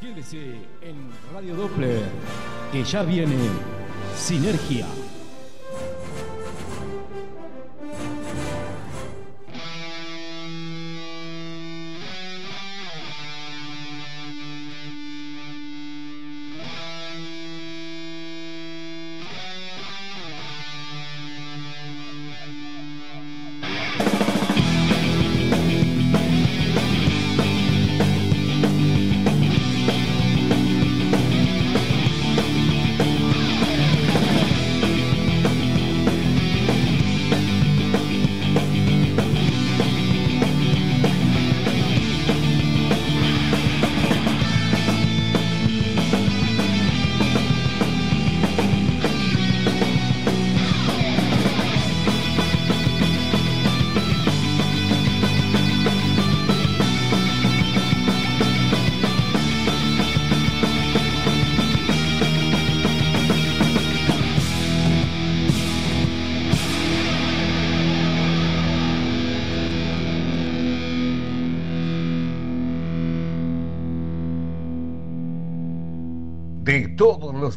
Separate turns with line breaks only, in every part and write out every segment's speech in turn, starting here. Quédese en Radio Doppler, que ya viene Sinergia.
de todos los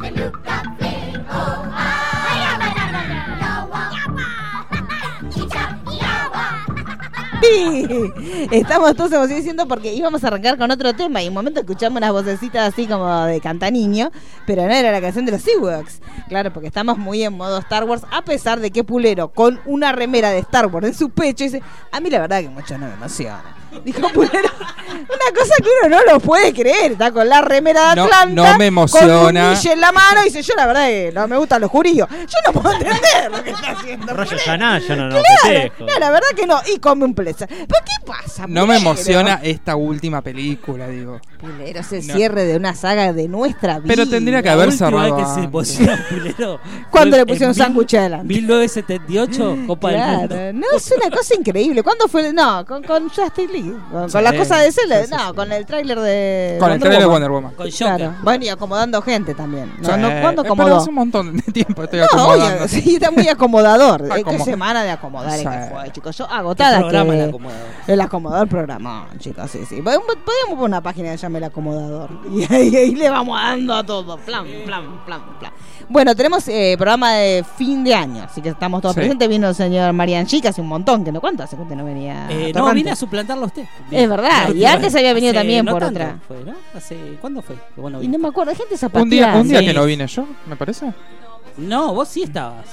then you got me. Oh, I yawa, yawa, yawa. You chop, yawa.
Sí, Estamos todos emocionados diciendo porque íbamos a arrancar con otro tema y un momento escuchamos unas vocecitas así como de cantaniño, pero no era la canción de los Ewoks. Claro, porque estamos muy en modo Star Wars, a pesar de que Pulero, con una remera de Star Wars en su pecho, dice, a mí la verdad que mucho no me emociona. Dijo Pulero, una cosa que uno no lo puede creer, está con la remera de
No,
Atlanta,
no me
con un
emociona.
niche en la mano, y dice, yo la verdad que no me gustan los juríos, yo no puedo entender lo que está haciendo.
Rollo
Pulero.
Yaná, yo no lo
Claro,
festejo.
no, la verdad que no. Y come un placer. ¿Pero qué pasa?
No me
Pulero?
emociona esta última película, digo.
Pulero, ese
No.
cierre de una saga de nuestra vida.
Pero tendría que
La
haber
última
cerrado. ah.
vez que se
antes.
pusieron pulero.
¿Cuándo
fue
le pusieron
en mil-
sándwich adelante?
1978, Copa del Mundo.
Claro, no, es una cosa increíble. ¿Cuándo fue? No, con, con Justice League. Con, con la
Sí,
cosa de Zelda.
sí, sí,
no,
sí.
con el tráiler de.
Con el trailer de Wonder Woman.
Con Joker.
Claro. Bueno, y acomodando gente también. No,
Sí.
no, ¿Cuándo
Eh, Pero
acomodó?
hace un montón de tiempo estoy
No,
acomodando.
obvio, sí, está muy acomodador. Eh, Qué
Acomo-
semana de acomodar en que
Ah, Sí.
fue, chicos. Yo
¿Qué
agotada
programa
que...
el acomodador?
El acomodador programa, chicos, sí, sí. Podemos podemos poner una página que se llame El acomodador. Y ahí, ahí le vamos dando a todo. Plan, plan, plan, plan. Bueno, tenemos eh, programa de fin de año, así que estamos todos
Sí.
presentes. Vino el señor Marian Chica hace un montón, que no cuánto hace que usted no venía.
Eh, no,
Torrante?
vine a suplantarlo a usted.
Es verdad, y antes había venido también
no
por
tanto
otra.
Fue, ¿no? Hace- ¿Cuándo fue? Bueno,
Y no me acuerdo, gente zapateada.
Un día, un día
Sí.
que no vine yo, me parece.
No, vos sí estabas.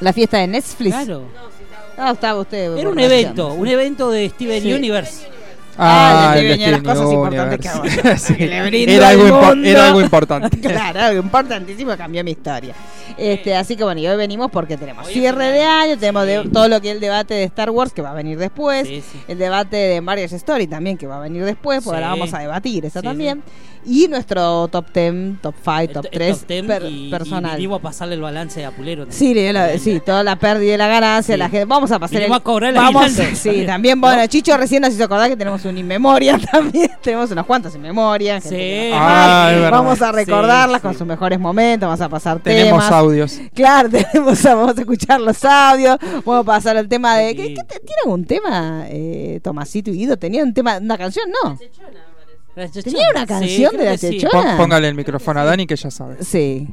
La fiesta de Netflix.
Claro.
Ah, estaba usted.
Era un
borracho.
evento, un evento de Steven
Sí.
Universe.
Ah,
el
le venía las
Steven
cosas importantes
Universe.
que hago yo.
Sí.
Que le brindo
era,
al
algo impo-
mundo.
era algo importante.
Claro, algo importantísimo cambió mi historia.
Eh.
Este, así que bueno, y hoy venimos porque tenemos cierre de año, tenemos de- todo lo que es el debate de Star Wars que va a venir después,
Sí, sí.
el debate de Marriage Story también que va a venir después, porque
Sí.
ahora vamos a debatir esa
Sí,
también, y nuestro top 10, top 5, top
El- el
3
top ten
per-
y,
personal.
Y vinimos a pasarle el balance a Pulero.
Sí, le- la-
Bien.
sí, toda la pérdida y la ganancia,
Sí.
la gente. Vamos a pasar
Vinimos a cobrar el
vamos,
aguinaldo
Sí,
también,
también,
¿no?
bueno, Chicho recién nos hizo acordar que tenemos un inmemoria también. tenemos unas cuantas inmemorias. gente
Sí.
que nos
Ah,
marca.
es verdad.
vamos a recordarlas
Sí,
con
sí.
sus mejores momentos, vamos a pasar
Tenemos
temas.
audios.
Claro, tenemos, vamos a escuchar los audios, vamos a pasar al tema de... ¿qué, qué te- ¿Tiene algún tema, eh, Tomasito y Guido? ¿Tenía un tema, una canción? No. ¿Tenía una canción de la Chechona?
Pon- Póngale el micrófono a Dani que ya sabe.
Sí.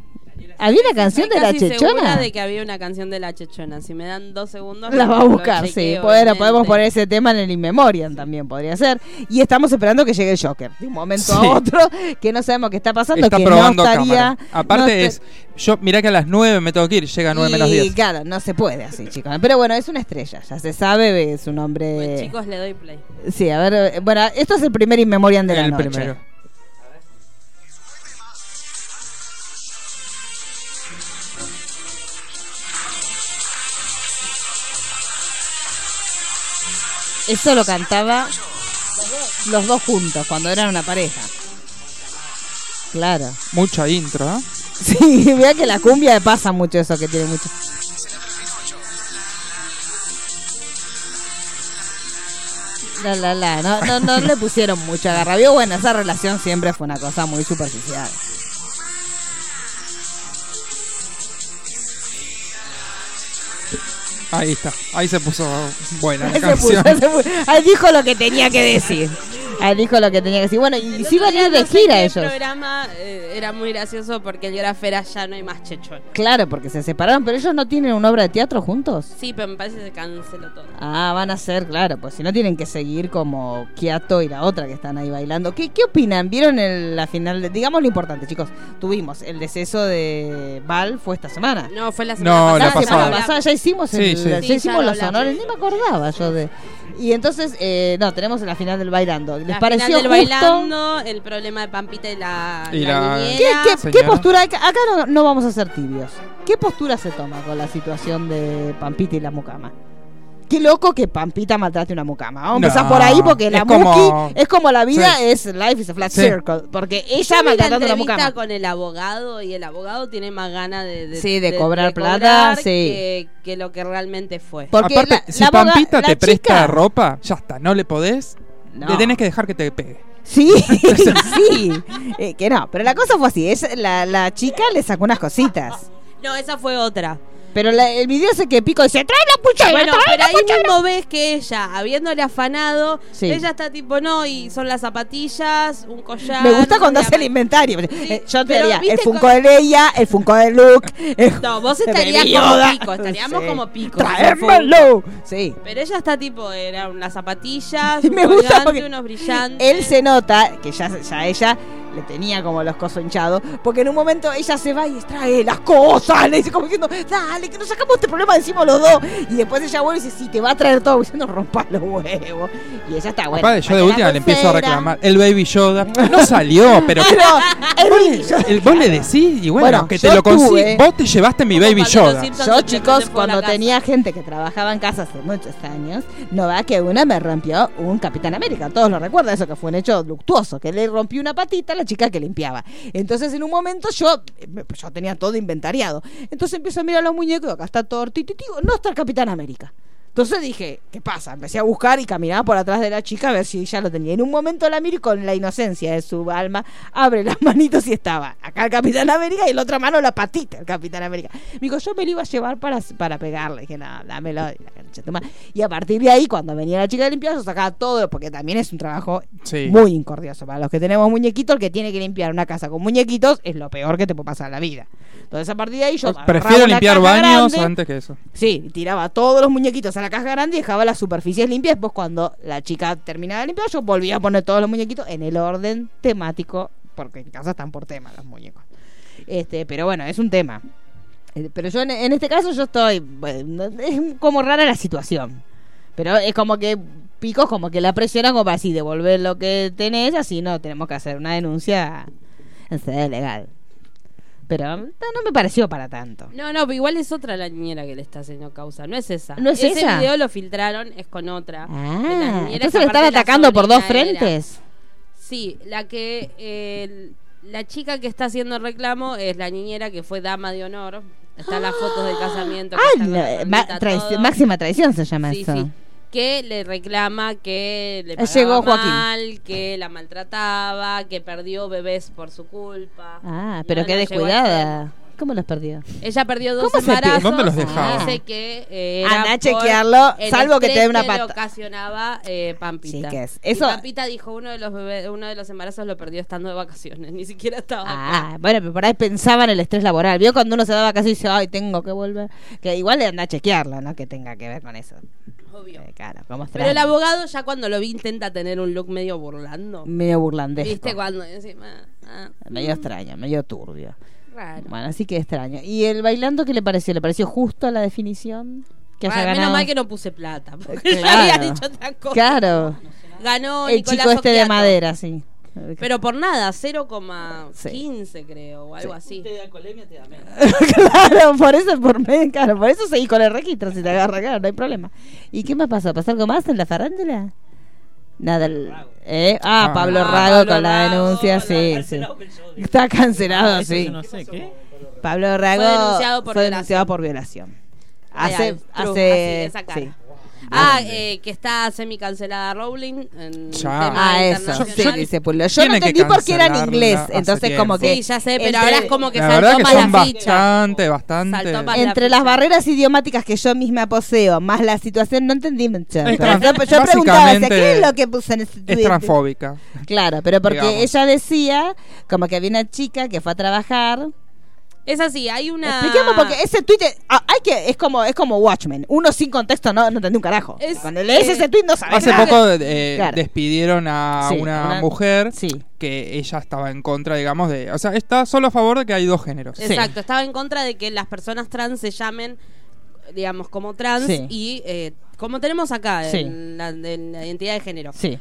¿Había una canción de
Estoy
la
casi
chechona?
segura de que había una canción de la chechona. Si me dan dos segundos.
La va a
lo
buscar, sí.
chequeo,
Bueno, podemos
obviamente.
poner ese tema en el In Memoriam también, podría ser. Y estamos esperando que llegue el Joker, de un momento
Sí.
a otro, que no sabemos qué está pasando,
Está
que
probando
no estaría...
cámara. Aparte
no
es, yo mirá que a las 9 me tengo que ir, llega a 9
y,
menos 10.
claro, no se puede así, chicos. Pero bueno, es una estrella, ya se sabe, es un hombre...
Pues, chicos, le doy play.
Sí, a ver, eh, bueno, esto es el primer In Memoriam de la
El
noche.
primero.
Eso lo cantaba los dos juntos, cuando eran una pareja. Claro.
Mucha intro, ¿eh?
Sí, vea que la cumbia pasa mucho eso, que tiene mucho. La, la, la. No, no, no le pusieron mucho agarrabio. Bueno, esa relación siempre fue una cosa muy superficial.
Ahí está. Ahí se puso buena la
Se puso,
canción.
se puso. Ahí dijo lo que tenía que decir. Ahí dijo lo que tenía que decir. Bueno, y
El
sí
otro día
venían de
no sé
gira
qué
ellos.
programa eh, era muy gracioso porque el grafo era ya no hay más chechón.
Claro, porque se separaron, pero ellos no tienen una obra de teatro juntos.
Sí, pero me parece que se canceló todo.
Ah, van a ser, claro, pues si no tienen que seguir como Kiato y la otra que están ahí bailando. ¿Qué, qué opinan? ¿Vieron el- la final? de- digamos lo importante, chicos. Tuvimos el deceso de Val, fue esta semana.
No, fue la semana
No, eh, la
pasada.
Ah, semana
pasada.
pasada ya hicimos,
Sí,
el-
sí.
ya
Sí, ya
hicimos
lo
los
hablamos.
honores, ni me acordaba yo de... Y entonces, eh, no, tenemos la final del bailando. ¿Les
La final
pareció
del
justo?
bailando, el problema de Pampita y la,
Y la-
la
¿Qué,
niñera.
qué-
Señora.
qué postura? hay que- Acá no, no vamos a ser tibios. ¿Qué postura se toma con la situación de Pampita y la mucama? Qué loco que Pampita maltrate una mucama. Vamos a
No,
empezar por ahí porque la
es como-
muki es como la vida,
Sí.
es life is a flat
Sí.
circle. Porque
Yo
ella
vi la
maltratando a la
entrevista
mucama.
con el abogado y el abogado tiene más ganas de,
Sí, de cobrar plata, sí.
que, que lo que realmente fue.
Porque
Aparte,
la-
si
la aboga-
Pampita
la
te presta
chica-
ropa, ya está, no le podés.
No.
Le tenés que dejar que te pegue.
Sí, sí. Eh, que no, pero la cosa fue así. es- la, la chica le sacó unas cositas.
No, esa fue otra.
Pero la- el video se que pico dice: ¡Trae la puchera!
bueno,
trae
pero
la
ahí
puchera".
mismo ves que ella, habiéndole afanado,
Sí.
ella está tipo, no, y son las zapatillas, un collar.
Me gusta cuando
una
hace el
ma-
inventario. Eh, yo te
pero
haría el
viste
Funko
cómo-
de Leia, el Funko de Luke. el-
No, vos
de
estarías
Baby Yoda.
como pico, estaríamos
Sí.
como pico.
¡Traémelo! Sí.
Pero ella está tipo, eran unas zapatillas,
Y
un
me gusta
colgante,
porque
unos brillantes.
él se nota que ya, ya ella le tenía como los cosos hinchados, porque en un momento ella se va y extrae las cosas, le dice como diciendo, dale, que nos sacamos este problema de encima los dos. Y después ella vuelve y dice, sí, te va a traer todo, diciendo, rompa los huevos. Y ella está, bueno.
Aparte, yo de
la
última le empiezo a
tercera.
reclamar. El Baby Yoda no salió, pero.
No, el
Vos
baby
le, el- vos le decís y bueno,
Bueno,
que
yo
te lo
tuve-
consigue. Vos te llevaste mi
Como
Baby
cuando los
Yoda.
Simpsons
Yo,
simplemente
chicos,
fue a la
cuando
casa.
tenía gente que trabajaba en casa hace muchos años, no va que una me rompió un Capitán América. Todos lo recuerdan, eso que fue un hecho luctuoso, que le rompió una patita a la chica que limpiaba. Entonces, en un momento yo, me- yo tenía todo inventariado. Entonces empiezo a mirar los muñecos, acá está todo digo, no está el Capitán América. Entonces dije, ¿qué pasa? Empecé a buscar y caminaba por atrás de la chica a ver si ella lo tenía. En un momento la miro y con la inocencia de su alma abre las manitos y estaba acá el Capitán América y en la otra mano la patita del Capitán América. Me dijo, yo me lo iba a llevar para, para pegarle. Dije, no, dámelo. Y, la concha de tu madre. Y a partir de ahí, cuando venía la chica de limpiar, yo sacaba todo, porque también es un trabajo
Sí.
muy incordioso. Para los que tenemos muñequitos, el que tiene que limpiar una casa con muñequitos es lo peor que te puede pasar en la vida. Entonces a partir de ahí yo... agarraba
Prefiero
una
limpiar
caja
baños
grande.
antes que eso.
Mm,
Sí, tiraba todos los muñequitos a la caja grande y dejaba las superficies limpias. Después, cuando la chica terminaba de limpiar, yo volvía a poner todos los muñequitos en el orden temático, porque en casa están por tema los muñecos. Este, pero bueno, es un tema. Eh, Pero yo en, en este caso yo estoy, bueno, es como rara la situación. Pero es como que picos como que la presiona como para así devolver lo que tenés, así no tenemos que hacer una denuncia en sede legal. Pero no, no me pareció para tanto.
No, no, pero igual es otra la niñera que le está haciendo causa, no es esa.
¿No es
Ese
esa?
video lo filtraron, es con otra. de la
Ah,
niñera, que
entonces le están
aparte la
atacando por dos
sobrina era-
frentes.
Sí, la que eh, la chica que está haciendo el reclamo es la niñera que fue dama de honor. Están las fotos del casamiento. que
Ah,
están con la
la-
palmita,
ma- traici-
todo.
máxima traición se llama
Sí,
eso.
sí. Que le reclama que le
Ah, llegó
pagaba
Joaquín.
mal, que la maltrataba, que perdió bebés por su culpa.
Ah,
No
pero qué
la llegó a
descuidada. ¿Cómo los perdió?
hacer. Ella perdió dos
¿Cómo se pierde?
embarazos.
¿Dónde los
y
dejaba?
Dice que eh, era
Andá a
por
chequearlo,
el
salvo que te dé
estrés
una
le
pata.
ocasionaba eh, Pampita.
Sí, que es-
Y
eso-
Pampita dijo uno de los bebés, uno de los embarazos lo perdió estando de vacaciones, ni siquiera estaba. acá.
Ah, bueno, pero por ahí pensaba en el estrés laboral. Vio cuando uno se daba casi y dice, ay, tengo que volver. Que igual le anda a chequearlo, ¿no? Que tenga que ver con eso.
Obvio.
Eh, claro, ¿cómo estará?
Pero el abogado ya cuando lo vi intenta tener un look medio burlando.
Medio burlandesco.
¿Viste cuando encima ah,
Medio extraño, medio turbio.
raro.
Bueno, así que extraño. ¿Y el bailando qué le pareció? ¿Le pareció justo la definición? Que haya
Ah, menos
ganado?
mal que no puse plata, porque
Claro.
ya había dicho otra cosa.
Claro.
Ganó
el
Nicolás
chico este de
Occhiato.
madera, sí.
Pero por nada, 0,15 creo, o algo así.
Te da colemia, te da menos.
claro, por eso, por medio, claro, por eso seguís con el registro si te agarra, claro, no hay problema. ¿Y qué más pasó? ¿Pasó algo más en la farándula? Nada, el- ¿eh? Ah,
Ah.
Pablo
Ah,
Rago
Pablo
con la
Rago,
denuncia,
la-
sí, sí.
cancelado el show de-
Está cancelado,
Eso
sí.
yo no sé, ¿qué?
Pablo Rago
Fue denunciado por
fue
violación.
denunciado por violación.
Ahí,
Hace,
ahí, true,
hace,
así, esa cara.
sí.
Ah, eh, que está semi-cancelada Rowling. En
Ya.
tema
Ah, eso. Sí,
internacional.
dice Pulo. Yo no
Tiene que
entendí porque era en
cancelarla
inglés.
hace
Entonces,
tiempo.
como que.
Sí, ya sé, pero
entre-
ahora es como que
La
saltó
verdad que
más
son
la ficha.
bastante, bastante.
Saltó más la
Entre
ficha.
las barreras idiomáticas que yo misma poseo, más la situación, no entendí mucho.
Es
Pero
tran-
yo, yo preguntaba, decía, ¿qué es
básicamente
lo que puse en ese
Es
tweet?
transfóbica.
Claro, pero porque
Digamos.
ella decía, como que había una chica que fue a trabajar.
Es así, hay una.
Expliquemos porque ese tweet es, ah, hay que, es como, es como Watchmen. Uno sin contexto no, no entendí un carajo.
Es-
Cuando lees
eh,
ese tweet no sabes.
Hace
nada.
poco eh,
Claro.
despidieron a
Sí,
una,
una-
mujer
Sí.
que ella estaba en contra, digamos, de... O sea, está solo a favor de que hay dos géneros.
Exacto, estaba en contra de que las personas trans se llamen, digamos, como trans
Sí.
y eh, como tenemos acá
Sí.
en, la, en la identidad de género.
Sí.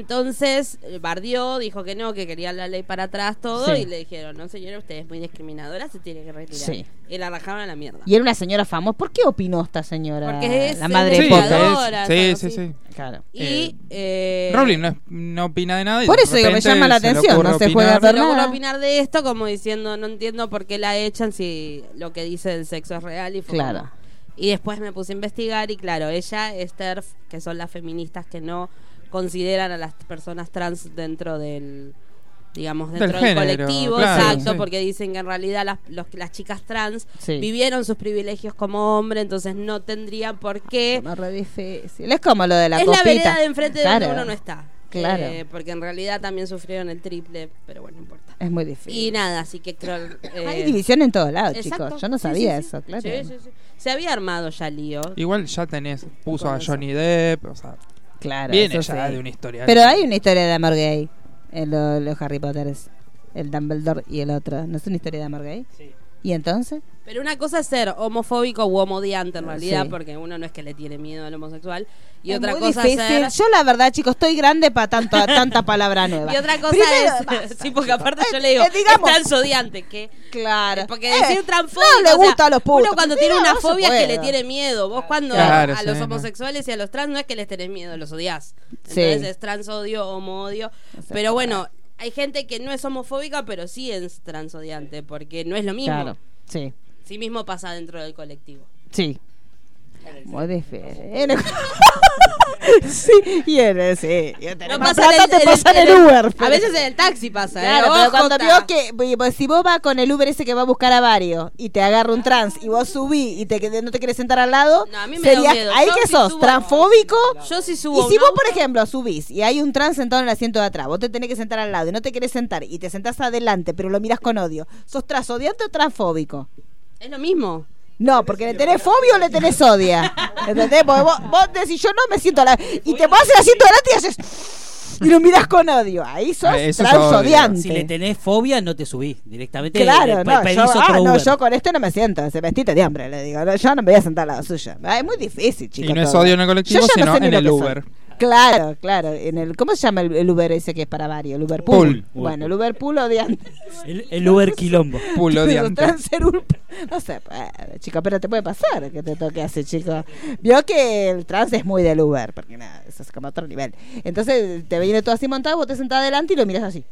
Entonces, eh, bardió, dijo que no, que quería la ley para atrás, todo,
Sí.
y le dijeron, no señora, usted es muy discriminadora, se tiene que retirar.
Sí.
Y la rajaron a la mierda.
Y era una señora famosa. ¿Por qué opinó esta señora?
Porque es
la madre
de
de
Sí,
Paul.
porque
Creadora,
es-
o
sí, sí,
sea,
sí.
Claro.
Y, eh,
Rowling no, es- no opina de nada. y
Por
de
eso digo, me
repente
llama la
se le
atención,
ocurre
no se juega
opinar.
por
Pero por
nada.
opinar de esto, como diciendo, no entiendo por qué la echan si lo que dice del sexo es real y fue
Claro.
como- Y después me puse a investigar y claro, ella, Esther, que son las feministas que no consideran a las personas trans dentro del digamos
Del
dentro del,
género,
colectivo,
claro,
exacto,
sí.
porque dicen que en realidad las, los- las chicas trans
Sí.
vivieron sus privilegios como hombre, entonces no tendrían por qué
No, re difícil. Es como lo de la
es
copita.
la vereda de enfrente
Claro.
de donde uno no está.
Claro.
Eh, porque en realidad también sufrieron el triple, pero bueno, no importa.
Es muy difícil.
Y nada, así que creo. eh,
Hay división en todos lados,
exacto.
chicos. Yo no
Sí,
sabía
sí, sí.
eso, claro.
Sí, sí, sí. Se había armado ya lío.
Igual ya tenés, puso a
Con eso.
Johnny Depp, o sea,
Claro.
viene
eso
ya
sí.
de una historia.
Pero hay una historia de amor gay en lo- los Harry Potters. El Dumbledore y el otro. ¿No es una historia de amor gay? Sí. ¿Y entonces?
Pero una cosa es ser homofóbico o homodiante en
Ah,
realidad,
sí.
porque uno no es que le tiene miedo al homosexual. Y
Es
otra
muy
cosa
difícil.
es ser.
Yo, la verdad, chicos, estoy grande para tanta palabra nueva.
Y otra cosa
Primero,
es.
basta,
sí, porque
chicos.
aparte yo
Eh,
le digo,
eh, digamos-
es transodiante, que.
Claro.
Porque
Eh,
decir transfóbico.
No le
o sea,
gusta a los putos.
Uno cuando tiene
Mira,
una
no se
fobia es que le
puede.
tiene miedo.
Ah,
Vos cuando
Claro,
a
sí,
los
no.
homosexuales y a los trans no es que les tenés miedo, los odias
Sí.
Entonces es trans odio, homo odio.
sé,
Pero bueno, hay gente que no es homofóbica, pero sí es transodiante, porque no es lo mismo.
Claro. Sí.
Sí mismo pasa dentro del colectivo.
Sí. Muy difícil. En el- sí, y en el, sí. Y en
No
más
pasa en
plata
el-
te
en el-
pasan en,
en el-
Uber.
A veces en el taxi pasa.
Claro,
¿eh?
pero
Ojo,
cuando
ta.
veo que vi- pues, si vos vas con el Uber ese que va a buscar a varios y te agarra un trans y vos subís y te, que- no te querés sentar al lado,
No, a mí me
serías-
da miedo.
ahí
Yo
que
si
sos
subo-
transfóbico.
Yo sí subo.
Y si
un
vos,
auto-
por ejemplo, subís y hay un trans sentado en el asiento de atrás, vos te tenés que sentar al lado y no te querés sentar y te sentás adelante, pero lo mirás con odio, ¿sos transodiante o transfóbico?
Es lo mismo.
No, porque le tenés fobia o le tenés odia. ¿Entendés? Porque vos, vos decís, yo no me siento la. Y te vas el asiento delante y haces. Y lo mirás con odio. Ahí sos
Ah, eso es
transodiante.
Si le tenés fobia, no te subís directamente.
Claro,
eh, pe-
no,
pedís
yo,
otro
ah, no,
Uber.
yo con esto no me siento, ese vestido de hambre, le digo, no, yo no me voy a sentar al lado suyo. Ah, Es muy difícil, chicos.
Y no es
todo.
odio en el colectivo,
Yo ya no
sino
sé ni
en
lo
el
que soy.
Uber.
Claro, claro, en el ¿cómo se llama el, el Uber ese que es para varios? El Uber Pool.
Pool.
Bueno, el Uber Pool odiante.
El, el Uber quilombo.
Pulo de
Pero
antes.
trans era un- No sé, eh, chico, pero te puede pasar que te toque así, chico. Vio que el trans es muy del Uber, porque nada, eso es como otro nivel. Entonces te viene todo así montado, vos te sentás adelante y lo miras así.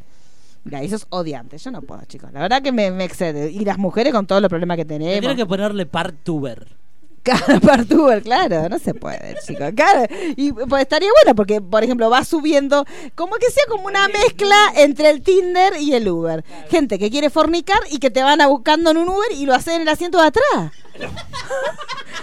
Mira, eso es odiante. Yo no puedo, chicos. La verdad que me, me excede. Y las mujeres con todos los problemas que tenemos.
Tendría que ponerle partuber.
Claro, part Uber, claro, no se puede, chicos. Claro, y pues, estaría bueno porque, por ejemplo, va subiendo, como que sea como una mezcla entre el Tinder y el Uber. Gente que quiere fornicar y que te van a buscando en un Uber y lo hacen en el asiento de atrás.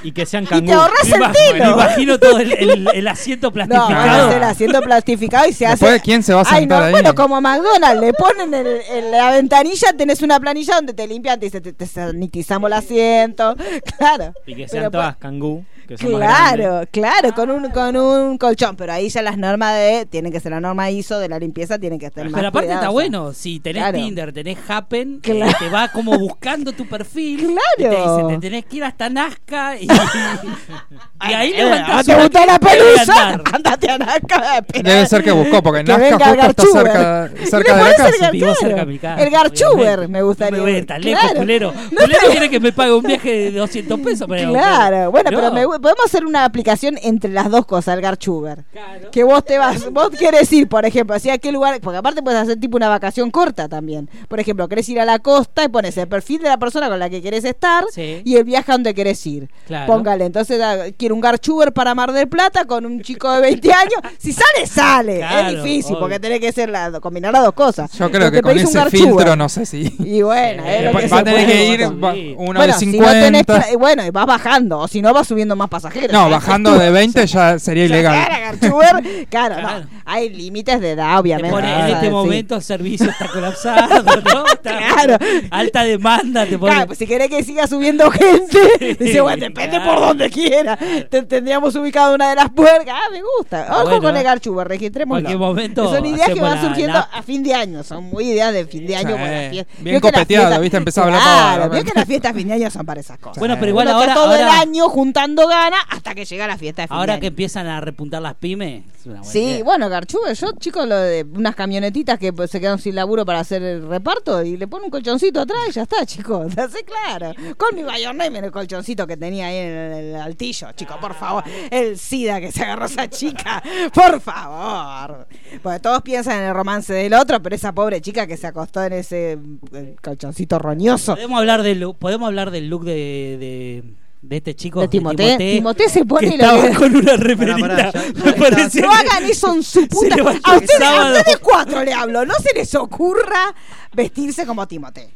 Y que sean
te
canguros.
ahorras el
Me ima-
telo.
Me imagino todo el, el- el asiento
No, van a
plastificado.
hacer asiento plastificado y se hace.
Después, ¿quién se va a
Ay,
sentar
no,
ahí?
Bueno, como McDonald's, le ponen el, en la ventanilla, tenés una planilla donde te limpian, te dicen, te, te sanitizamos el asiento. Claro.
Y que
Pero, pues,
sean todas cangú. Que son más grandes.
Claro, claro, con un con un colchón, pero ahí ya las normas de tienen que ser la norma ISO de la limpieza, tienen que estar más
Pero aparte está
cuidadosas.
bueno, si tenés
Claro.
Tinder, tenés Happen, eh,
Claro.
te va como buscando tu perfil. y te
Claro.
dice, te tenés que ir hasta Nazca y, y ahí
Eh, ¿no
levantás
¿Te
una
gusta
que
la
te debe
pelusa?
andar.
Andate a Nazca. pero-
Debe ser que buscó, porque
que
Nazca
venga el
justo está
Garchuber.
cerca- cerca
Le
de la
podés
casa.
el
Vivo
Garchuber.
cerca de mi casa,
El Garchuber
obviamente.
me
No
gustaría.
me voy a ir tan lejos,
Claro.
culero.
No,
culero
pero-
quiere que me pague un viaje de 200 pesos. para ir a buscar.
Claro, bueno, pero
No.
me pu- podemos hacer una aplicación entre las dos cosas, el Garchuber. Que vos te vas, vos querés ir, por ejemplo, así a qué lugar, porque aparte puedes hacer tipo una vacación corta también. Por ejemplo, querés ir a la costa y pones el perfil de la persona con la que querés estar
Sí.
y el viaje a donde querés ir.
Claro.
Póngale, entonces ah, quiero un Garchuber para Mar del Plata con un chico de 20 años. Si sale, sale. es
Claro,
difícil
obvio.
porque tenés que ser la, combinar las dos cosas.
Yo creo
O
que
te
con
pedís un
ese
Garchuber.
filtro no sé si.
Y bueno, es lo
Eh, Va
que
va a
se
tener
puede.
que ir
puede.
va,
Sí.
uno
bueno,
de
si no tenés
50.
pla- bueno, y vas bajando, o si no vas subiendo más pasajeros.
no, bajando de 20 ya sería
Claro,
ilegal.
Garchuber, claro,
Claro.
no. Hay límites de edad,
Te
obviamente.
pone, en
¿sabes?
este
Sí.
momento el servicio está colapsado, ¿no? Está-
Claro.
Alta demanda te pone.
Claro, pues si querés que siga subiendo gente, dice, bueno, depende
claro.
por donde quiera. Te tendríamos ubicado una de las puercas. Ah, me gusta. Ojo
Bueno.
con el Garchuber, registrémoslo.
Cualquier momento
Son ideas que
hacemos
van
la-
surgiendo
la- eh.
a fin de año. Son muy ideas de fin de año.
Sí.
con las fiestas.
Bien
Vio que las
copeteado,
fiestas-
¿viste? Empezaba a hablar
Claro,
todo,
vio
¿no?
que las fiestas de fin de año son para esas cosas.
Bueno, pero igual
Uno
ahora,
está todo el
ahora,
año juntando ganas hasta que llega la fiesta de fin de
ahora
año.
que empiezan a repuntar las pymes. es una buena
Sí,
idea.
bueno, Garchube, yo, chicos, lo de unas camionetitas que pues, se quedan sin laburo para hacer el reparto y le pone un colchoncito atrás y ya está, chicos. Así, claro. Con mi Bayon Name en el colchoncito que tenía ahí en el altillo, chicos, por favor. El SIDA que se agarró esa chica, por favor. Porque todos piensan en el romance del otro, pero esa pobre chica que se acostó en ese eh, colchoncito roñoso.
Podemos hablar del look, podemos hablar del look de, de, de este chico.
De Timoteo. Timoteo se pone
que
lo
estaba
que-
con una remerita.
Pará, pará, ya-
Me parece-
No hagan eso en su puta.
le vaya
A
el
ustedes, a
sábado.
ustedes cuatro le hablo. No se les ocurra vestirse como Timoteo.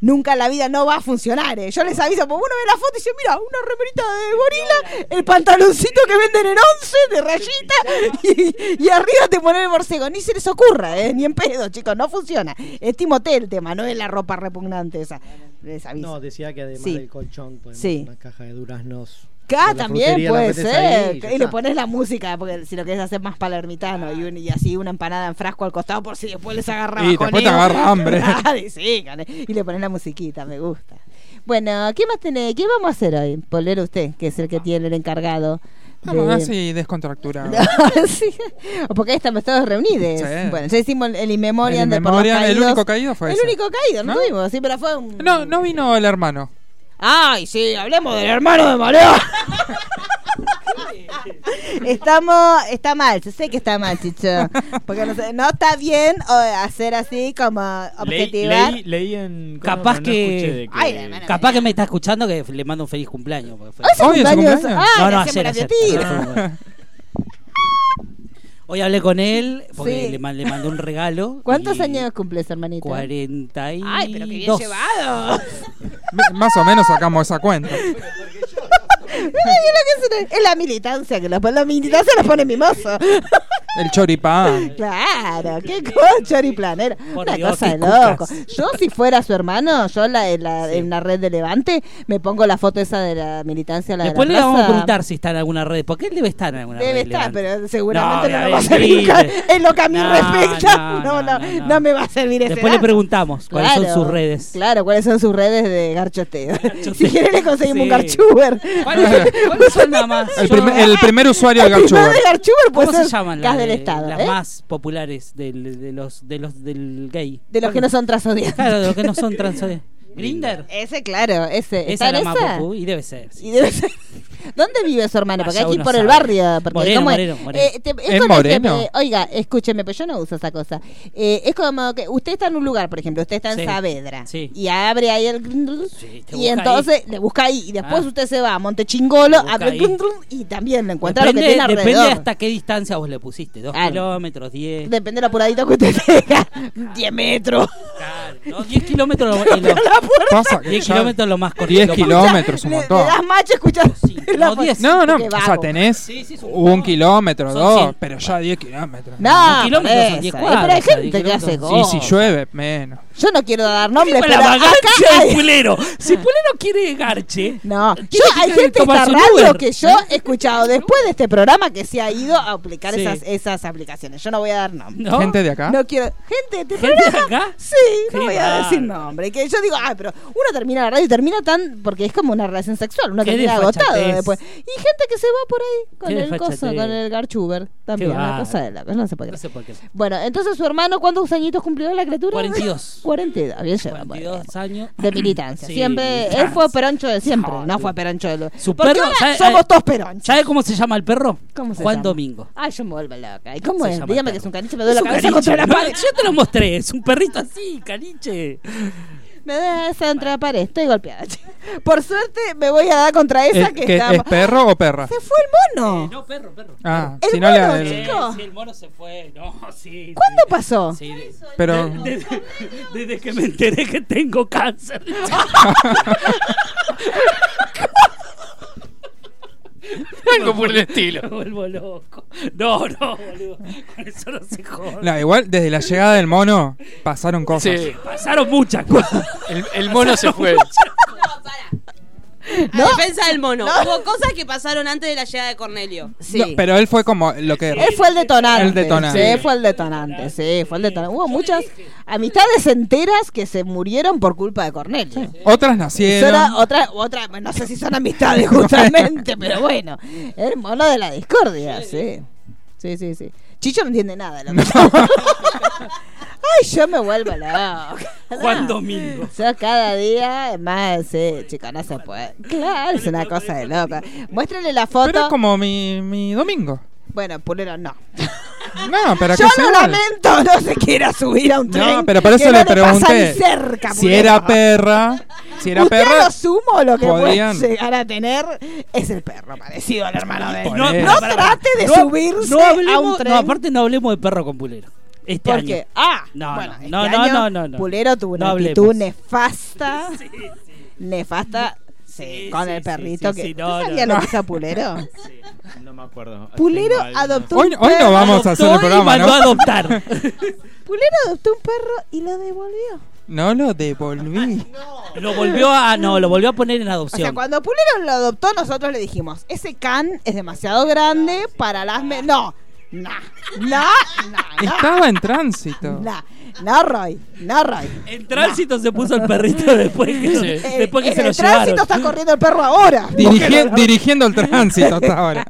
Nunca en la vida no va a funcionar. eh. Yo les aviso, porque uno ve la foto y dice, mira, una remerita de gorila, el pantaloncito que venden en once de rayita y, y arriba te ponen el borcego. Ni se les ocurra, eh, ni en pedo, chicos, no funciona. Es Timoteo el tema, no es la ropa repugnante esa. Les aviso.
No, decía que además
Sí.
del colchón ponemos
Sí.
una caja de duraznos.
Acá
de la
también
frutería, la
puede
metes
ser.
ahí
y
ya
le
está.
pones la música, porque si lo querés hacer más palermitano y, un- y así una empanada en frasco al costado por si después les agarra
Y después te
bajoneo.
agarra hambre.
Claro, y sí, gané. y le pones la musiquita, me gusta. Bueno, ¿qué más tenés? ¿Qué vamos a hacer hoy? Polero usted, que es el que tiene el encargado.
Vamos
de-
Ah, así descontracturado.
Sí, Porque ahí estamos todos reunidos.
Sí.
Bueno, ya hicimos el, el In Memoriam
El
de
In
por los
Memoriam, el
caídos.
único caído fue
El
ese.
único caído, no,
¿No?
tuvimos, sí, pero fue un.
No, no vino el hermano.
Ay, sí, hablemos del hermano de Mareo. Estamos, está mal, yo sé que está mal, Chicho. Porque no, sé, no está bien o, hacer así como
Leí,
objetivar.
leí- leí en.
Capaz
no
que-
escuché de
Ay, la hermana.
Capaz que me está escuchando que le mando un feliz cumpleaños. porque fue-
¿Hoy es su
Hoy es su
cumpleaños?
cumpleaños.
Ah,
No,
le
no,
hacemos
ayer,
la
ayer.
fiestita.
Hoy hablé con él porque
Sí.
le, ma- le mandé un regalo.
¿Cuántos
y-
años cumples, hermanito?
42.
Ay, pero qué bien llevado.
M- Más o menos sacamos esa cuenta.
Mira, mira lo que es, una- es la militancia, que lo, la militancia lo pone mimoso.
El choripán.
Claro, qué cocho y planero.
Por
Una
Dios,
cosa
qué
de loco.
cucas.
Yo, si fuera su hermano, yo la, en, la, en la red de Levante me pongo la foto esa de la militancia. La
Después
de
le
la
vamos a
plaza.
preguntar si está en alguna red, porque él debe estar en alguna
Debe
red.
estar,
Levante.
pero seguramente no,
No,
me va a
debe
servir.
ir.
En lo que a mí
No,
respecta, no,
no,
no,
no, no.
no me va a servir ese
Después le
dato.
preguntamos cuáles son
Claro,
sus redes.
Claro, cuáles son sus redes de garchoteo. Si quieren le conseguimos un
Sí.
garchuber.
¿Cuáles cuáles son las más?
El,
Yo-
primer- el primer usuario
El
del
primer
Garchuber.
de garchuber puede
¿Cómo se
ser
llaman
gas
las,
del
de-
Estado.
las
¿eh?
más populares del, de los, de los, del gay?
De los que no son trasodiantes.
Claro, de los que no son trans. ¿Grinder?
Ese, claro, ese.
Esa
¿Está
es
en
la más
esa?
popú, y debe ser. sí.
Y debe ser- ¿Dónde vive su hermano? Porque
Allá
hay que ir
uno
por el
sabe.
barrio. Porque
Moreno,
¿cómo es?
Moreno, Moreno.
Eh, te- es
¿Es
con el que
Moreno?
me- oiga, escúcheme, pero yo no uso esa cosa. Eh, es como que usted está en un lugar, por ejemplo, usted está en
Sí.
Saavedra.
Sí.
Y abre ahí el.
Sí, te
y
busca
entonces le busca ahí. Y después
Ah.
usted se va a Montechingolo,
Te busca
abre
ahí.
el. Y también le encuentra
depende,
lo que tiene
depende
alrededor.
hasta qué distancia vos le pusiste. ¿Dos
Claro.
kilómetros? ¿Diez?
Depende de lo apuradito que usted tenga. 10 metros.
Claro, ¿no? ¿Diez kilómetros? lo-
Pero la puerta.
Pasa que
10
ya-
kilómetros lo más corto.
10
Lo más-
kilómetros. kilómetros, un
Le-
montón.
Le, das macho, escuchas.
Sí,
la
no,
puerta.
10.
No, no,
Qué
o sea,
vago.
tenés
Sí, sí, es un
un
montón.
kilómetro,
Son
dos,
cien.
pero ya 10 kilómetros.
No,
Un kilómetro
por
son
eso,
10
eh,
cuadras,
pero hay
o sea,
gente
10
que hace
Y
cosas.
si llueve, menos.
Yo no quiero dar nombres,
Con
pero
la
acá
vagancia de
hay...
Pulero. Si Pulero quiere garche,
No,
tiene
yo,
que
hay gente en esta
tomarse un
radio
Uber.
que yo he escuchado después de este programa que se ha ido a aplicar
Sí.
esas, esas aplicaciones. Yo no voy a dar nombres.
¿No?
Gente de acá.
No quiero. Gente, ¿te
¿Gente de acá?
Sí, no
Qué
voy a decir
bárbaro.
nombre. Que yo digo, ah, pero uno termina la radio y termina tan. Porque es como una relación sexual, uno
Qué
termina agotado
desfachatez,
después. Y gente que se va por ahí con
Qué
el coso,
desfachate.
con el garchuber. También,
Qué
una
va-
cosa de la no se puede
No sé
creer.
por qué.
Bueno, entonces su hermano, ¿cuántos añitos cumplió la criatura?
42.
42, bien lleva, bueno.
22 años.
De militancia.
Sí,
siempre. Él
militancia.
fue peroncho de siempre.
No,
No,
tú-
fue peroncho de lo-
Su
Porque
perro,
ahora
¿sabe-
somos
sabe-
todos peronchos.
¿Sabe cómo se llama el perro?
¿Cómo se
Juan
llama?
Domingo.
Ay, yo me vuelvo loca. ¿Y cómo
Se
es?
llama
Dígame
el
que es
perro.
un caniche, me duele
Es
la
un
cabeza
caniche,
contra la
no,
pared.
Yo te lo mostré, es un perrito así, caniche.
Me da esa contra la pared, estoy golpeada. che. Por suerte me voy a dar contra esa
Eh,
que,
que
está.
¿Es perro o perra?
Se fue el mono.
No, perro, perro.
Ah,
El
si no le
mono,
el-
chico.
Sí, el mono se fue. No, sí.
¿Cuándo
sí.
pasó?
Sí, de-
Pero
desde, desde que me enteré que tengo cáncer.
Algo por el estilo.
Me vuelvo loco. No, no, boludo. Con eso no se jode.
no, igual desde la llegada del mono pasaron cosas.
Sí,
Pasaron muchas cosas.
el, el mono se fue.
No, para. A defensa del mono. Hubo cosas que pasaron antes de la llegada de Cornelio.
Sí.
No, pero él fue como lo que
Él Eh, fue el detonante.
El detonante.
Sí, fue el detonante. Sí, fue el detonante. Hubo muchas amistades enteras que se murieron por culpa de Cornelio.
otras
Eso
nacieron.
era otra, otra, no sé si son amistades justamente, pero bueno, el mono de la discordia, sí. Sí, sí, sí. Chicho no entiende nada. de Lo que Ay, yo me vuelvo loca.
Juan Domingo.
Yo cada día más, sí, chica, no se puede. Claro, es una cosa de loca. Muéstrenle la
Pero es
foto.
como mi, mi domingo.
Bueno, Pulero no.
No, pero que
Yo
es
lo
igual.
lamento, no se quiera subir a un tren.
No, pero por eso
que
le
no pasa
pregunté
ni cerca,
si
Pulero.
era perra. Si era
Usted
perra.
lo sumo lo que
podían-
puede llegar a tener es el perro parecido al hermano de él.
No,
No,
no,
trate de subirse
no hablemos,
a un tren.
No, aparte no hablemos de perro con pulero. Este año.
porque, ah,
No,
bueno,
no,
este
no,
año
no, no, no.
Pulero tuvo una
No
actitud
hablemos.
nefasta. Nefasta. sí,
Sí,
con
sí,
el
sí,
perrito
sí,
que.
sí,
¿Usted
no,
sabía
no,
lo
no.
que hizo Pulero?
No me acuerdo.
Pulero
Tengo algo.
adoptó un
Hoy, hoy
perro.
no vamos a hacer el
Adoptó y
programa,
mandó a
¿no?
adoptar.
Pulero adoptó un perro y lo devolvió.
No lo devolví.
Lo volvió a. No, lo volvió a poner en
O
adopción.
sea, cuando Pulero lo adoptó, nosotros le dijimos, ese can es demasiado grande para las... me- no, no, no, no,
Estaba en tránsito.
no, no, no, Roy, no, Roy.
En tránsito se puso el perrito después que, lo-
Sí.
Eh,
después que
en
se
el
lo
tránsito
llevaron.
está corriendo el perro ahora.
Dirigi- dirigiendo el tránsito hasta ahora.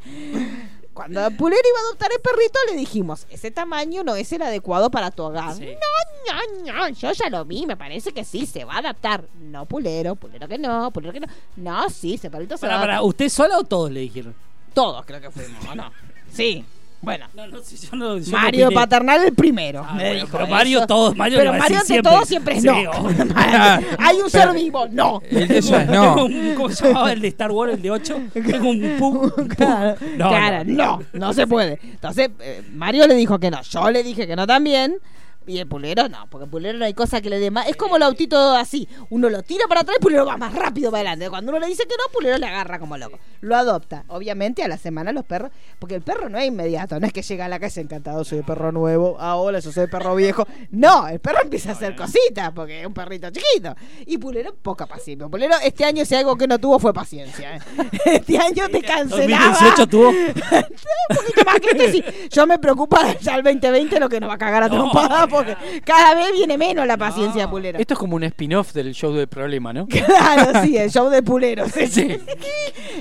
Cuando Pulero iba a adoptar el perrito, le dijimos, ese tamaño no es el adecuado para tu hogar.
Sí.
No, no, no, yo ya lo vi, me parece que sí, se va a adaptar. No, Pulero, Pulero que no, Pulero que no. No, sí, ese perrito se va
Para,
a
para, ¿usted sola o todos le dijeron?
Todos creo que fuimos, ¿o no? Sí, bueno.
No, no, si yo no. yo no
Mario
opiné.
Paternal el primero.
Ah,
me
bueno,
dijo
pero Mario
eso.
todos, Mario le
pero
va a
Mario
decir
ante
siempre.
todo siempre es
Sí,
no.
obvio. Ah,
Hay un
Pero-
ser vivo, no.
El de ellos
Tengo
no.
un- ¿Cómo se llamaba el de Star Wars, el de 8? Tengo un pug. un pug.
Claro,
No,
claro,
no.
no, no, se puede. Entonces, eh, Mario le dijo que no, yo le dije que no también. Y el pulero no, porque el pulero no hay cosa que le dé más. Es como el autito así. Uno lo tira para atrás y el pulero va más rápido para adelante. Cuando uno le dice que no, el pulero le agarra como loco. Lo adopta. Obviamente a la semana los perros, porque el perro no es inmediato, no es que llega a la casa encantado, soy el perro nuevo, ah, hola, yo soy el perro viejo. No, el perro empieza a
eh.
hacer cositas, porque es un perrito chiquito. Y pulero, poca paciencia. Pulero, este año si algo que no tuvo fue paciencia. ¿eh. Este año te cancelaba.
2018 tuvo.
un poquito más que este, sí. Yo me preocupa ya el 2020 lo que nos va a cagar a trompada porque cada vez viene menos la paciencia de Pulero.
Esto es como un spin-off del show del problema, ¿no?
Claro, sí, el show de Pulero. sí.
Sí.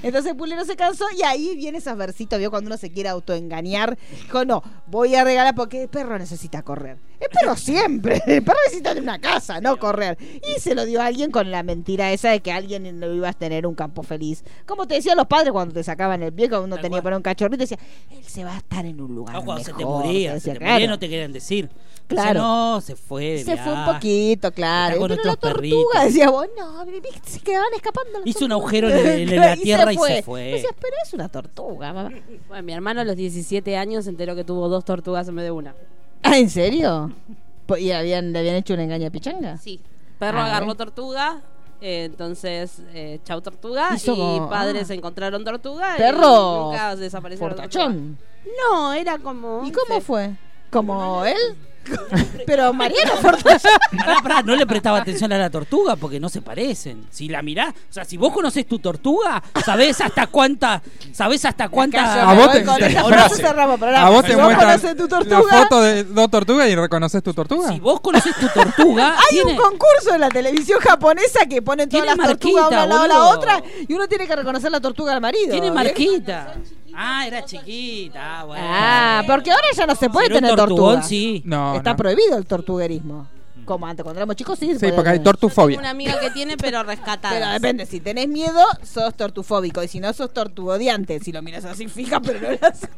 Entonces Pulero se cansó y ahí viene esos versitos, vio cuando uno se quiere autoengañar. Dijo, no, voy a regalar porque el perro necesita correr. El perro siempre, el perro necesita de una casa, no correr. Y se lo dio a alguien con la mentira esa de que alguien no ibas a tener un campo feliz. Como te decían los padres cuando te sacaban el pie, cuando uno
Tal
tenía
cual.
para un cachorrito, decía, él se va a estar en un lugar.
Ah, cuando se te
mejor",
moría,
decía,
se te
"Claro".
moría, no te querían decir.
Claro.
Claro. no, se fue. de
Se fue un
viaje.
poquito, claro.
Está con
Pero la
otros
tortuga
perritos.
decía vos, no, vení, se quedaban escapando. las
Hizo un
tortugas".
agujero en el- en
Claro,
la tierra y se fue.
Decías, pero es una tortuga, mamá.
Bueno, mi hermano a los 17 años se enteró que tuvo dos tortugas en vez de una.
Ah, ¿en serio? Po- ¿Y habían, le habían hecho una engaña a Pichanga?
Sí. Perro
Ah,
agarró
¿eh?
tortuga. eh, entonces, eh, chau tortuga.
Hizo
y
como-
padres
ah.
encontraron tortuga.
Perro
Y nunca desaparecieron. las
Portachón.
tortugas. No, era como.
¿Y cómo
once.
fue? ¿Como él? Pero Mariana Fortuna.
Pará, pará, no le prestaba atención a la tortuga porque no se parecen. Si la mirás, o sea, si vos conocés tu tortuga, sabés hasta cuánta, sabés hasta cuánta
A vos te,
con esta
te-
frase cerramos el programa.
a vos te
Si vos
muestran
conocés tu
la
tortuga-
foto de dos tortugas y reconoces tu tortuga.
Si vos conocés tu tortuga,
Hay
tiene,
un concurso en la televisión japonesa que ponen todas
Tiene
las tortugas una
marquita,
al lado de la
boludo.
otra y uno tiene que reconocer la tortuga al marido.
tiene
¿bien?
marquita. Ah, era chiquita. Ah, bueno.
Ah, porque ahora ya no se puede
Si era un
tener
tortugón,
tortuga.
sí.
No,
Está
no.
prohibido el tortuguerismo. Como antes, cuando éramos chicos, sí. se
Sí,
podía
porque hay
tener.
Una
tortufobia.
amiga que tiene, pero
Pero
rescatada.
depende, si tenés miedo, sos tortufóbico. Y si no, sos tortugodiante. Si lo miras así fija, pero no lo haces.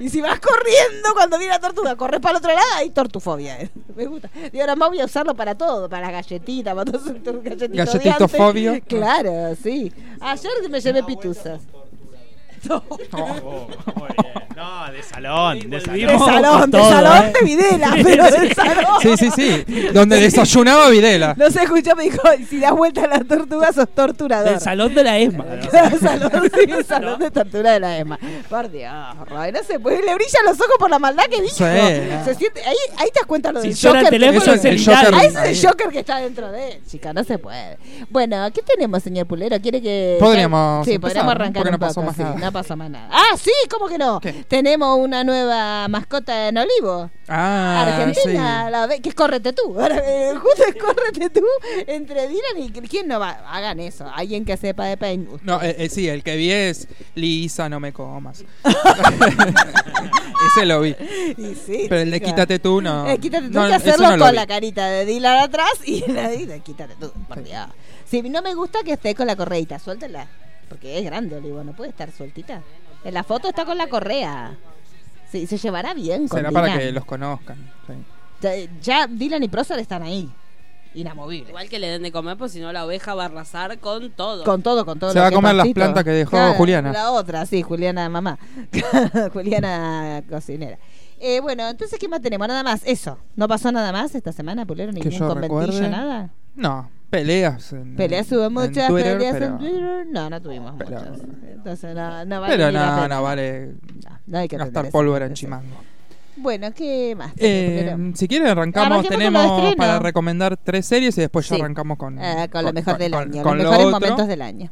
Y si vas corriendo cuando viene la tortuga, corres para el otro lado, hay tortufobia. Me gusta. Y ahora más voy a usarlo para todo: para las galletitas, para todo el galletito
Galletitofobio.
odiante. Claro, sí. Ayer me llevé pituzas.
Oh, muy bien. No, de salón, de
De
salón.
Volvimos.
salón, de
todo,
salón
¿eh?
de Videla, pero de salón.
Sí, sí, sí. Donde desayunaba Videla.
Ah, No se escuchó, me dijo, si das vuelta a la tortuga sos torturador.
Del salón de la ESMA.
Claro, salón, sí, el salón de tortura de la ESMA. Por Dios, Roy, no se puede. Le brillan los ojos por la maldad que dijo.
Sí, no.
Se siente, ahí, ahí te das cuenta lo
Si
del
suena
Joker.
el teléfono,
que-
Eso es el
es el
Joker.
Ah, ese es
Ahí.
el Joker que está dentro de él, chica, no se puede. Bueno, ¿qué tenemos, señor Pulero? ¿Quiere que.?
Podríamos
Sí,
empezar,
podríamos arrancar
porque
un
no pasó
poco,
más
sí,
nada.
no pasó más nada. Ah, sí, ¿cómo que no?
¿Qué?
Tenemos una nueva mascota en Olivo.
Ah,
Argentina,
sí.
la ve- que es Córrete tú. Ahora, eh, justo es Córrete tú entre Dylan y quién no va. Hagan eso. Alguien que sepa de pain.
No, eh, eh, sí, el que vi es Lisa, no me comas. Ese lo vi.
Y sí,
Pero el de
chica.
quítate tú, no.
Eh, quítate tú
No,
hay que
eso
hacerlo
no lo
con
vi.
la carita de Dylan atrás y la y la- quítate tú. Por Dios. Sí, no me gusta que esté con la correita. Suéltala. Porque es grande, Olivo. No puede estar sueltita. En la foto está con la correa. Sí, se llevará bien con
Será para
Dylan.
que los conozcan. sí.
Ya, ya Dylan y Prozar están ahí. Inamovibles.
Igual que le den de comer, pues si no, la oveja va a arrasar con todo.
Con todo, con todo.
Se
lo
va a
que
comer
es
las
pancito.
plantas que dejó Juliana.
La otra, sí, Juliana mamá. Juliana cocinera. Eh, bueno, entonces, ¿qué más tenemos? Nada más, eso. ¿No pasó nada más esta semana, Pulero?
Que
¿Ningún
yo
conventillo,
recuerde.
nada?
No, peleas. eh, en-
Peleas hubo
en
muchas,
Twitter,
peleas
pero-
en Twitter. No, no tuvimos
pero-
muchas. Entonces, no, no vale
Pero
ni la
no,
pena.
no vale
No, no hay que atender
gastar
eso,
pólvora en
eso.
chimango.
Bueno, ¿qué más?
Eh,
tenemos, Pulero?
si quieren arrancamos,
Arranquemos con los
tenemos
estrenos.
para recomendar tres series y después ya
Sí.
arrancamos con,
Ah, con lo mejor del
con-
año,
con
los
lo
mejores
otro.
momentos del año.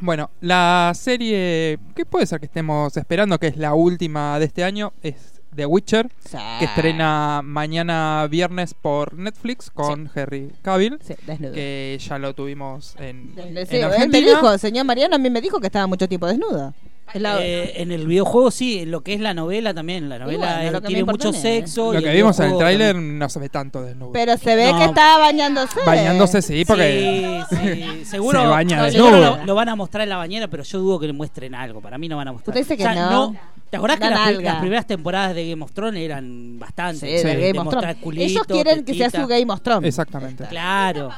Bueno, la serie que puede ser que estemos esperando, que es la última de este año, es The Witcher,
O sea,
que estrena mañana viernes por Netflix con Henry Cavill,
Sí, desnudo.
que ya lo tuvimos en,
Sí,
en
él me
Argentina.
dijo, el señor Mariano, a mí me dijo que estaba mucho tiempo desnudo. Es la-
Eh, en el videojuego sí, en lo que es la novela también. La novela
bueno,
eh,
lo que me
tiene
importa
mucho
no es.
sexo.
Lo
y
que vimos en el
videojuego
tráiler no se ve tanto desnudo.
Pero se ve
No.
que estaba bañándose.
Bañándose sí, porque...
Sí, sí, seguro.
Se baña
no,
desnudo.
seguro lo, lo van a mostrar en la bañera, pero yo dudo que le muestren algo. Para mí no van a mostrar.
Usted dice que
O sea,
no.
¿Te acordás
Una
que las, pri-
nalga.
las primeras temporadas de Game of Thrones eran bastante?
Sí, de Game of Thrones. Ellos quieren que sea su Game of Thrones.
Exactamente.
Claro.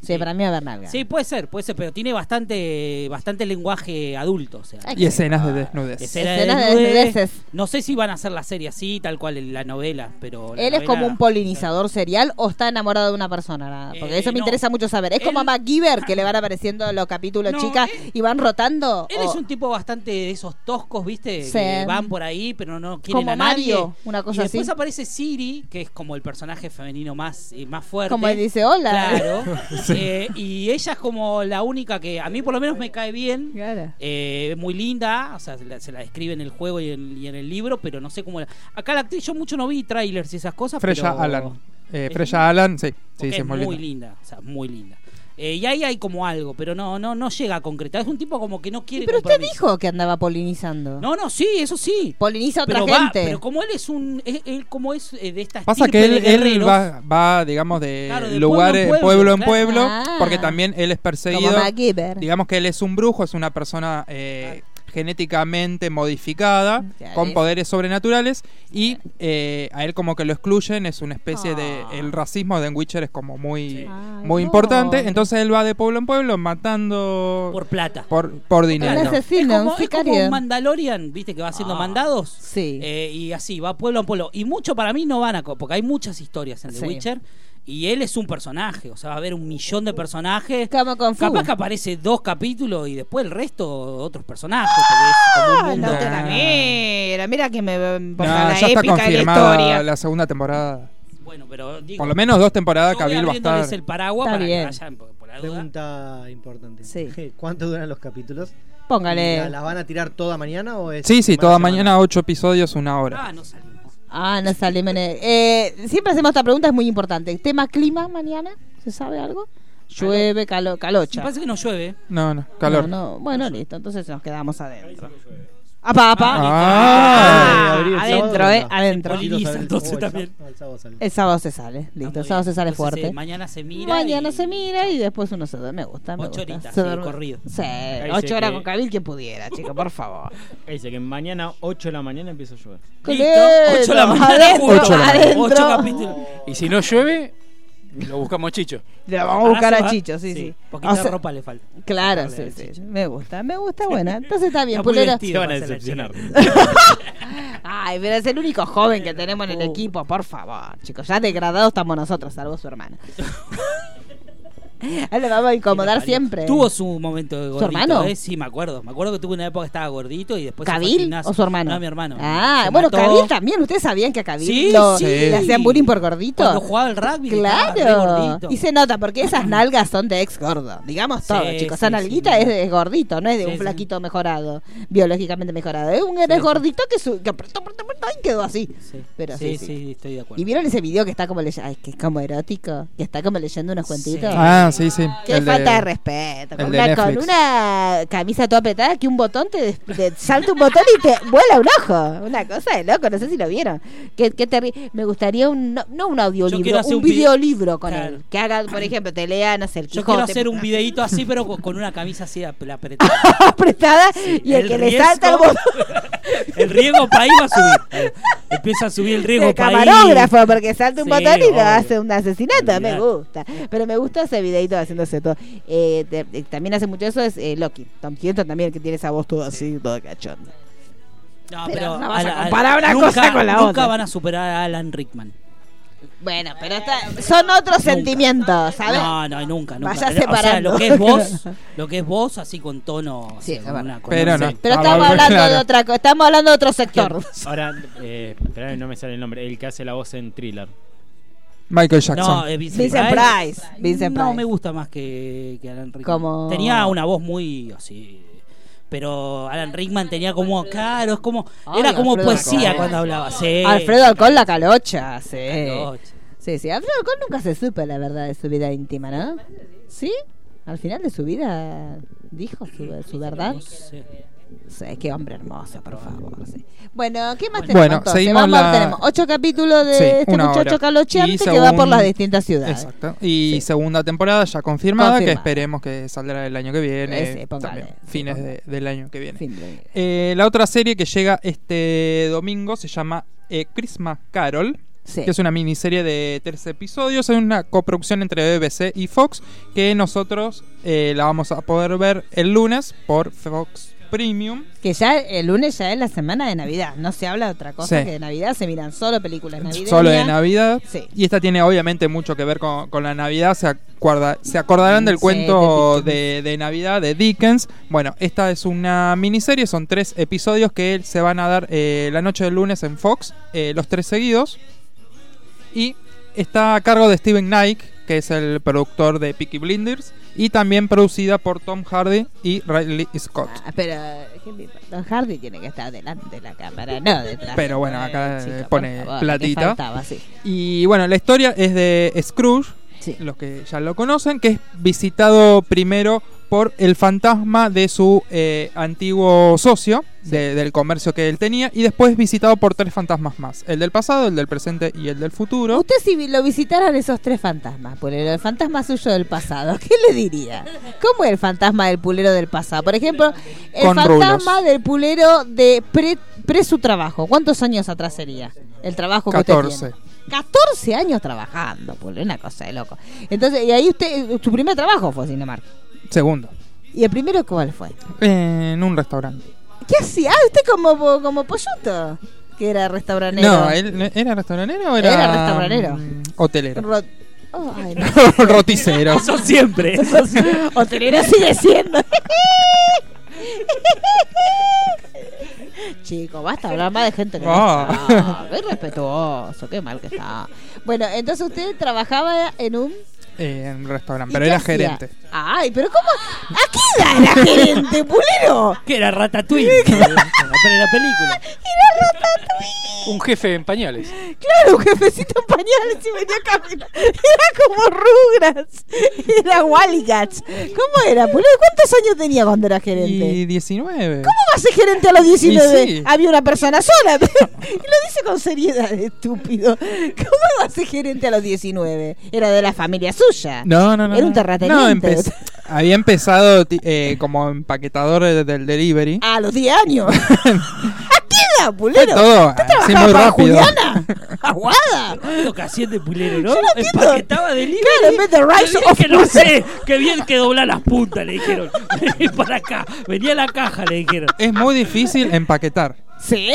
Sí, para mí va a haber nalga.
Sí, puede ser, puede ser, pero tiene bastante bastante lenguaje adulto. O sea,
Ay,
Y escenas de desnudez.
escena
Escenas de
desnudez.
desnudeces.
No sé si van a hacer la serie así, tal cual en la novela, pero. la
Él es
novela-
como un polinizador serial o está enamorado de una persona, nada. Porque
Eh,
eso me
no.
interesa mucho saber. Es como a
Él-
MacGyver que le van apareciendo los capítulos,
No,
chicas,
él-
y van rotando.
Él
o-
es un tipo bastante de esos toscos, ¿viste?
Sí.
Que van por ahí, pero no quieren
Como
a nadie.
Mario, una
y
cosa
después
así.
aparece Siri, que es como el personaje femenino más, eh, más fuerte.
Como él dice, hola.
Claro. Eh, y ella es como la única que a mí por lo menos me cae bien.
Claro.
Eh, muy linda, o sea, se la, se la describe en el juego y en, y en el libro, pero no sé cómo la... Acá la actriz yo mucho no vi trailers y esas cosas,
Freya
pero...
Alan. Eh,
es-
Freya Alan, sí. Sí,
porque
sí,
es muy linda. o sea, muy linda. Eh, y ahí hay como algo, pero no, no, no llega a concretar. Es un tipo como que no quiere
Pero usted
compromiso.
dijo que andaba polinizando.
No, no, sí, eso sí.
Poliniza a otra
Pero, va-
gente.
pero como él es un. es- él como es eh, de estas
Pasa que él, él va, va, digamos, de,
Claro, de
lugares, pueblo
pueblo Ah.
en
en
pueblo,
pueblo, claro.
porque también él es
como
perseguido.
MacGyver.
Digamos que él es un brujo, es una persona eh, genéticamente modificada,
Claro.
con poderes sobrenaturales, y eh, a él como que lo excluyen, es una especie
Ah.
de... El racismo de Witcher es como muy,
Ay,
muy
no.
importante, entonces él va de pueblo en pueblo matando
Por
por,
plata.
por,
Un
dinero.
es
asesino,
como,
un
es como
sicario.
un Mandalorian, ¿viste? Que va haciendo
Ah.
mandados.
Sí.
Eh, y así, va pueblo a pueblo. Y mucho para mí no van a. co- Porque hay muchas historias en The
Sí.
Witcher. Y él es un personaje. O sea, va a haber un millón de personajes.
Como con Fu.
Capaz que aparece dos capítulos y después el resto otros personajes. porque es como un
Ah,
mundo-
no te la mira, mira que me
No,
ponga la
em,
ya está
épica de la
confirmada
historia.
la segunda temporada.
Bueno, pero digo,
Por lo menos dos temporadas
yo voy
Cabil va a
abriéndoles
estar.
el paraguas
Está
para que
bien.
vayan, porque por la duda-
Pregunta importante.
Sí.
¿Cuánto duran los capítulos?
Póngale.
¿La, la van a tirar toda mañana o es.?
Sí, sí,
semana a
toda
semana?
mañana ocho episodios, una hora.
Ah, no salió.
Ah, no salimos. en el- Eh, siempre hacemos esta pregunta, es muy importante. ¿Tema clima mañana? ¿Se sabe algo? Llueve, calo,
Me
calocha.
parece que no llueve.
No, no, calor.
No, no, Bueno, listo, entonces nos quedamos adentro. Apa, apa.
Ah,
Ah,
abril, el sábado,
adentro, eh,
¿verdad?
adentro.
Poliniza,
Poliniza, entonces,
o el sa-
también.
no, el sábado sale.
El sábado se sale, listo, el sábado se sale
Entonces,
fuerte.
eh, mañana se mira.
Mañana
y-
se mira y después uno se duerme. Me gusta, me
Ocho
gusta.
horitas,
Se
sí,
duerme-
corrido.
Sí,
Ahí
ocho
se
horas
que-
con Cabil quien pudiera, chico, por favor.
Acá dice que mañana 8 de la mañana empieza a llover.
Qué
Listo,
lindo,
ocho de la mañana,
adentro,
ocho de la mañana.
adentro.
Ocho capítulos.
Y si no llueve, lo buscamos Chicho.
Le vamos a buscar
Ahora Ah, se
a
va-
Chicho, sí, sí.
Poquita
O sea,
ropa le falta.
Claro,
Vale,
sí,
al
sí.
Chicho.
Me gusta, me gusta, buena. Entonces está bien,
Está muy
Pulero.
vestido.
Se van a
pasa la
decepcionar.
Ay, pero es el único joven que tenemos en el equipo, por favor, chicos. Ya degradados estamos nosotros, salvo su hermana. Ahí le vamos a incomodar siempre.
Tuvo su momento de gordito.
hermano?
eh, Sí, me acuerdo. Me acuerdo que tuvo una época que estaba gordito y después. se fue al
¿Cabil
gimnasio.
o su hermano?
No, mi hermano.
Ah,
Se
bueno,
mató.
Cabil también. ¿Ustedes sabían que a Cabil
Sí,
lo-
sí.
le hacían bullying por gordito?
Cuando jugaba al rugby. estaba re
Claro.
gordito.
Y se nota, porque esas nalgas son de ex gordo. Digamos
Sí,
todo, chicos. Esa
sí,
nalguita
sí.
es de gordito, no es de
Sí,
un
sí.
flaquito mejorado, biológicamente mejorado. Es un es
Sí.
gordito que, su, que apretó, apretó, apretó y quedó así.
Sí,
Pero
sí,
sí, sí.
sí, estoy de acuerdo.
¿Y vieron ese video que está como leyendo? Ay, que es como erótico. Que está como leyendo unos cuentitos.
Ah, sí, sí.
Qué
el de-
falta de, respeto. Con
el de
una, con
Netflix.
una camisa toda apretada que un botón te, des- te salta un botón y te vuela un ojo. Una cosa de loco, no sé si lo vieron. Qué, qué terri- Me gustaría un, no, no un
Yo quiero
audiolibro,
hacer
un
un vide-
videolibro con
Claro.
él. Que haga, por ejemplo, te lea, no sé, el
Yo
Quijote.
quiero hacer un videito así, pero con con una camisa así ap- la apretada.
apretada y el, que le salta el
riesgo-
botón.
El riesgo país va a subir. Empieza a subir el riesgo
El
país.
camarógrafo, porque salta un
Sí,
botón y lo
obvio.
hace un asesinato. Me
Olvidate.
gusta. Pero me gusta ese videito haciéndose todo. Eh, te- eh, también hace mucho eso, es eh, Loki. Tom Hiddleston también, que tiene esa voz toda así, toda cachonda.
No,
Pero
pero.
no vas a
Alan-
comparar una
nunca-
cosa con la otra.
Nunca van a superar a Alan Rickman.
Bueno, pero está- son otros sentimientos, ¿sabes?
No, no, nunca, nunca.
Vaya
Pero, o sea,
separando.
lo que es vos, lo que es vos, así con tono. o sea,
Sí, es
con
verdad.
una- con
Pero
una-
no.
Pero
Ah,
estamos
bueno,
hablando
claro.
de otra cosa, estamos hablando de otro sector.
Ahora, eh, espera, no me sale el nombre. El que hace la voz en thriller.
Michael
No,
Jackson.
eh,
Vincent Price. Vincent
no
Price.
me gusta más que, que Alan Rickman.
Como-
Tenía una voz muy así. Pero Alan Rickman tenía como. Claro, es como.
Ay,
era como
Alfredo
poesía
Alcón.
cuando hablaba. Sí.
Alfredo Alcón la calocha, sí.
Calocha.
Sí, sí, Alfredo Alcón nunca se supe la verdad de su vida íntima, ¿no? ¿Sí? Al final de su vida dijo su, su verdad.
No sé.
Sí, qué hombre hermoso, por favor. sí. Bueno, ¿qué más tenemos?
Bueno,
entonces?
seguimos
Vamos,
la-
tenemos ocho capítulos de
Sí,
este
una
muchacho
hora.
calocheante
Y
que va por
según-
las distintas ciudades.
Exacto. Y segunda temporada ya confirmada, que
Confirmada.
esperemos que Eh, saldrá el año que viene.
Ese, póngale,
también,
sí,
fines
póngale.
de- del año que viene.
Fin de-
Eh, la otra serie que llega este domingo se llama eh, Christmas Carol.
Sí.
que es una miniserie de tres episodios. Es una coproducción entre BBC y Fox que nosotros eh, la vamos a poder ver el lunes por Fox Premium.
Que ya el lunes ya es la semana de Navidad. No se habla de otra cosa
Sí.
que de Navidad. Se miran solo películas navideñas.
Solo de Navidad.
Sí.
Y esta tiene obviamente mucho que ver con, con la Navidad. Se, acuerda- se acordarán del
Sí,
cuento
de
de, de Navidad de Dickens. Bueno, esta es una miniserie. Son tres episodios que se van a dar eh, la noche del lunes en Fox. eh, los tres seguidos. Y está a cargo de Steven Knight, que es el productor de Peaky Blinders. Y también producida por Tom Hardy y Riley Scott.
Ah, pero ¿qué me importa? Don Hardy tiene que estar delante de la cámara, no detrás.
Pero bueno, acá,
Eh,
eh,
por
pone
favor,
platita.
que faltaba, sí.
Y bueno, la historia es de Scrooge,
Sí.
los que ya lo conocen, que es visitado primero por el fantasma de su eh, antiguo socio de- del comercio que él tenía y después visitado por tres fantasmas más, el del pasado, el del presente y el del futuro.
Usted si lo visitaran esos tres fantasmas, pulero, el fantasma suyo del pasado, ¿qué le diría? ¿Cómo es el fantasma del pulero del pasado? Por ejemplo, el
Con
fantasma
rulos.
del pulero de pre, pre su trabajo. ¿Cuántos años atrás sería? El trabajo que usted
14.
tiene. 14 años trabajando, pulero, una cosa de loco. Entonces, y ahí usted, eh, su primer trabajo fue Cinemark.
Segundo.
¿Y el primero cuál fue?
En un restaurante.
¿Qué hacía? Ah, usted como, po- como polluto. Que era restauranero.
No, él era restauranero o era,
Era restauranero.
mm, Hotelero.
Ro- Oh, ay, no.
Roticero.
Eso siempre. Eso siempre.
Hotelero sigue siendo. Chico, basta hablar más de gente que
Ah.
no está. Qué irrespetuoso, qué mal que está. Bueno, entonces usted trabajaba en un.
Eh, en un restaurante,
¿y
pero
qué
era
hacía?
gerente.
Ay, pero ¿cómo? ¿A qué edad era gerente, pulero?
Que era Ratatouille. Pero en la película.
Un jefe en pañales.
Claro, un jefecito en pañales y venía a caminar. Era como Rugrats. Era Walligats. ¿Cómo era? pulero? ¿Cuántos años tenía cuando era gerente?
Y 19.
¿Cómo va a ser gerente a los 19?
Y sí.
Había una persona sola. y lo dice con seriedad, estúpido. ¿Cómo va a ser gerente a los 19? Era de la familia suya.
No, no, no.
Era un
no.
terrateniente.
No, empecé- había empezado ti- eh, como empaquetador de- del delivery.
A los 10 años. ¿A qué edad, pulero?
todo,
¿Usted
así,
trabajaba
muy rápido.
para Juliana? ¡Aguada!
Lo que hacía de pulero, ¿no?
Yo no entiendo.
Empaquetaba de libro.
Claro, en vez de Rise of
que no
Pulero.
sé, que bien que dobla las puntas, le dijeron. Vení para acá, venía la caja, le dijeron.
Es muy difícil empaquetar.
Sí,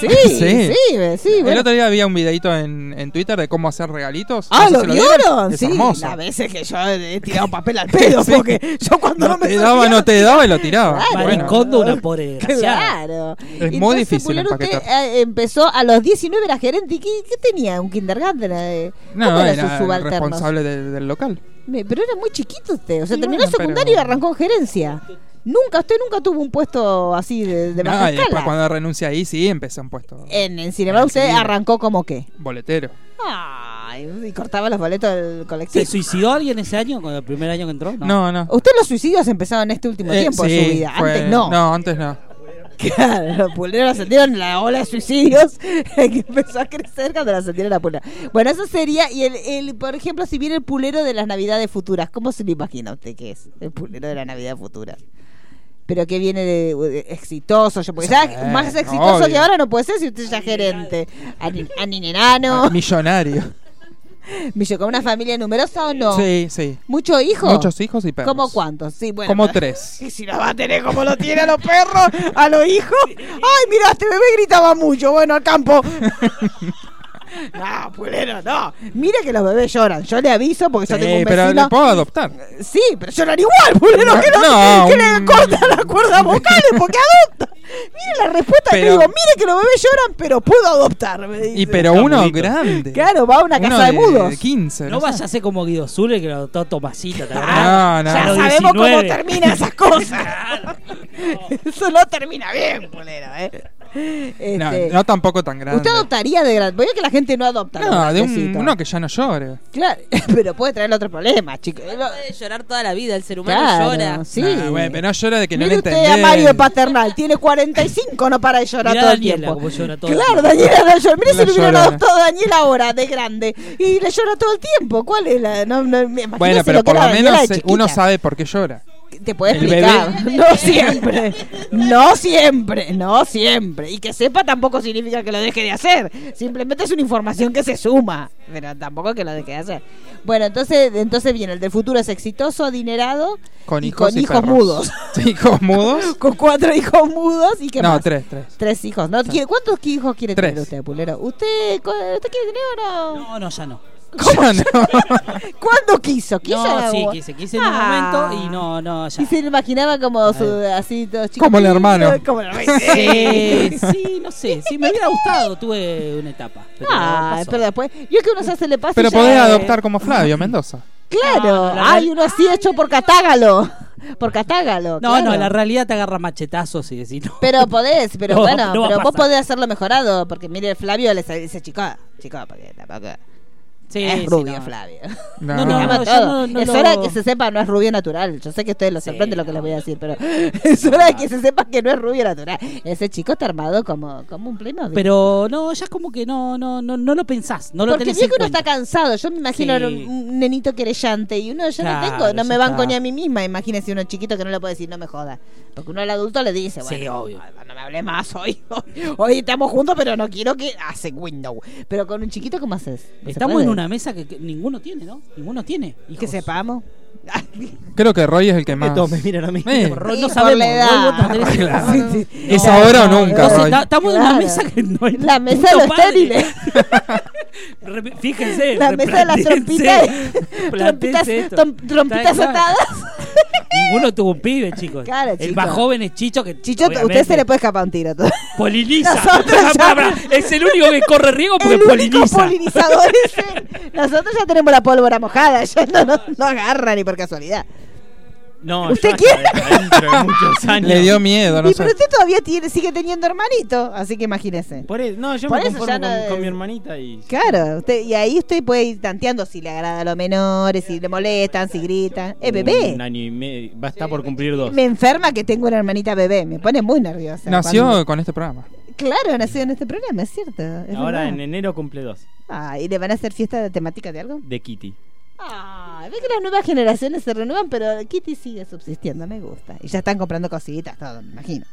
sí, sí, sí.
El
bueno.
otro día había un videito en, en Twitter de cómo hacer regalitos.
Ah,
No
¿lo
sé si
vieron?
Es
sí,
hermoso.
las veces que yo he tirado papel al pedo,
Sí.
porque yo cuando no,
No
me
te daba, no te daba y lo tiraba. Bueno,
Maricón de una pobre desgraciada.
Claro.
Es
Entonces,
muy difícil
Pulero, usted,
empaquetar.
eh, empezó a los 19, era gerente. ¿Y qué, qué tenía? ¿Un kindergarten? Eh, ¿Cómo
no,
era,
era
su
el
subalterno?
responsable del- del local.
Me- Pero era muy chiquito usted. O sea,
Y
terminó
bueno,
secundario y
pero-
arrancó en gerencia. Nunca, usted nunca tuvo un puesto así de, de
No,
baja
y después Ah,
escala.
cuando renuncia ahí, sí, empecé un puesto
En, en Cinema usted
Enseguida.
arrancó como qué.
boletero.
Ay, y cortaba los boletos del colectivo.
¿Se suicidó alguien ese año, con el primer año que entró?
No, no.
Usted los suicidios empezaron en este último
Eh,
tiempo de
sí,
su vida.
fue-
Antes no.
No, antes no.
Claro, los puleros ascendieron la ola de suicidios que empezó a crecer cuando la ascendieron la pulera. Bueno, eso sería, y el, el, por ejemplo, si viene el pulero de las navidades futuras, ¿cómo se lo imagina usted que es el pulero de las navidades futuras? Pero que viene de, de- exitoso, yo porque ya
Sí,
Eh,
más exitoso
Eh, obvio.
que ahora no puede ser si usted ya es gerente. Ani-
Ah,
Aninenano,
Millonario.
millo- con una familia numerosa o no.
Sí, sí.
¿Mucho hijo?
Muchos hijos y perros.
¿Cómo cuántos? Sí, bueno.
Como
pero-
tres.
Y si la va a tener como lo tiene a los perros, a los hijos. Ay, mira, este bebé gritaba mucho. Bueno, al campo. No, pulero, no. Mira que los bebés lloran. Yo le aviso porque yo
Sí,
tengo un
pero
vecino.
le puedo adoptar.
Sí, pero lloran igual, pulero. que no,
No,
que le
mm.
cortan las cuerdas vocales porque adopta. Mira la respuesta que le
Pero-
digo. Mire que los bebés lloran, pero puedo adoptar. me dice.
Y pero uno grande.
Claro, va a una
Uno
casa de, mudos.
15.
No
no sé.
vayas a ser como Guido Zule que lo adoptó Tomasito, ¿te
No,
acordás?
no.
Ya
Ya
a los
Sabemos
19.
cómo termina esas cosas. Eso no termina bien, pulero, ¿eh?
No,
Este,
no tampoco tan grande.
¿Usted adoptaría de grande? Voy a que la gente no adopta.
No,
los
de un,
grandecitos.
uno que ya no llore.
Claro, pero puede traer otro problema, chicos.
Puede llorar toda la vida, el ser humano
Claro,
llora.
sí.
Nah, güey, pero no llora de que no
Mire
le
usted
entendés.
a Mario de Paternal, tiene 45, no para de llorar
Mirá
todo
a
el
Daniela,
tiempo.
como llora todo el
claro,
tiempo.
Daniela no llora. Mire
La
si lo hubieran
llorona.
adoptado a Daniela ahora, de grande. Y le llora todo el tiempo. ¿Cuál es la.? No, no, me-
Bueno,
imagínese
pero
que
por
era
lo
Daniela
menos
de
se-
chiquita.
uno sabe por qué llora.
Te puede
El bebé.
explicar. No siempre. No siempre. No siempre. Y que sepa tampoco significa que lo deje de hacer. Simplemente es una información que se suma. Pero tampoco que lo deje de hacer. Bueno, entonces, entonces bien, el del futuro es exitoso, adinerado.
Con
y
hijos
con
y
hijos
perros.
mudos.
Sí, ¿Hijos mudos?
Con cuatro hijos mudos y que
No,
más.
tres, tres.
Tres hijos. ¿no? ¿Qui- ¿Cuántos hijos quiere
Tres.
tener usted, Pulero? ¿Usted, cu- ¿Usted quiere tener o no?
No, no, ya no.
Ya no.
¿Cuándo quiso? ¿Quiso?
No, sí, quise, quise en un
Ah.
momento y no, no, ya.
Y se lo imaginaba como su, así todo chiquito.
Como el hermano.
Como el hermano.
Sí, sí, no sé. Sí, me hubiera gustado, tuve una etapa. Pero
Ah,
pasó.
pero después. Y es que uno se hace le pasa. y
Pero
ya-
podés adoptar como Flavio Mendoza.
Claro.
No, no, Ah, la
Ay,
real-
uno así hecho por catágalo. Por catágalo.
No,
claro.
no, la realidad te agarra machetazos y decís, no.
Pero podés, pero
No,
bueno,
no va a
pero vos
pasar.
podés hacerlo mejorado. Porque mire, Flavio les dice, chico, chico, porque tampoco.
Sí,
es
sí,
rubio,
no.
Flavio.
No,
No,
Me
no,
llama
no, yo
todo.
no- no
es
lo-
hora que se sepa, no es rubio natural. Yo sé que a ustedes los
Sí,
sorprende lo que
no.
les voy a decir, pero es hora de que se sepa que no es rubio natural. Ese chico está armado como, como un pleno. ¿viste?
Pero no, ya es como que no, no, no, no lo pensás, no lo
Porque
tenés
vio
en
que uno
cuenta.
está cansado. Yo me imagino
Sí.
un, un nenito querellante y uno, yo
Claro,
no tengo, no
ya
me banco
está.
ni a mí misma. Imagínese uno chiquito que no le puede decir, no me joda. Porque uno al adulto le dice, bueno,
Sí, obvio.
no me hable más hoy. Hoy estamos juntos, pero no quiero que hace window. Pero con un chiquito, ¿cómo haces? ¿No se
Estamos
puede?
en una mesa que, que ninguno tiene, ¿no? Ninguno tiene. Hijos.
Que sepamos.
Creo que Roy es el que más.
todos me miran a mí.
Eh,
Ro- no
Sí, por
sabemos,
la edad.
Ro- vos no tenés hijos.
Claro.
Sí, sí.
Es ahora o nunca,
Entonces,
Roy.
ta- estamos en una
Ah, Claro.
mesa que no es
La mesa de los estériles.
Re- Fíjense.
La mesa de las
replantéense,
trompitas, trompitas,
plantéense esto.
tom- trompitas
Tal cual.
atadas.
ninguno tuvo un pibe, chicos.
Claro,
el
Chicho.
más joven es Chicho que.
Chicho,
obviamente,
usted se le puede escapar un tiro.
Poliniza.
Nosotros ya-
Pará, pará, Es el único que corre riego porque
el único
poliniza.
polinizador es él. Nosotros ya tenemos la pólvora mojada, ya no, no, no agarra ni por casualidad.
No,
¿Usted
yo
quiere?
hasta dentro de muchos años.
Le dio miedo, no
y
sé.
pero usted todavía tiene, sigue teniendo hermanito, así que imagínese.
Por eso, no, yo
Por
me
eso
conformo
ya no
con,
es-
con mi hermanita y.
Claro, usted, y ahí usted puede ir tanteando si le agrada a los menores, si le molestan, si gritan. Eh,
Un
bebé,
año y medio. Va a estar por cumplir dos.
me enferma que tengo una hermanita bebé, me pone muy nerviosa.
Nació
Cuando-
con este programa.
Claro, nació en este programa, es cierto. es
Ahora
verdad.
en enero cumple dos.
Ah, ¿y le van a hacer fiesta de temática de algo?
De Kitty.
Ah, ve que las nuevas generaciones se renuevan, pero Kitty sigue subsistiendo, me gusta. Y ya están comprando cositas, todo, me imagino.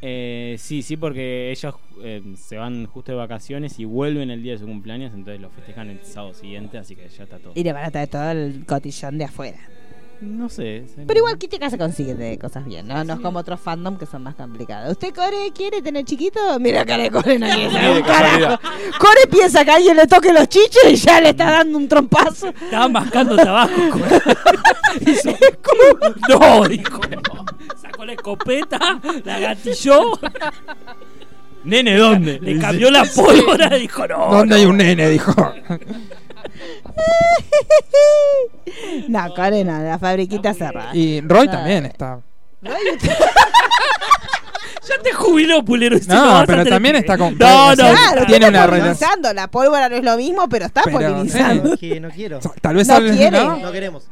Eh, sí, sí, porque ellos eh, se van justo de vacaciones y vuelven el día de su cumpleaños, entonces lo festejan el sábado siguiente, así que ya está todo.
Y le van a traer todo el cotillón de afuera.
No sé. se-
Pero igual Kitty acá se consigue de cosas bien, ¿no? No es como otros fandom que son más complicados. ¿Usted, Core, quiere tener chiquito? Mira cara de Core, no quiere saber un carajo. Core piensa que alguien le toque los chiches y ya le está dando un trompazo.
Estaba mascando tabaco. Hizo- no, dijo. Sacó la escopeta, la gatilló.
Nene, ¿dónde?
Le cambió la pólvora, dijo no.
¿Dónde hay un nene? Dijo.
No, Core no, la fabriquita cerrada.
Y Roy
No.
también está.
Ya te jubiló, pulero. si
No,
vas a
pero
tener
también
que-
está con-
No, no.
Claro,
Tiene
está
una
polinizando. La pólvora no es lo mismo, pero está
Pero,
Ah,
polinizando.
eh,
Que no quiero.
Tal vez
No
alguien-
quiere.
¿no?
No queremos.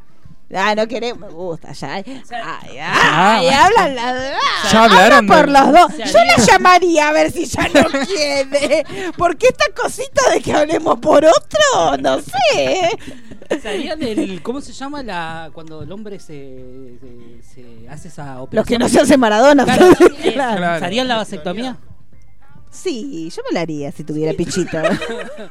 Ah, no queremos. Me gusta, ya. Ay, ay, ay, hablan la- ah,
Ya hablaron
hablan por
de-
los dos. Yo la llamaría a ver si ya no quiere. Porque esta cosita de que hablemos por otro, no sé.
¿Sabían el, cómo se llama la cuando el hombre se, se, se hace esa operación?
Los que no se hacen Maradona.
Claro,
ustedes,
eh,
claro.
Claro.
¿Se harían la vasectomía?
Sí, yo me la haría si tuviera pichito.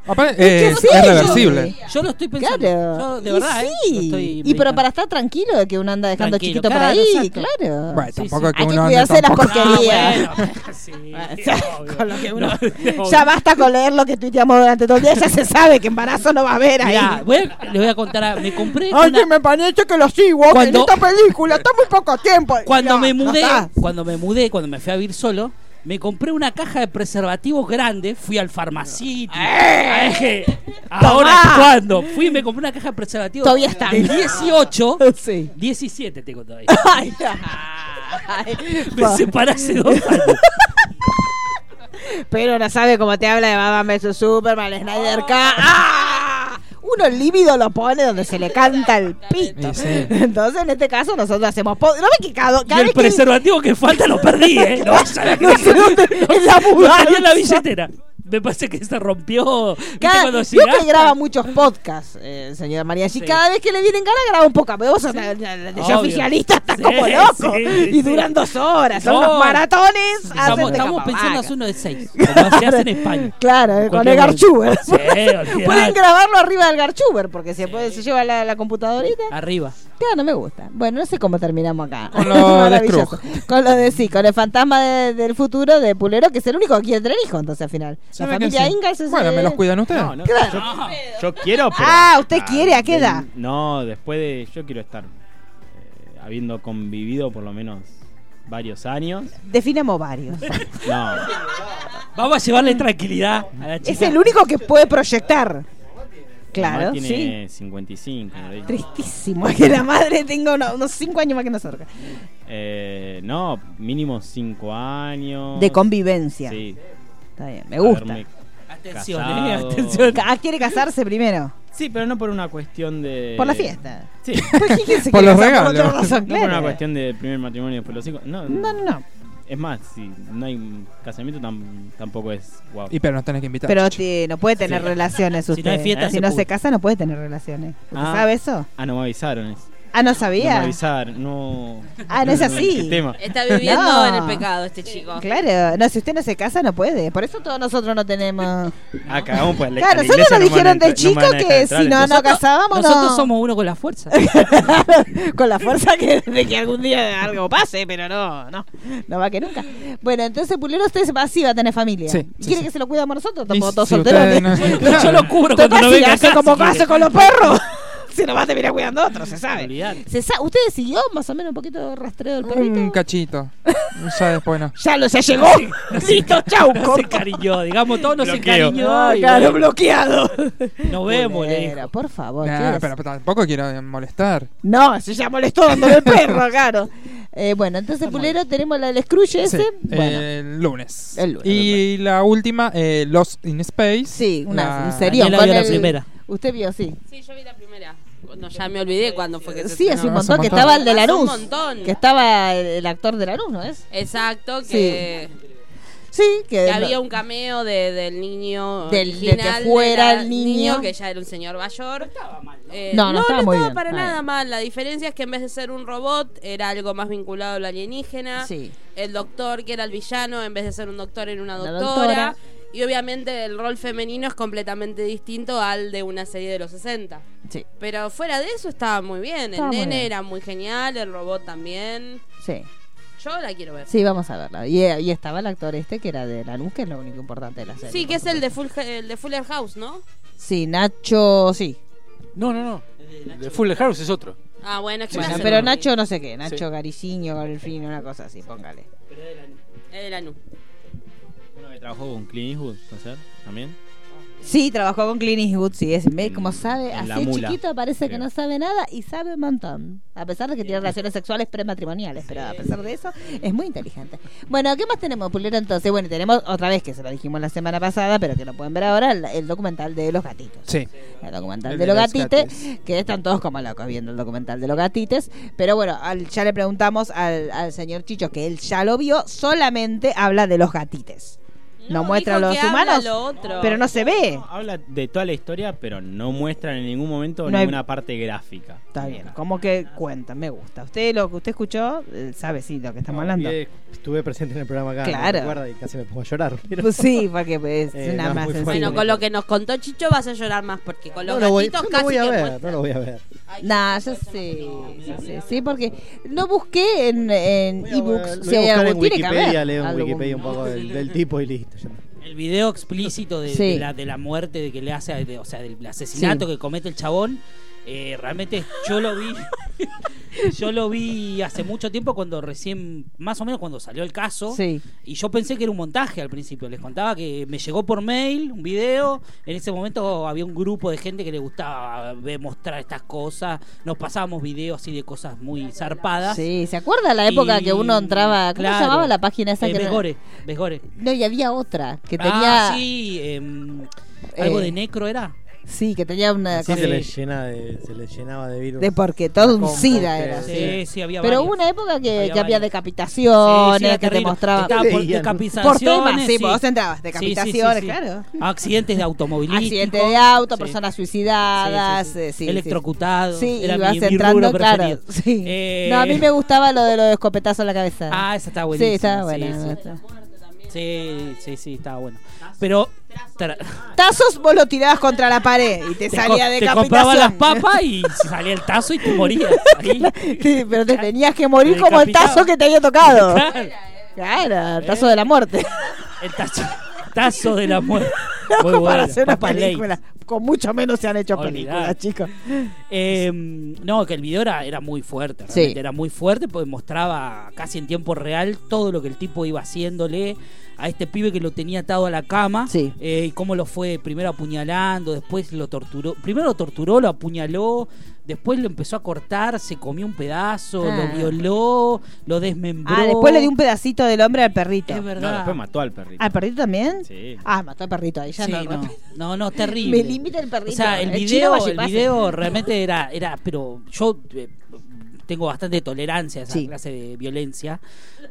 Aparte,
que
eh,
sí,
es
yo-
reversible.
Yo lo estoy pensando.
Claro.
Yo, de
Y
verdad, ¿eh?
sí.
Lo estoy
y pero
meditando.
para estar tranquilo de que uno anda dejando
Tranquilo,
chiquito
claro,
por ahí,
exacto.
claro.
Bueno, tampoco
Hay
que
que
uno ande
cuidarse de las
tampoco-
porquerías.
Ah, bueno. Sí, obvio.
Con lo que uno-
No,
Ya basta con leer lo que tuiteamos durante todo el día, ya se sabe que embarazo no va a haber ahí.
Mirá, voy a- le voy a contar, a- me compré
Ay,
una-
que me parece que lo sigo
Cuando-
en esta película, está muy poco tiempo.
cuando
Ya,
me
ya
mudé,
está.
cuando me mudé, cuando me fui a vivir solo, me compré una caja de preservativos grande, fui al farmacito. Dije, Ahora
Eh. Tomá.
es cuando fui y me compré una caja de preservativos
Todavía está.
de 18,
Sí.
17 tengo todavía.
Ay, ay.
Me separé hace dos años.
Pero no sabe cómo te habla de Batman vs Superman, Snyder K. ¡Ah! Uno el líbido lo pone donde se le canta el pito.
Y sí.
Entonces, en este caso, nosotros hacemos. po- ¿No ve que cada,
Y
cada
el
vez que-
preservativo que falta lo perdí, ¿eh? No, sabés que
No sé dónde. En la
lo perdí
mudanza.
en la billetera. Me parece que se rompió. ¿Viste
Cada,
cuando
vio
llegás?
que graba muchtos podcasts, eh, señora María. Y
Sí.
cada vez que le vienen ganas, graba un poco. Pero vos sos la- la- la- ya
Obvio.
oficialista, está
Sí,
como loco.
sí, sí,
y duran
sí.
dos horas. Son
No.
los maratones.
Estamos,
hacen de
estamos
capa
pensando
vaca.
hacer uno de seis. Como se hace en España.
Claro, eh, con
Cualquier
el
momento.
Garchuber.
Sí, olvidate.
Pueden grabarlo arriba del Garchuber porque se, puede, se lleva la, la computadorita.
Arriba.
Claro, no me gusta. Bueno, no sé cómo terminamos acá.
Con lo de
Maravilloso. Con lo de sí, con el fantasma de- del futuro de Pulero, que es el único que quiere tener hijos, entonces al final.
Se
La
ve que
familia
sí.
Ingalls es,
Bueno,
eh,
me los cuidan ustedes.
No, no,
Claro.
yo, yo quiero, pero.
Ah, ¿usted quiere? ¿A qué
de-
edad?
No, después de. Yo quiero estar. eh, habiendo convivido por lo menos varios años.
Definamos varios.
No.
Vamos a llevarle tranquilidad a la chica.
es el único que puede proyectar. Claro,
Mamá
sí.
tiene 55. por ahí.
Tristísimo es que la madre tenga uno- unos cinco años más que nosotros.
Eh, no, mínimo 5 años.
De convivencia.
Sí.
Está bien, me gusta.
haberme
Atención, eh,
casado.
atención.
Ah, quiere casarse primero.
Sí, pero no por una cuestión de.
Por la fiesta. Pues,
Sí.
¿Quién se
Por
quiere
los
casar
regalos.
otra razón,
No por una
claro.
cuestión de primer matrimonio por los hijos. No,
No, no, no.
Es más, si no hay casamiento tam- tampoco es guau.
Y pero nos tenés que invitar.
Pero te- no puede tener relaciones
Si
usted.
no hay fiesta,
si
se
no
pudre.
se casa, no puede tener relaciones. ¿Usted
Ah.
sabe eso?
Ah, no me avisaron. es-
Ah, no
No me
sabía.
avisaron, no.
Ah, no es así.
qué tema.
Está viviendo
No.
en el pecado este chico.
Claro, no, si usted no se casa, no puede. Por eso todos nosotros no tenemos.
Ah, cagamos pues. la-
Claro,
la
nosotros nos
iglesia no me van a
dijeron de
entrar- no me
chico
van a dejar
que
entrar,
si no
entonces-
nos casábamos,
Nosotros
no.
somos uno con la fuerza.
con la fuerza que, de que algún día algo pase, pero no, no, no va que nunca. Bueno, entonces Pulero usted va sí va a tener familia.
Sí,
¿Y
sí,
¿Quiere
sí.
que se lo cuidamos nosotros?
Y
Estamos todos
si
solteros.
ustedes no-
Yo lo cubro cuando
Total,
no
si
venga
hace
acá.
como
si quiere.
hace con los perros. si nomás te viene cuidando otro, se sabe.
Olvidate.
Se sa- ¿Usted siguió más o menos un poquito de rastreo del perrito?
Un cachito. Ya después no.
Ya lo, ya llegó. Listo, chau.
No se cariñó, digamos, todo no se
Bloqueo.
cariñó.
Ah,
y
claro,
bueno.
bloqueado.
Nos vemos, le
Pero, por favor.
Nah,
¿qué es?
pero tampoco quiero eh, molestar.
No, se ya molestó dándole el perro, claro. Eh, bueno, entonces, pulero, tenemos la del Scrooge ese.
Sí, Eh,
bueno.
el lunes.
El lunes,
y la última, eh, Lost in Space.
Sí, una,
La-
un serión con el- Usted vio, sí.
Sí, yo vi la primera. Cuando ya me olvidé cuándo fue que se
Sí, hace
estrenó.
un montón que estaba el de
Hace un
Lanús.
montón.
Que estaba el, el actor de Lanús, ¿no es?
Exacto, que,
Sí, que,
que había un cameo de- del niño
Del- de que
original,
fuera
la-
el niño.
que ya era un señor mayor. No estaba mal.
No, no estaba muy bien,
para
está
nada
bien.
mal. La diferencia es que en vez de ser un robot, era algo más vinculado a lo alienígena.
Sí.
El doctor, que era el villano, en vez de ser un doctor, era una
Una
doctora.
doctora.
Y obviamente el rol femenino es completamente distinto al de una serie de los 60.
Sí.
Pero fuera de eso estaba muy bien.
Estaba muy
el nene
bien.
era muy genial, el robot también.
Sí.
Yo la quiero ver.
Sí, vamos a verla. Y, eh, y estaba el actor este que era de Lanús, que es lo único importante de la serie.
Sí, que es el de, Full, el de Fuller House, ¿no?
Sí, Nacho, sí.
No, no, no. De Full House es otro.
Ah, bueno, es que
Bueno,
no sé.
pero Nacho no sé qué, Nacho
Sí.
Gariciño, Garolfino, una cosa así, póngale.
Es de Lanús.
Uno que trabajó con Clint Eastwood, ¿puede ser? ¿También?
Sí, trabajó con Clint Eastwood, sí, es ve como sabe,
en
así
La
de
Mula,
chiquito parece que
creo.
no sabe nada y sabe un montón. A pesar de que tiene relaciones sexuales prematrimoniales, pero a pesar de eso es muy inteligente. Bueno, ¿qué más tenemos, Pulero? Entonces, bueno, tenemos otra vez que se lo dijimos la semana pasada, pero que lo pueden ver ahora, el, el documental de los gatitos.
Sí.
El documental
El
de
de
los
los
gatites, que están todos como locos viendo el documental de los gatites. Pero bueno, al- ya le preguntamos al, al señor Chicho que él ya lo vio, solamente habla de los gatites. No, muestra a
dijo
los
que habla
humanos,
lo otro.
pero no se ve.
Habla de toda la historia, pero no muestran en ningún momento
No hay-
ninguna parte gráfica.
Está bien, como que cuenta, me gusta. Usted lo que usted escuchó, eh, sabe sí lo que estamos hablando.
Eh, Estuve presente en el programa acá.
Claro.
Claro. Recuerda y casi me pongo a llorar. pero-
Pues sí, porque pues,
Eh,
es una más
no, muy
sencilla.
fuerte.
Bueno, con lo que nos contó Chicho vas a llorar más porque con los
no lo voy,
gatitos
no lo
casi
voy a
que
ver,
muestra.
no lo voy a ver.
Nah, ya sé, ya sé, sí, porque no busqué en, en
Lo voy
ebooks
a
si hay
buscar
algo,
en
tiene que haber
Wikipedia, leo en
algún-
Wikipedia un poco del, del tipo y listo. ya está.
El video explícito de,
Sí.
de la, de la muerte de que le hace, a- de- o sea, del asesinato
Sí.
que comete el chabón, eh, realmente yo lo vi. yo lo vi hace mucho tiempo cuando recién, más o menos cuando salió el caso.
Sí.
Y yo pensé que era un montaje al principio. Les contaba que me llegó por mail un video. En ese momento había un grupo de gente que le gustaba ver- mostrar estas cosas. Nos pasábamos videos así de cosas muy zarpadas.
Sí, ¿se acuerda la época que uno entraba, ¿cómo se
Claro.
llamaba la página esa
Eh,
que era-
Besgore, Besgore.
No, y había otra que tenía
Ah, sí, em, algo
Eh,
de necro era.
sí, que tenía una
Así
cosa
se, les llena de, se les llenaba de virus.
de porque todo un
Con
sida
cóctel,
era.
sí.
Sí, sí, había
Pero
varias.
hubo una época que que había,
Había varias.
decapitaciones,
Sí, sí, era
que te
terrible.
mostraba
Estaba por
Leían.
decapitaciones.
por temas, sí, pues, vos entrabas,
Sí, sí, sí,
decapitaciones,
sí.
claro.
Accidentes de automovilísticos.
Accidente de auto,
Sí. Sí,
personas
sí,
suicidadas,
sí.
eh, sí, sí.
Electrocutados.
Sí,
era
ibas
mi- mi
entrando,
rubro
claro.
preferido.
sí.
Eh,
No, a mí me gustaba lo de los escopetazos en la cabeza.
Ah, esa estaba
Sí,
buenísima.
estaba
sí,
buena.
sí.
me gustaba.
Sí, sí, sí, estaba bueno. Pero tra-
Tazos vos lo tirabas contra la pared y
te,
te,
co-
salía de
te compraba las papas y salía el tazo y te morías. ahí.
Sí, pero te tenías que morir
Te
como el tazo
decapitaba.
que te había tocado.
Claro,
Claro,
Eh.
el tazo de la muerte.
el tazo, tazo de la muerte. Muy
Loco, para
buena,
hacer una
papas Lays.
película. Con mucho menos se han hecho películas,
Olvidate.
chicos.
Eh, no, que el video era, era muy fuerte,
Sí.
realmente, era muy fuerte porque mostraba casi en tiempo real todo lo que el tipo iba haciéndole a este pibe que lo tenía atado a la cama
Sí.
eh, y cómo lo fue primero apuñalando, después lo torturó, primero lo torturó, lo apuñaló, después lo empezó a cortar, se comió un pedazo,
Ah.
lo violó, lo desmembró.
Ah, después le di un pedacito del hombre al perrito.
Es
No,
verdad.
después mató al perrito.
¿Al perrito también?
Sí.
Ah, mató al perrito ahí, ya
Sí,
no.
no,
no.
no, no, terrible.
Me limita el perrito.
O sea, el
chino
video, el
Vallipase.
video realmente era, era, pero yo eh, tengo bastante tolerancia a esa
Sí.
clase de violencia,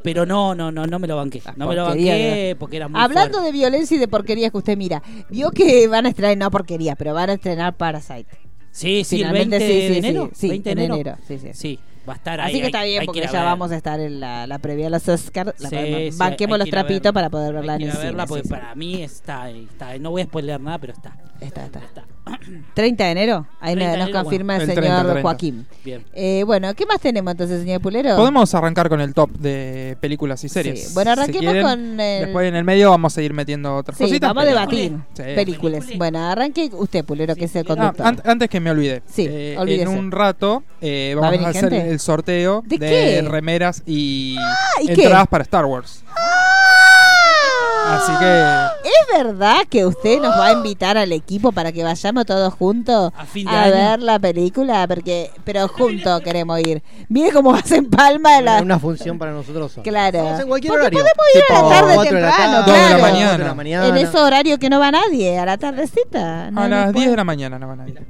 pero no, no, no, no me lo banqué.
Las
No me lo
porquerías
banqué porque era muy
Hablando
fuerte.
de violencia y de porquerías que usted mira, vio que van a estrenar, no porquerías, pero van a estrenar Parasite.
Sí, sí, el
Finalmente,
20
sí, sí,
de enero.
sí, sí,
20 de
en
enero.
enero, sí, sí.
Sí, va a estar ahí.
Así que
hay-
está bien
hay que
porque
ir
ya
a ver.
vamos a estar en la, la previa a los Oscars. La
Sí,
podemos-
sí,
banquemos
hay
los
que ir a
trapitos
verla.
para poder verla
Hay que
en el
ir a verla
cine,
porque
sí, sí.
para mí está, está- No voy a spoiler nada, pero está.
Está, está.
está.
30 de enero. Ahí
30 de
nos
enero,
confirma
bueno.
el
El
señor
30, 30.
Joaquín.
Bien.
Eh, bueno, ¿qué más tenemos entonces, señor Pulero?
Podemos arrancar con el top de películas y series.
Sí. Bueno,
si
arranquemos
quieren.
con el-
Después en el medio vamos a ir metiendo otras
Sí,
cositas.
vamos a
pero-
debatir
Sí.
películas. Bueno, arranque usted, Pulero, que es el conductor.
Ah, an- antes que me olvide,
Sí,
eh,
olvídese.
en un rato eh,
¿Va a
vamos
venir
a, hacer
gente?
el sorteo
¿De
de,
qué? Ah,
remeras y,
¿y qué? Ah.
entradas para Star Wars. Así que
¿Es verdad que usted nos va a invitar al equipo para que vayamos todos juntos a,
Oh. fin de año.
ver la película? Porque, pero juntos queremos ir. Mire cómo hacen palma de la.
Una función para nosotros solos.
Claro.
Vamos en cualquier
Porque
horario.
podemos ir a la
Tipo
tarde
cuatro de la
temprano,
tarde,
dos de la
claro.
mañana.
cuatro de la mañana.
En ese horario que no va nadie, a la tardecita. No,
a
no
las
puede.
10 de la mañana no van a ir.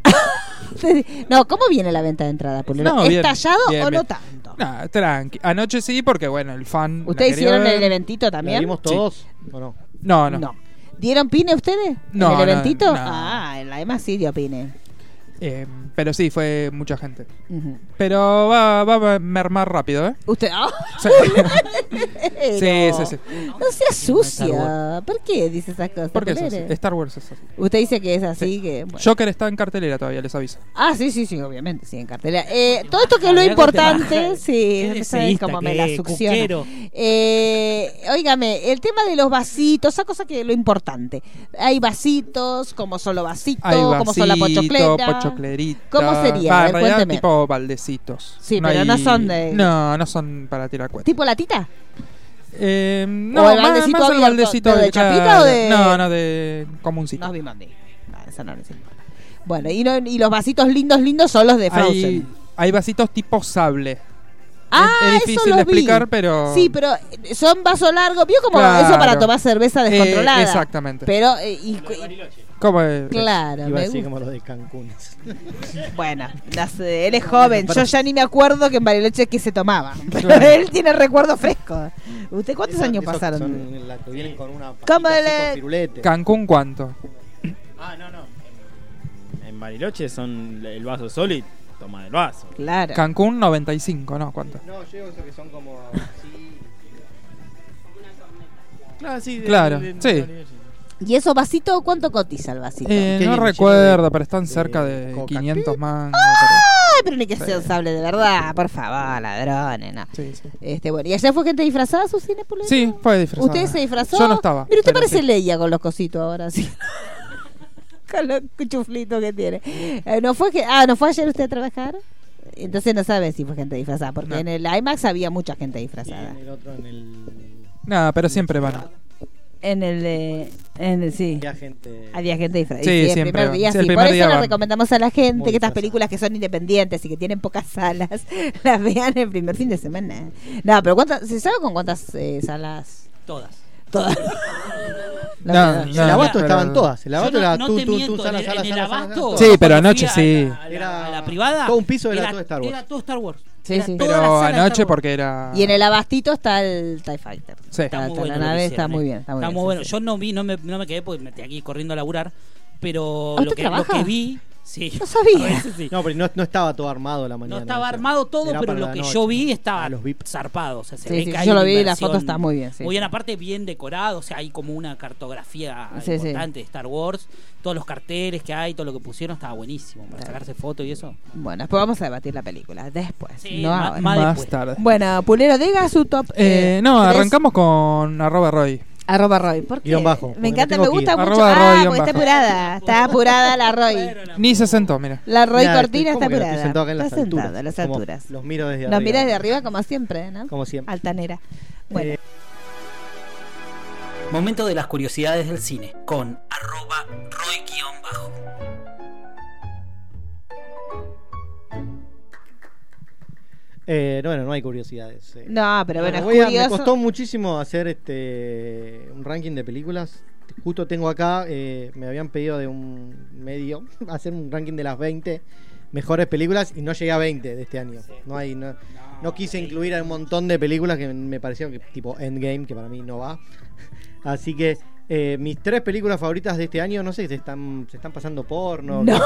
No, ¿cómo viene la venta de entrada, Pulero?
No,
¿Es
bien,
tallado
bien,
o no
bien.
tanto?
Nah, tranqui. Anoche sí, porque bueno, el fan. la
¿Ustedes
quería
hicieron
ver.
el eventito
¿La
también?
vimos todos? ¿O no?
No, no.
No. ¿Dieron pine ustedes?
No,
¿En el
no,
eventito?
no.
Ah, en la demás sí dio pine.
Eh, pero sí, fue mucha gente.
Ujú.
Pero va, va a mermar rápido, ¿eh?
Usted. ah,
Sí, sí, sí. sí.
No sea
Star
sucia. ¿Por qué dice esas cosas?
¿Por qué es así? Este
Pelere?
Star Wars es así.
Usted dice que es así, que. bueno.
Joker está en cartelera todavía, les aviso.
Ah, sí, sí, sí, obviamente, sí, en cartelera. Eh, todo esto que es lo
Mirá cómo te
importante,
baja.
sí,
Qué
¿sabes
deseísta
cómo
que
me la
es,
succiona.
cuquero.
Eh, óigame, el tema de los vasitos, esa cosa que es lo importante. Hay vasitos, como solo vasito,
Hay
como son la
vasito,
pochocleta.
pochoclerita.
¿Cómo sería?
Va,
A ver,
en realidad,
cuénteme.
tipo baldecitos.
Sí, pero no son de-
No, no son para tirar cuentas.
¿Tipo latita?
Eh, no,
¿O el
más-
baldecito
más el
abierto?
baldecito
¿Pero de
abierto,
chapita o de-
No, no, de comuncito.
No vi Monday. No, esa no les importa. Bueno, y, no- y los vasitos lindos, lindos son los de Frozen.
hay, hay vasitos tipo sable.
Ah,
es, es
eso
difícil
los
de
vi.
explicar, pero...
Sí, pero son vaso largo. ¿Vio como
Claro.
eso para tomar cerveza
Eh,
descontrolada?
exactamente.
Pero, eh, y-
¿Cómo es?
claro, me
Iba así
gusta.
como los de Cancún.
Bueno, las- eh, él es joven. Yo ya ni me acuerdo que en Bariloche que se tomaba. Pero
Claro.
él tiene recuerdos frescos. ¿Usted cuántos
Esos-
años
esos que
pasaron?
Son la que vienen con una
¿Cómo
pajita así
le-
con firulete.
¿Cancún cuánto?
Ah, no, no. En- En Bariloche son el vaso solo y toma del vaso.
Claro.
Cancún 95, ¿no? ¿Cuánto?
No, yo digo esos que son como así.
Ah,
Claro, sí.
de- Claro, de- de- sí.
¿Y eso vasito cuánto cotiza el vasito?
Eh,
¿Qué
no
viene lleno
recuerdo,
de-
pero están
de
cerca de
coca?
500 mangos.
¡Ah! Ay, pero ni que sea un sable de verdad, por favor, ladrones, no.
pero- Sí, sí.
Este, bueno, ¿y allá fue gente disfrazada a su cine, Pulero?
Sí, fue disfrazado.
¿Usted se disfrazó?
Yo no estaba.
Pero usted parece
sí.
Leia con los cositos ahora, sí. con los chuflitos que tiene. Eh, ¿no fue que, ah, ¿no fue ayer usted a trabajar? Entonces no sabe si fue gente disfrazada, porque
No.
en el IMAX había mucha gente
Y
disfrazada.
en el otro en el.
Nada, pero siempre van.
En el, eh, en el sí.
Había gente.
Había gente disfrazada.
Sí,
Y el
siempre
primer
van.
día,
Sí, el
sí.
primer
Por
día
eso le
van.
recomendamos a la gente
Muy
que estas
disfrazada.
películas que son independientes y que tienen pocas salas, las vean el primer fin de semana. No, pero ¿cuántas, ¿se sabe con cuántas eh, salas?
Todas.
Todas.
No,
verdad.
En
no,
el abasto
pero-
estaban todas. El abasto
Yo
era
no
tú,
te
tú,
miento,
tú, sala,
en el-
sala,
en el
sala, sala,
abasto,
sala.
Sí,
cuando
pero
fui
anoche
a la-
sí.
A la,
Era-
a la privada.
todo un piso era todo Star Wars.
Era todo Star Wars.
Sí,
Era
sí.
toda la
Pero
sala de Star
anoche
Wars.
porque era... Eh,
Y en el abastito está el TIE Fighter.
Sí.
Está,
Está muy
está
bueno.
la
lo que
nave,
hicieron,
está muy
eh.
bien. Está muy bien,
bueno.
sí,
Yo no vi, no me, no me quedé porque me estoy aquí corriendo a laburar. Pero
¿Ah,
lo
usted
que, lo
trabaja?
que vi. Sí.
No sabía.
A veces sí.
No, pero no, no estaba todo armado la mañana.
No estaba
o sea,
armado todo,
era
pero
para
lo
la
que
noche,
yo vi
¿no?
estaba
Ah, los VIP.
zarpado. O sea, se
Sí,
ve
sí,
que
yo
hay
lo
una
vi, la
inversión
foto está muy bien, sí,
muy bien,
sí.
aparte, bien decorado. O sea, hay como una cartografía
Sí, sí.
importante de Star Wars. Todos los carteles que hay, todo lo que pusieron, estaba buenísimo. Para sacarse fotos y eso.
sí. Bueno, después vamos a debatir la película. Después.
Sí,
no
ma-
ahora.
ma-
Más
después.
tarde.
Bueno, Pulero, diga su top.
Eh, no,
tres.
arrancamos con arroba Roy.
Arroba Roy. ¿Por qué?
Guión bajo,
Me
porque
encanta,
me
me
tengo
gusta
que
ir.
mucho.
Arroba
ah,
Roy,
porque está
bajo.
apurada. Está apurada la Roy.
Ni se sentó, mira.
La Roy
Nada,
Cortina
estoy-
está
¿cómo que no?
apurada.
Estoy sentado acá en las
está sentada
alturas.
a las
Como
alturas.
Los miro desde arriba.
Los mira de arriba como siempre, ¿no?
Como siempre.
Altanera. Bueno,
Eh,
Momento de las curiosidades del cine con arroba roy-bajo.
eh, no, bueno, no hay curiosidades. eh.
no, pero bueno,
Bueno,
es
voy a- me
curioso.
costó muchísimo hacer este un ranking de películas. Justo tengo acá, eh, me habían pedido de un medio hacer un ranking de las 20 mejores películas y no llegué a 20 de este año. No hay no, no quise incluir a un montón de películas que me parecieron que, tipo Endgame, que para mí no va. Así que eh, mis tres películas favoritas de este año, no sé, se están, se están pasando porno.
No,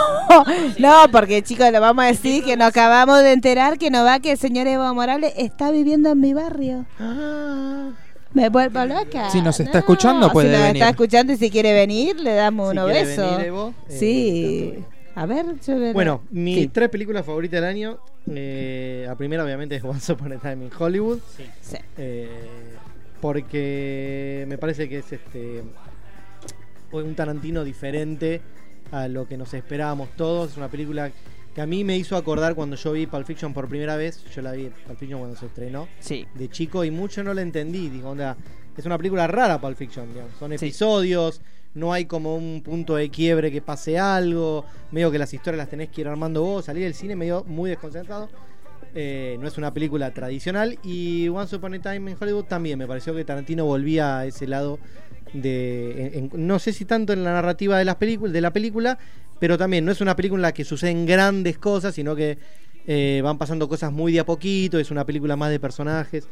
no, porque chicos, le vamos a decir que nos acabamos de enterar que no va que el señor Evo Morales está viviendo en mi barrio.
Ah.
Me vuelvo loca.
Si nos está escuchando, puede
Si nos
venir.
está escuchando y si quiere venir, le damos
Si
unos
quiere
besos.
venir, Evo, eh,
sí.
tanto bien.
A ver, yo veré.
Bueno, mis
Sí.
tres películas favoritas del año. eh, la primera, obviamente, es Once Upon a Time in Hollywood.
Sí.
eh, porque me parece que es este un Tarantino diferente a lo que nos esperábamos todos. Es una película que a mí me hizo acordar cuando yo vi Pulp Fiction por primera vez. Yo la vi Pulp Fiction cuando se estrenó
Sí.
de chico y mucho no la entendí. Digo, onda, es una película rara Pulp Fiction, digamos. Son
Sí.
episodios, no hay como un punto de quiebre que pase algo, medio que las historias las tenés que ir armando vos, salir del cine medio muy desconcentrado. Eh, no es una película tradicional y Once Upon a Time en Hollywood también me pareció que Tarantino volvía a ese lado de en- en- no sé si tanto en la narrativa de las películas de la película pero también no es una película en la que suceden grandes cosas sino que eh, van pasando cosas muy de a poquito es una película más de personajes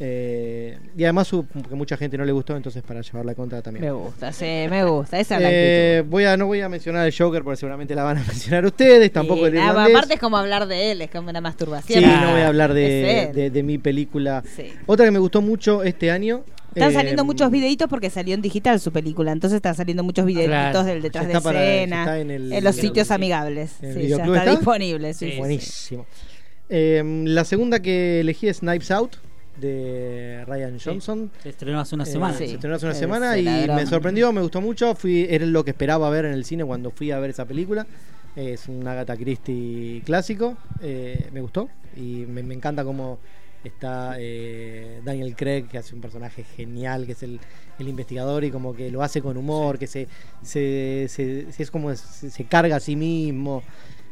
eh, y además su- que mucha gente no le gustó entonces para llevar la contra también
Me gusta, sí, me gusta. Esa es la
Eh, voy a no voy a mencionar el Joker porque seguramente la van a mencionar ustedes
actitud.
tampoco el
Sí, nada,
irlandés.
aparte es como hablar de él, es como una
sí
masturbación.
no voy a hablar de,
Es él.
de- de mi película
Sí.
otra que me gustó mucho este año
Están
eh,
saliendo muchos videitos porque salió en digital su película, entonces están saliendo muchos videitos
Claro.
del detrás
Ya
de
está para- ya
escena,
está en
en
el-
los
creo que
sitios
sí.
amigables.
¿En el
Sí, ya
videoclub
está,
está?
disponible, sí. sí.
Buenísimo. Eh, la segunda que elegí es Knives Out de Ryan Johnson.
Se estrenó hace una
Eh,
semana.
Se estrenó hace una
Es
semana
el
y
ladrón.
me sorprendió, me gustó mucho. Fui, era lo que esperaba ver en el cine cuando fui a ver esa película. Es un Agatha Christie clásico. eh, me gustó y me, me encanta cómo está eh, Daniel Craig, que hace un personaje genial, que es el, el investigador y como que lo hace con humor, que se, se, se- se- es como se, se carga a sí mismo.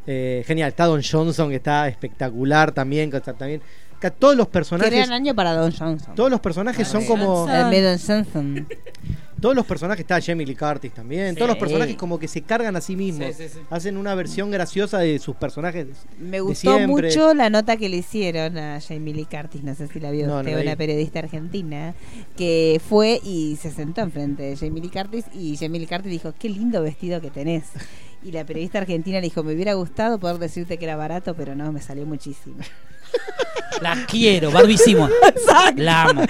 Eh, genial, está Don Johnson, que está espectacular también. Que está, también que todos los
Qué
personajes.
gran año para Don Johnson.
Todos los personajes son como.
Eh, de Don Johnson.
Todos los personajes, está Jamie Lee Curtis también, todos los personajes como que se cargan a sí mismos, hacen una versión graciosa de sus personajes.
Me
de
gustó
siempre.
mucho la nota que le hicieron a Jamie Lee Curtis, no sé si la vio
No, no
usted,
la vi.
una periodista argentina, que fue y se sentó enfrente de Jamie Lee Curtis y Jamie Lee Curtis dijo, qué lindo vestido que tenés. Y la periodista argentina le dijo, me hubiera gustado poder decirte que era barato, pero no, me salió muchísimo.
La quiero, Barbie Simon. La amo.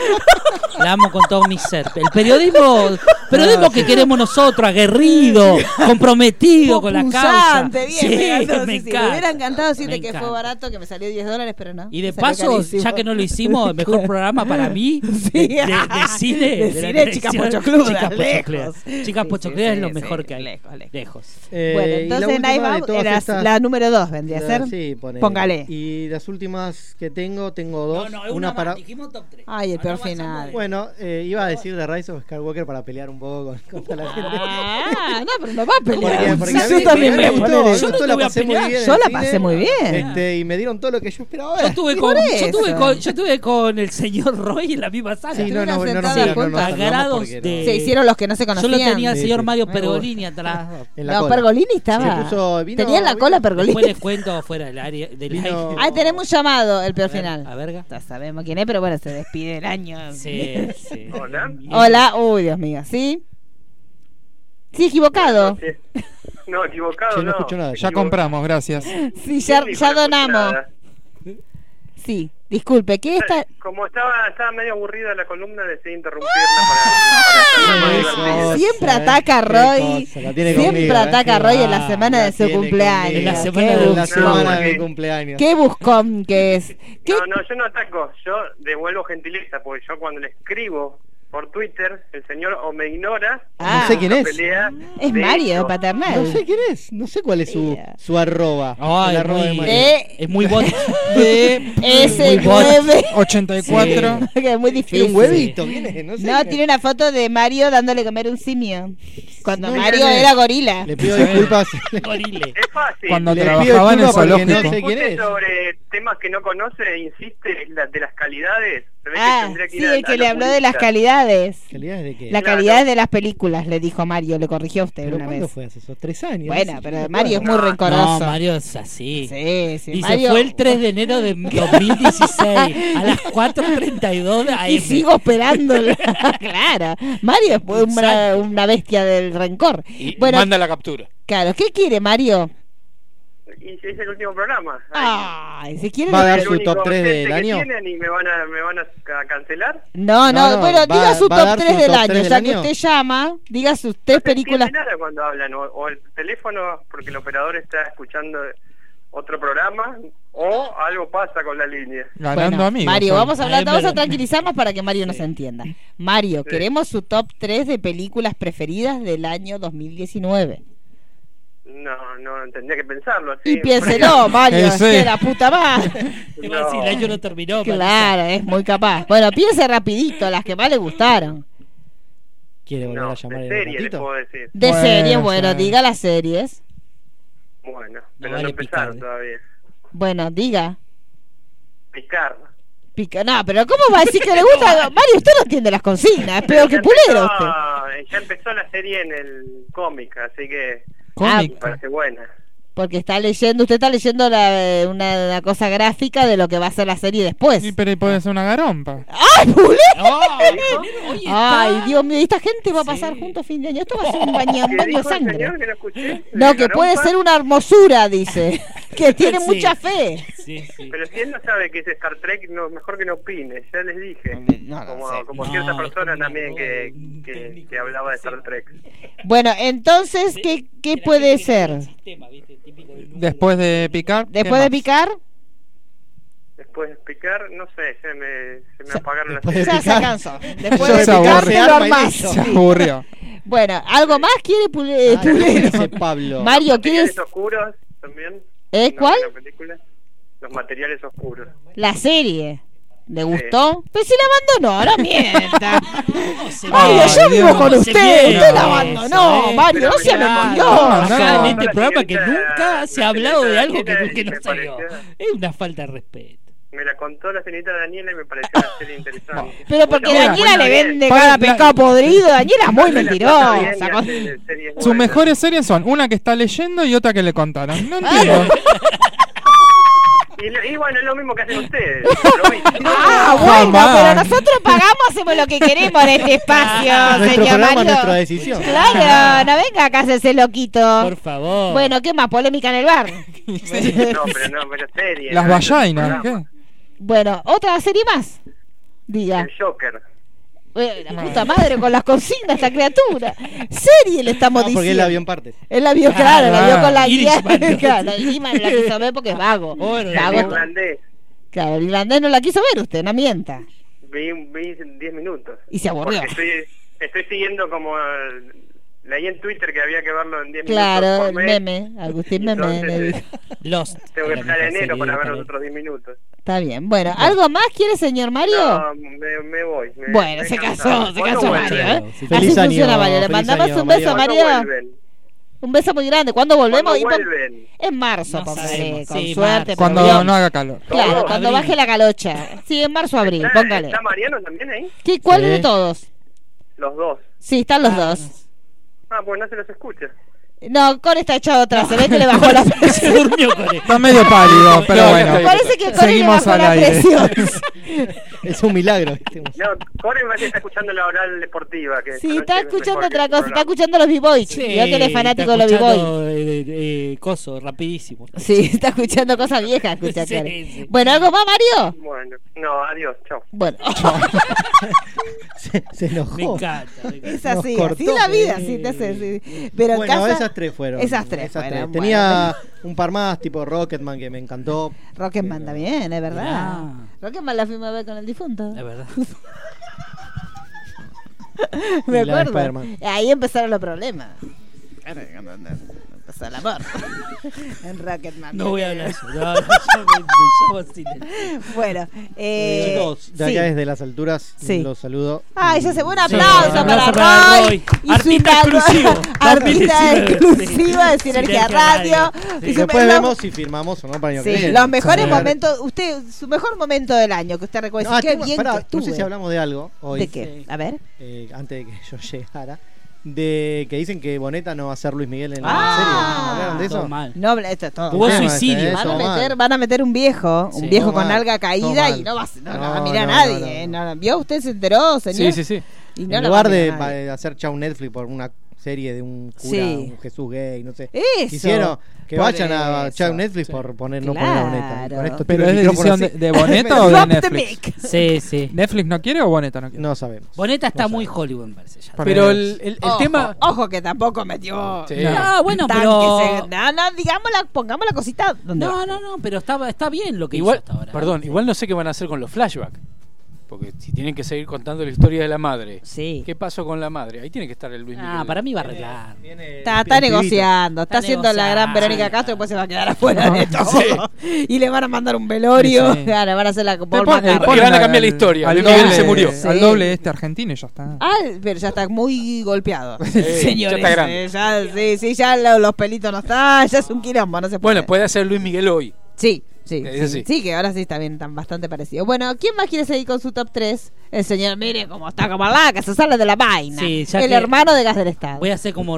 La amo con todo mi ser. El periodismo, periodismo que queremos nosotros, aguerrido, comprometido con la causa.
Punzante, bien,
Sí,
pegajoso,
me
sí, sí.
encanta.
Me hubiera encantado decirte
Me
que fue
encanta.
barato, que me salió 10 dólares, pero no.
Y de
me salió
paso,
carísimo.
ya que no lo hicimos, el mejor programa para mí de, de, de cine.
De
la
cine,
televisión.
Chicas Pochocludas,
Chicas
lejos.
Pochocludas. Chicas
Sí,
Pochocludas
sí,
es lo
sí,
mejor
sí,
que hay.
lejos, lejos.
Lejos.
Eh,
bueno,
y la
entonces
última
Knife
de
Out
todas
era
estas-
la número 2, vendría a ser.
Sí, ponele.
Póngale.
Y las últimas que tengo, tengo
No,
dos.
no, es
una,
una, más.
para.
Dijimos top 3.
Ay, el peor final.
Bueno, eh, iba a decir de Rise of Skywalker para pelear un poco con, contra la gente.
Ah, no, pero no va a
Porque-
pelear.
porque
Sí,
a mí
yo
me-
también
me
me
gustó,
ponele.
me
Yo no
gustó,
te
la
voy a
pasé muy
pelear.
bien.
Yo
en
la
el
pasé
cine,
muy bien.
Este, y me dieron todo lo que yo esperaba.
Yo estuve, con,
eso.
yo, estuve con, yo estuve con el señor Roy en la misma sala.
Sí, no, no, no, no,
Estuvieron
no,
sentadas
no, no, no,
juntas.
no, no,
Agarrados
porque no.
de-
Se hicieron los que no se
Yo
conocían.
lo tenía al
Sí,
señor
sí.
Mario
Ay, vos.
Pergolini atrás.
En la
No,
cola.
Pergolini
Se
estaba.
puso- vino-
tenía la
vino-
cola Pergolini.
Después les cuento fuera del área. Del
Vino-
aire.
Ahí Ah, tenemos un llamado, el peor final.
A verga.
Ya sabemos quién es, pero bueno, se despide el año.
Sí, sí.
Hola.
Hola, uy, Dios mío, ¿sí? Sí, equivocado.
Sí. No, equivocado,
Yo no
no.
escucho nada.
Ya
Equivo-
compramos, gracias.
Sí,
Sí,
ya,
sí,
ya
no escucho
donamos.
nada.
Sí, disculpe, ¿qué está?
Como estaba, estaba medio aburrida la columna, decidí interrumpirla para, para hacerla más divertida.
cosa,
Siempre
eh,
ataca a
qué
Roy.
cosa, la tiene
Siempre
conmigo,
ataca a
eh.
Roy en la
Ah,
semana
la
de su
tiene
cumpleaños.
conmigo. En la
Qué
semana de-
En la
buscón.
semana de mi
porque-
cumpleaños.
Qué buscón que es. ¿Qué?
No, no, yo no ataco, yo devuelvo gentileza, porque yo cuando le escribo por Twitter, el señor o me ignora,
Ah,
No sé quién
o
es.
pelea.
Es
de
Mario
hecho.
Paternal.
No sé quién es, no sé cuál es su,
Yeah.
su arroba.
Ay,
el arroba de
muy-
Mario.
Eh,
Es muy bot.
De
ese
Muy bueno.
nueve.
84.
que es muy
Tiene
difícil.
un huevito, ¿quién es? No sé.
No,
quién
tiene una foto de Mario dándole comer un simio. Cuando
No,
Mario
tiene-
era gorila.
es. Le pido disculpas. le
Gorile.
Es fácil.
Cuando
le pido
trabajaba en el
disculpas porque
zoológico.
no sé quién
Discute
es.
sobre temas que no conoce e insiste en la- de las calidades. Se ve que
Ah,
tendría que
sí,
ir a-
el
a
que le
los
habló de las
budistas.
calidades.
¿Calidades de qué?
La
Claro.
calidad de las películas, le dijo Mario, le corrigió a usted
¿Pero
una
cuándo
vez.
fue? Hace esos tres años.
Bueno,
No sé,
pero
no
Mario es
me
muy
acuerdo.
rencoroso.
No, Mario es así.
Sí, sí,
Dice,
Mario.
fue el 3 de enero de 2016 a las 4.32 AM.
Y sigo esperándolo. claro. Mario es una,
Exacto.
una bestia del rencor.
Y
Bueno,
manda la captura.
claro, ¿qué quiere Mario?
y es el último programa.
Ay, si quieren.
Va a dar
El
su
único
top 3
oyente
del
que
año.
tienen y me van a, me van a ca- cancelar.
No, no,
No, no,
bueno,
va-
diga su
va a
top
dar
3
su
del
top
año,
3
ya
del
que
año.
usted llama, diga sus tres películas.
entiende nada cuando hablan, o, o el teléfono porque el operador está escuchando otro programa, o algo pasa con la línea.
Ganando
Bueno,
amigos.
Mario,
hoy.
vamos a hablar,
Ahí
vamos
me
a
lo-
tranquilizarnos para que Mario nos entienda. Mario,
Sí.
queremos su top 3 de películas preferidas del año 2019.
No, no, tendría que pensarlo así.
Y piénselo, Mario,
Eh,
es
sí.
que la puta madre.
Te va a decir, el año no terminó. Marisa.
claro, es muy capaz. Bueno, piense rapidito las que más le gustaron.
¿Quiere volver
No,
a llamar
de
en un
serie le puedo
ratito?
decir.
De
Bueno,
series, bueno,
sí.
diga las series.
Bueno, pero
vale
no empezaron
picar, ¿eh?
todavía.
Bueno, diga.
Picar.
Pica, no, pero ¿cómo va a decir que le gusta? Mario, usted no entiende las consignas, es peor que
Ya
Pulero este.
empezó-
usted.
Ya empezó la serie en el cómic, así que
Ah,
Cómico.
me parece buena.
Porque está leyendo, usted está leyendo la- eh, una, una cosa gráfica de lo que va a ser la serie después.
Sí, pero puede ser una garompa.
¡Ay, Pulero!
Hoy está-
Ay, Dios mío, esta gente va a pasar junto a fin de año. Esto va a ser un baño, un
¿Qué
baño de
dijo el
sangre.
señor que no escuché?
No,
¿De
que puede
Garompa?
ser una hermosura, dice. Que tiene
Sí.
mucha fe.
Sí, sí.
Pero si él no sabe que es Star Trek, no, mejor que no opine, ya les dije.
No, no
como
sé.
como
No,
cierta
es
persona
como
también
un
que, que,
técnico
que hablaba de
que
Star
sepa.
Trek.
Bueno, entonces, ¿qué, qué puede ser?
Después de picar. ¿qué
Después de
más?
picar,
Después de picar, no sé, se me, se me
Se-
apagaron las
después de
ideas.
ya se
picar.
cansó.
Ya
Después
se
de picar,
aburre.
te lo
Arma y
armás.
listo.
Se aburrió.
Bueno, ¿algo más quiere Pule-
Ah, ¿qué
Pulero?
dice Pablo.
Mario, ¿quieres
materiales oscuros también.
¿Eh?
Una
¿Cuál?
buena película. Los materiales oscuros.
la serie? ¿Le gustó? Pues si la abandonó, ahora mienta. Mario,
Ay,
yo vivo
Dios.
con
Se
usted.
quiere,
Usted la
no,
abandonó,
se-
Mario, no se
Claro.
mentiroso.
no.
Acá en
No,
este
la
programa que
señorita-
nunca se
la
ha hablado de
señorita
algo que,
Daniela
que no
me
se vio.
pareció-
Es una falta de respeto.
Me la contó la señorita Daniela y me pareció una serie interesante.
Pero porque
Bueno,
Daniela
bueno,
le
bien.
vende
Para-
cada
la-
pescado podrido. Daniela es muy
Daniela está bien y
mentirosa. con-
hace series
Sus
buenas.
mejores series son una que está leyendo y otra que le contaron. No entiendo.
Y, lo- y bueno, es lo mismo que hacen ustedes. Lo mismo.
Ah, bueno,
Jamás.
pero nosotros pagamos, hacemos lo que queremos en este espacio,
Nuestro
señor
programa, nuestra
Mario.
decisión.
Claro, no venga acá a hacerse loquito.
Por favor.
Bueno, ¿qué más? Polémica en el bar.
No, pero no, pero serie.
Las
no,
vallainas.
programa.
¿qué?
Bueno, ¿otra serie más? Diga.
El Joker.
Eh, La puta madre con las consignas, esta criatura. Serie le estamos
Ah, porque él
diciendo.
la vio en partes.
Él la vio, claro, la vio
Ah,
con la
Irishman,
guía.
¿no?
Claro, la Irishman la quiso ver porque es vago.
Bueno,
El
Vago.
irlandés.
Claro, el irlandés no la quiso ver usted, no mienta.
Vi vi 10 minutos.
Y se aburrió.
Porque estoy, estoy siguiendo como. eh, Leí en Twitter que había que verlo en 10
Claro,
minutos.
el
por mes.
meme, Agustín Meme.
Entonces,
le
eh,
dijo.
Lost.
Tengo que
Era
esperar
mi
enero
serie
para ver
para
los
ver.
otros 10 minutos.
Está bien. Bueno, ¿algo más quiere, señor Mario?
No, Ah, me, me voy. me-
Bueno,
me
se
he
casó,
cansado.
se
¿Cuándo
casó
vuelven?
Mario. ¿eh? Así
Sí, feliz año,
funciona Mario. Le
feliz
mandamos
año,
un beso,
¿Cuándo
Mario.
vuelven?
Un beso muy grande. ¿Cuándo volvemos?
¿Cuándo
Y pon-
vuelven?
En marzo,
No
póngale,
sabemos.
con
Sí,
suerte.
marzo.
pero
Cuando
bien.
no haga calor.
Claro,
Todo.
cuando
Abril.
baje la calocha. Sí, en marzo, abril,
¿Está-
póngale.
¿Está Mariano también ahí?
¿Qué, ¿Cuál
Sí.
de todos?
Los dos.
Sí, están los dos.
Ah, pues no se los escucha.
No, Con está echado atrás. Se ve que le bajó la
Se
presión.
durmió con él.
Está medio pálido, pero
No,
bueno.
no,
Parece que Core le
Seguimos
bajó
al
la
aire.
presión.
Es un milagro. ¿viste?
No, Corey parece que está escuchando la oral deportiva. Que
Sí,
esta
está
noche es
escuchando
mejor que
otra
el
cosa. Está
programa.
escuchando los B-Boys.
Sí,
Yo que él es
está
fanático de los B-Boys.
escuchando, eh, eh, coso, rapidísimo.
Sí, está escuchando cosas viejas, escucha,
Sí,
claro.
sí.
Bueno, ¿algo más, Mario?
Bueno, no, adiós, chao.
Bueno,
Se, se
Me
enojó.
encanta. me encanta.
es así,
Nos
así
cortó.
la vida, sí, te hace, sí. Pero en
bueno,
casa,
esas tres fueron.
Esas tres fueron, bueno.
Tenía un par más, tipo Rocketman, que me encantó.
Rocketman también, es verdad.
Mirá.
Rocketman la fuimos a ver con el difunto.
La verdad.
Me
Y la de
acuerdo.
Spider-Man.
Ahí empezaron los problemas. Claro, cuando Empezó el amor. en Rocketman.
No voy a hablar de eso. No, no, yo me- me llamo así.
Bueno, eh,
Chicos,
De
sí.
acá desde las alturas,
Sí.
los saludo.
Ay, ya se fue un
Sí, un
aplauso para
aplauso para
Roy.
Roy.
y su
Artista
ina-
exclusivo,
Artista
2019.
exclusiva de
Sí.
Sinergia
Sinergia
Radio.
Radio.
Y
Y
su
después
mejor-
vemos si firmamos o no para el año que
Sí,
viene.
los mejores
Sí.
momentos, usted, su mejor momento del año, que usted recuerda.
No, ah,
Pues qué
tengo-
bien
pará,
que estuve.
no sé si hablamos de algo hoy.
¿De qué? A ver.
eh, antes de que yo llegara. De que dicen que Boneta no va a ser Luis Miguel en la
Ah,
serie. ¿Hablaron de eso?
todo mal.
No, esto es todo.
Hubo
mal.
Tema
suicidio.
ese,
Van a,
todo mal.
meter, van a meter un viejo, un
Sí,
viejo
todo
con
mal,
alga
todo
caída
mal.
y no va, a- no, no
No,
va a mirar
no,
a nadie.
no, no.
eh, no, no. ¿Vio? ¿Usted se enteró,
Sí,
señor?
sí, sí.
Y no
en
la
lugar
va a
de
mirar nadie.
pa- hacer chau Netflix por una serie de un cura,
Sí.
un Jesús gay, no sé.
Eso,
Quisieron que
por
vayan a
eso,
echar Netflix por poner, no poner a Boneta. Con esto
Pero
tiro el
es
micrófono
decisión de,
así.
de Boneta o de
Drop the
Netflix.
mic.
Sí, sí.
¿Netflix no quiere o Boneta no quiere?
No sabemos.
Boneta está muy Hollywood, me parece. Ya.
Pero el-
Ojo, Ojo, que tampoco metió.
Sí.
No, bueno,
Tan
pero-
que se- no, no, digámosla, pongamos la cosita donde.
No, no, no, pero está, está bien lo que
Igual,
hizo hasta ahora.
perdón, igual no sé qué van a hacer con los flashbacks. Porque si tienen que seguir contando la historia de la madre.
Sí.
¿Qué pasó con la madre? Ahí tiene que estar el Luis
Ah,
Miguel.
para mí va a arreglar.
Está, está negociando, está, haciendo la gran Verónica Castro, después se va a quedar afuera de todo. Y le van a mandar un velorio,
Sí.
claro, van a hacer la Paul
Le ponen-
McCartney.
le
van a
ponen
cambiar
al-
la historia,
Al
Luis Miguel
doble,
se murió.
al
Sí.
doble este argentino y ya está.
Ah, pero ya está muy golpeado.
ya está grande.
Eh, ya, sí, sí, ya lo- los pelitos no están, ya es un quilombo, no se puede.
Bueno, puede hacer Luis Miguel hoy.
Sí, sí.
Es
Sí.
así.
Sí, que ahora sí está bien, tan bastante parecido. Bueno, ¿quién más quiere seguir con su top 3? El señor, mire cómo está como la que se sale de la vaina.
Sí, ya
el
que-
hermano de Gas del Estado.
Voy a hacer como.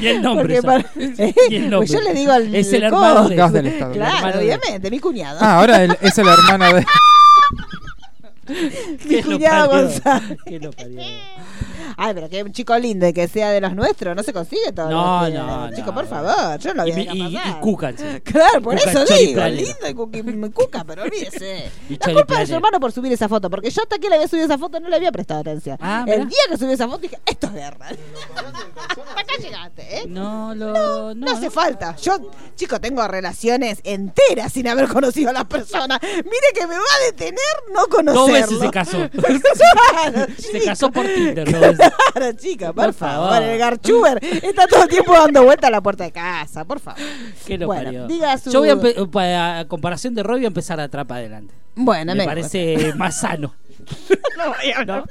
y el nombre.
Porque
¿sabes?
para-
Y el nombre.
Pues yo le digo al
Es el
co-
hermano de-
Gas del Estado.
el hermano
Claro,
de-
obviamente, mi cuñado.
Ah, ahora él es el hermano de.
mi
que lo
cuñado
parió,
González.
que lo parió.
Ay, pero que un chico lindo y que sea de los nuestros, no se consigue todo.
No,
los días.
no,
Chico,
no.
por favor, yo no lo
Y,
voy a
mi-
dejar
y- y
pasar.
Cuca, encima.
Claro, por
Cuca
eso
Chori
digo,
Planeta.
lindo y cuqui- cuca, pero olvídese.
Y
La
Chori
culpa de su
Planeta.
hermano por subir esa foto, porque yo hasta que le había subido esa foto no le había prestado atención.
Ah, mirá.
El día que subió esa foto dije, esto es guerra. Hasta acá llegaste, ¿eh?
No lo. No,
No hace falta. Yo, chico, tengo relaciones enteras sin haber conocido a las personas. Mire que me va a detener no conocerlo.
Dos veces se casó.
Claro,
Se
chico.
casó por Tinder, dos veces.
Claro, chica, por,
Por
favor.
favor.
El Garchuber está todo el tiempo dando vuelta a la puerta de casa, por favor.
Que lo
Bueno,
parió.
diga su-
Yo voy a, empe- para comparación de Roy, voy a empezar a trapa adelante.
Bueno,
Me
no
parece más sano.
importa. No, voy a hablar.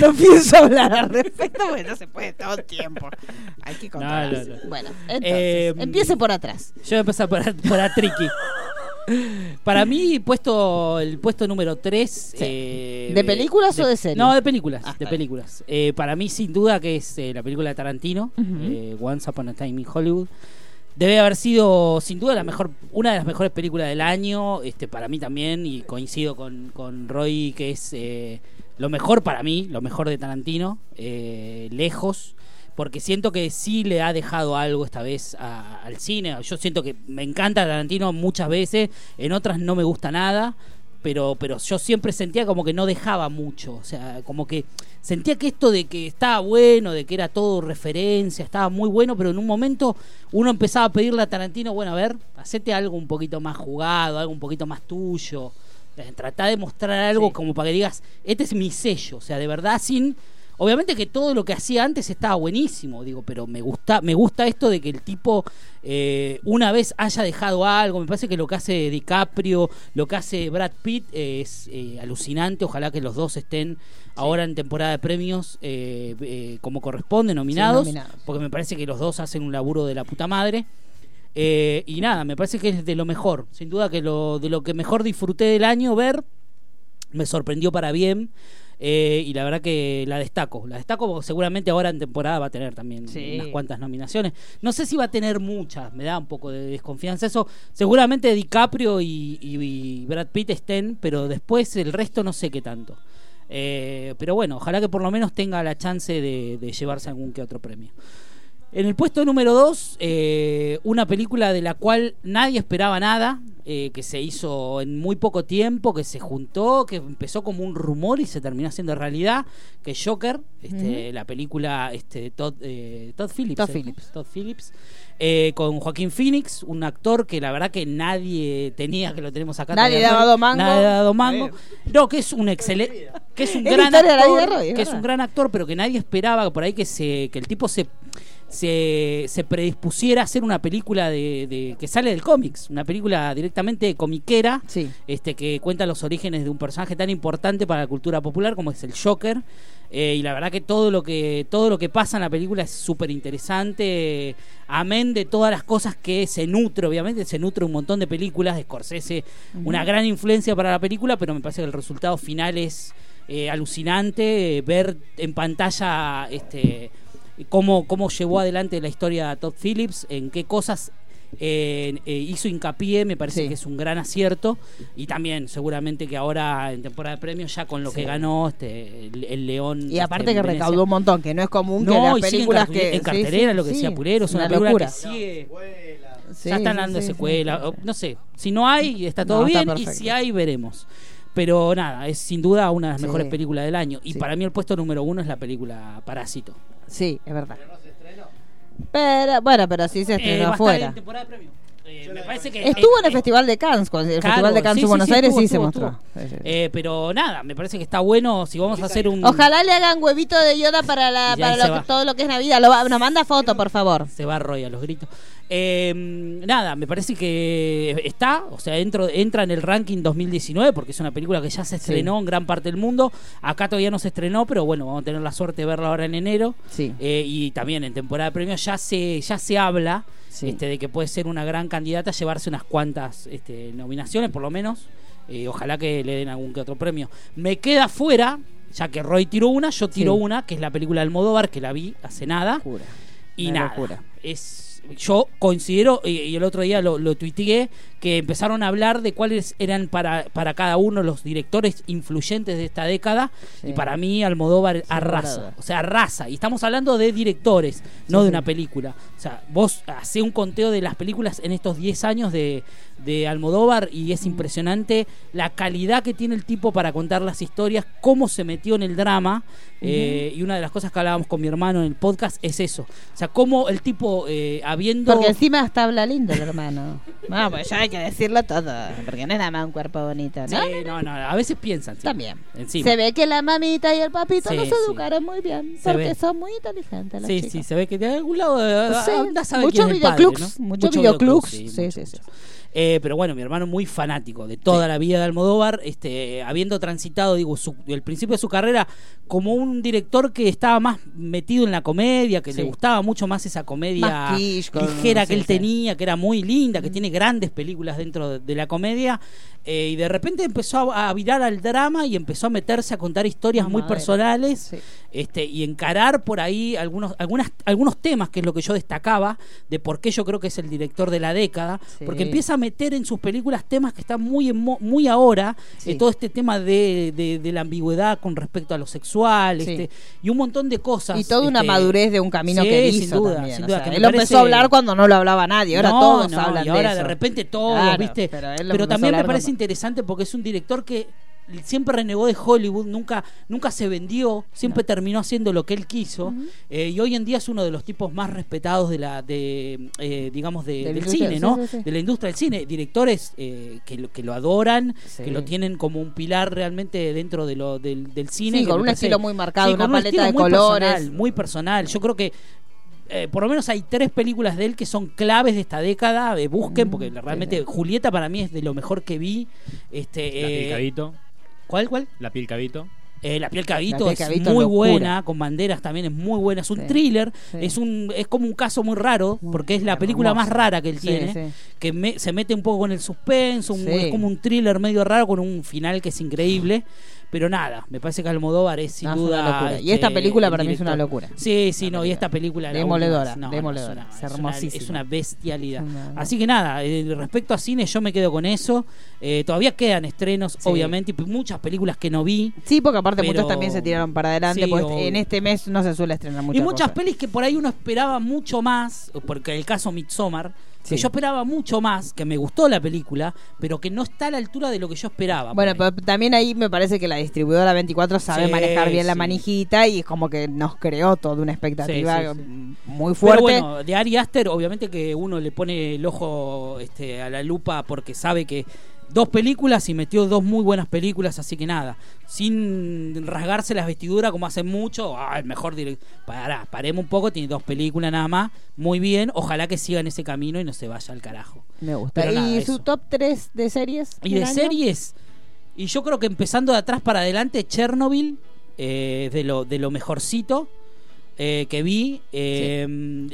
No pienso hablar al respecto, bueno, no se puede todo el tiempo. Hay que controlarse.
no, no.
Bueno, entonces,
Eh,
empiece por atrás.
Yo voy a empezar por, por Atriqui. Para mí, puesto el puesto número 3.
¿De películas o de series?
No, de películas.
Ah,
de
está
películas. Eh, para mí, sin duda, que es eh, la película de Tarantino,
Ujú.
eh, Once Upon a Time in Hollywood. Debe haber sido, sin duda, la mejor, una de las mejores películas del año. Este, para mí también, y coincido con, con Roy, que es eh, lo mejor para mí, lo mejor de Tarantino. eh, lejos porque siento que sí le ha dejado algo esta vez a- al cine. Yo siento que me encanta Tarantino muchas veces, en otras no me gusta nada, pero, pero yo siempre sentía como que no dejaba mucho. O sea, como que sentía que esto de que estaba bueno, de que era todo referencia, estaba muy bueno, pero en un momento uno empezaba a pedirle a Tarantino, bueno, a ver, hacete algo un poquito más jugado, algo un poquito más tuyo. Eh, Tratá de mostrar algo como para que digas, este es mi sello, o sea, de verdad sin... Obviamente que todo lo que hacía antes estaba buenísimo, digo, pero me gusta, me gusta esto de que el tipo eh, una vez haya dejado algo. Me parece que lo que hace DiCaprio, lo que hace Brad Pitt eh, es eh, alucinante. Ojalá que los dos estén ahora en temporada de premios eh, eh, como corresponde, nominados,
nominados.
porque me parece que los dos hacen un laburo de la puta madre. Eh, y nada, me parece que es de lo mejor, sin duda que lo, de lo que mejor disfruté del año ver, me sorprendió para bien. eh, y la verdad que la destaco. La destaco porque seguramente ahora en temporada va a tener también
Sí.
unas cuantas nominaciones. No sé si va a tener muchas, me da un poco de desconfianza eso. Seguramente DiCaprio y, y- y Brad Pitt estén, pero después el resto no sé qué tanto. Eh, pero bueno, ojalá que por lo menos tenga la chance de, de llevarse algún que otro premio. En el puesto número 2, una película de la cual nadie esperaba nada, eh, que se hizo en muy poco tiempo, que se juntó, que empezó como un rumor y se terminó haciendo realidad, que es Joker, este, la película este, de Todd, eh, Todd Phillips.
Todd
eh,
Phillips.
Todd Phillips, eh, con Joaquín Phoenix, un actor que la verdad que nadie tenía, que lo tenemos acá. todavía,
Nadie le ha
Roy.
dado mango.
Nadie le ha dado mango. No, que es un excelente... Que es un
Es la
gran
historia de la vida de
actor,
Roy, es
que es un
verdad.
gran actor, pero que nadie esperaba por ahí que se que el tipo se se, se predispusiera a hacer una película de, de- que sale del cómics, una película directamente comiquera,
Sí.
este que cuenta los orígenes de un personaje tan importante para la cultura popular como es el Joker. Eh, y la verdad que todo lo que todo lo que pasa en la película es súper interesante, amén de todas las cosas que se nutre, obviamente se nutre un montón de películas de Scorsese, una gran influencia para la película, pero me parece que el resultado final es eh, alucinante eh, ver en pantalla este cómo, cómo llevó adelante la historia Todd Phillips, en qué cosas eh, eh, hizo hincapié, me parece que es un gran acierto. Y también, seguramente que ahora en temporada de premios, ya con lo que ganó este, el, el León.
Y aparte
este,
que
en Venecia.
recaudó un montón, que no es común que
No, y
las
sigue en
películas
cartu-
que.
en cartelera, lo que decía Purero, es una película que
sigue.
ya están dando secuela, o- no sé. Si no hay, está todo
No, está
bien. y
perfecto.
si hay, veremos. Pero nada, es sin duda una de las
Sí.
mejores películas del año. Y
Sí.
para mí el puesto número uno es la película Parásito.
Sí, es verdad. Pero bueno, pero sí
Eh, va
se
a
estrenó
estar
Eh, afuera.
en temporada de premios. Eh, me parece que
Estuvo en el Festival de Cannes, cuando el
Claro,
Festival de Cannes
sí,
en
sí,
Buenos
sí,
Aires
estuvo,
sí se
estuvo,
mostró. Sí, sí.
Eh, pero nada, me parece que está bueno si vamos a hacer un...
Ojalá le hagan huevito de Yoda para la
Y ahí
para
se
lo que-
va.
todo lo que es Navidad. Lo va- nos manda foto, por favor.
Se va Roy a los gritos. Eh, nada, me parece que está, o sea, entro- entra en el ranking 2019 porque es una película que ya se estrenó en gran parte del mundo. Acá todavía no se estrenó, pero bueno, vamos a tener la suerte de verla ahora en enero.
Sí.
Eh, y también en temporada de premios ya se, ya se habla este, de que puede ser una gran candidata a llevarse unas cuantas este, nominaciones, por lo menos. Eh, ojalá que le den algún que otro premio. Me queda fuera, ya que Roy tiró una, yo tiro
Sí.
una, que es la película del Modóvar, que la vi hace nada. Y
Una
nada.
locura.
Es, yo considero, y, y el otro día lo, lo tuiteé, que empezaron a hablar de cuáles eran para, para cada uno los directores influyentes de esta década.
Sí.
Y para mí, Almodóvar arrasa.
duda.
O sea, arrasa. Y estamos hablando de directores, no
Sí,
de
sí.
una película. O sea, vos hacés un conteo de las películas en estos 10 años de, de Almodóvar y es impresionante la calidad que tiene el tipo para contar las historias, cómo se metió en el drama. Eh, y una de las cosas que hablábamos con mi hermano en el podcast es eso. O sea, cómo el tipo, eh, habiendo.
Porque encima hasta habla lindo el hermano. No, pues ya hay que decirlo todo. Porque no es nada más un cuerpo bonito, ¿no?
Sí, no, no, a veces piensan. sí.
También.
Encima.
Se ve que la mamita y el papito
Sí,
los
sí.
educaron muy bien.
Se
Porque
ve.
son muy inteligentes los
Sí,
chicos.
sí, se ve que de algún lado eh,
Sí,
anda a saber
muchos
quién es el padre,
videoclubs,
¿no?
muchos
videoclubs,
videoclubs,
sí,
sí,
mucho,
sí, sí.
mucho. Eh, pero bueno, mi hermano muy fanático de toda la vida de Almodóvar, este, habiendo transitado, digo, su- el principio de su carrera como un director que estaba más metido en la comedia, que le
Sí.
gustaba mucho más esa comedia
Más quiche, con-
ligera que
sí,
él
sí. Mm.
tenía, que era muy linda, que tiene grandes películas dentro de, de la comedia, eh, y de repente empezó a, a virar al drama y empezó a meterse a contar historias muy
Madre.
personales
Sí.
este, y encarar por ahí algunos, algunas, algunos temas, que es lo que yo destacaba, de por qué yo creo que es el director de la década,
Sí.
porque empieza a meter en sus películas temas que están muy, en mo- muy ahora,
Sí.
eh, todo este tema de, de- de la ambigüedad con respecto a lo sexual,
Sí.
este, y un montón de cosas.
Y toda una
este,
madurez de un camino
sí,
que él
sin
hizo
duda,
también.
sin
o
duda,
sea,
que me
él lo empezó a
parece-
hablar cuando no lo hablaba nadie. Ahora
No,
todos
no,
hablan
y ahora
de
de,
eso.
repente todos,
Claro,
¿viste? Pero,
él lo empezó a
también me
hablar
parece
cuando-
interesante porque es un director que siempre renegó de Hollywood, nunca, nunca se vendió, siempre terminó haciendo lo que él quiso eh, y hoy en día es uno de los tipos más respetados de la, de, eh, digamos, de-
De la
del
industria,
cine,
sí,
¿no?
sí, sí.
De la industria del cine, directores eh, que, lo, que lo adoran,
Sí.
que lo tienen como un pilar realmente dentro de lo, del, del cine.
Sí,
que
con
me
un
parece-
estilo muy marcado,
con
una
un
paleta
estilo
de
muy
colores.
personal, muy personal. Yo creo que eh, por lo menos hay tres películas de él que son claves de esta década. eh, busquen, porque realmente
Mm, sí, sí.
Julieta para mí es de lo mejor que vi.
La piel
Este, eh,
cabito.
¿Cuál, cuál?
La piel cabito.
Eh, la piel
La
cabito
piel
es
cabito
muy
es locura.
buena, con banderas también es muy buena. Es un
Sí,
thriller,
sí.
es un es como un caso muy raro,
Muy
porque es la película
hermoso.
más rara que él
Sí,
tiene,
sí.
que me- se mete un poco con el suspenso, un-
Sí.
es como un thriller medio raro con un final que es increíble. Pero nada, me parece que Almodóvar es sin
No, es una
duda.
locura. Y esta película para mí es una locura.
Sí, sí, no, y esta película. la
Demoledora,
última, es una-
demoledora, es
es una-
hermosísima.
Es una bestialidad.
Una-
Así que nada, eh, respecto a cine, yo me quedo con eso. Eh, todavía quedan estrenos, obviamente, y p- muchas películas que no vi.
Sí, porque aparte
Pero-
muchas también se tiraron para adelante.
Sí,
porque
obvio.
en este mes no se suele estrenar muchas
y muchas
cosas.
pelis que por ahí uno esperaba mucho más, porque el caso Midsommar, que
Sí.
yo esperaba mucho más, que me gustó la película, pero que no está a la altura de lo que yo esperaba.
Bueno,
por ahí.
pero también ahí me parece que la distribuidora 24 sabe
Sí,
manejar bien la
sí.
manijita y es como que nos creó toda una expectativa
Sí, sí,
muy
Pero
fuerte.
bueno, de Ari Aster, obviamente que uno le pone el ojo este, a la lupa porque sabe que dos películas y metió dos muy buenas películas, así que nada, sin rasgarse las vestiduras como hacen mucho, ah, el mejor director. Pará, paremos un poco, tiene dos películas nada más, muy bien, ojalá que sigan ese camino y no se vaya al carajo.
me gusta.
pero
¿Y
nada,
su
eso.
top 3 de series?
Y de
del año?
series, y yo creo que empezando de atrás para adelante, Chernobyl, eh, de, lo, de lo mejorcito eh, que vi. Eh,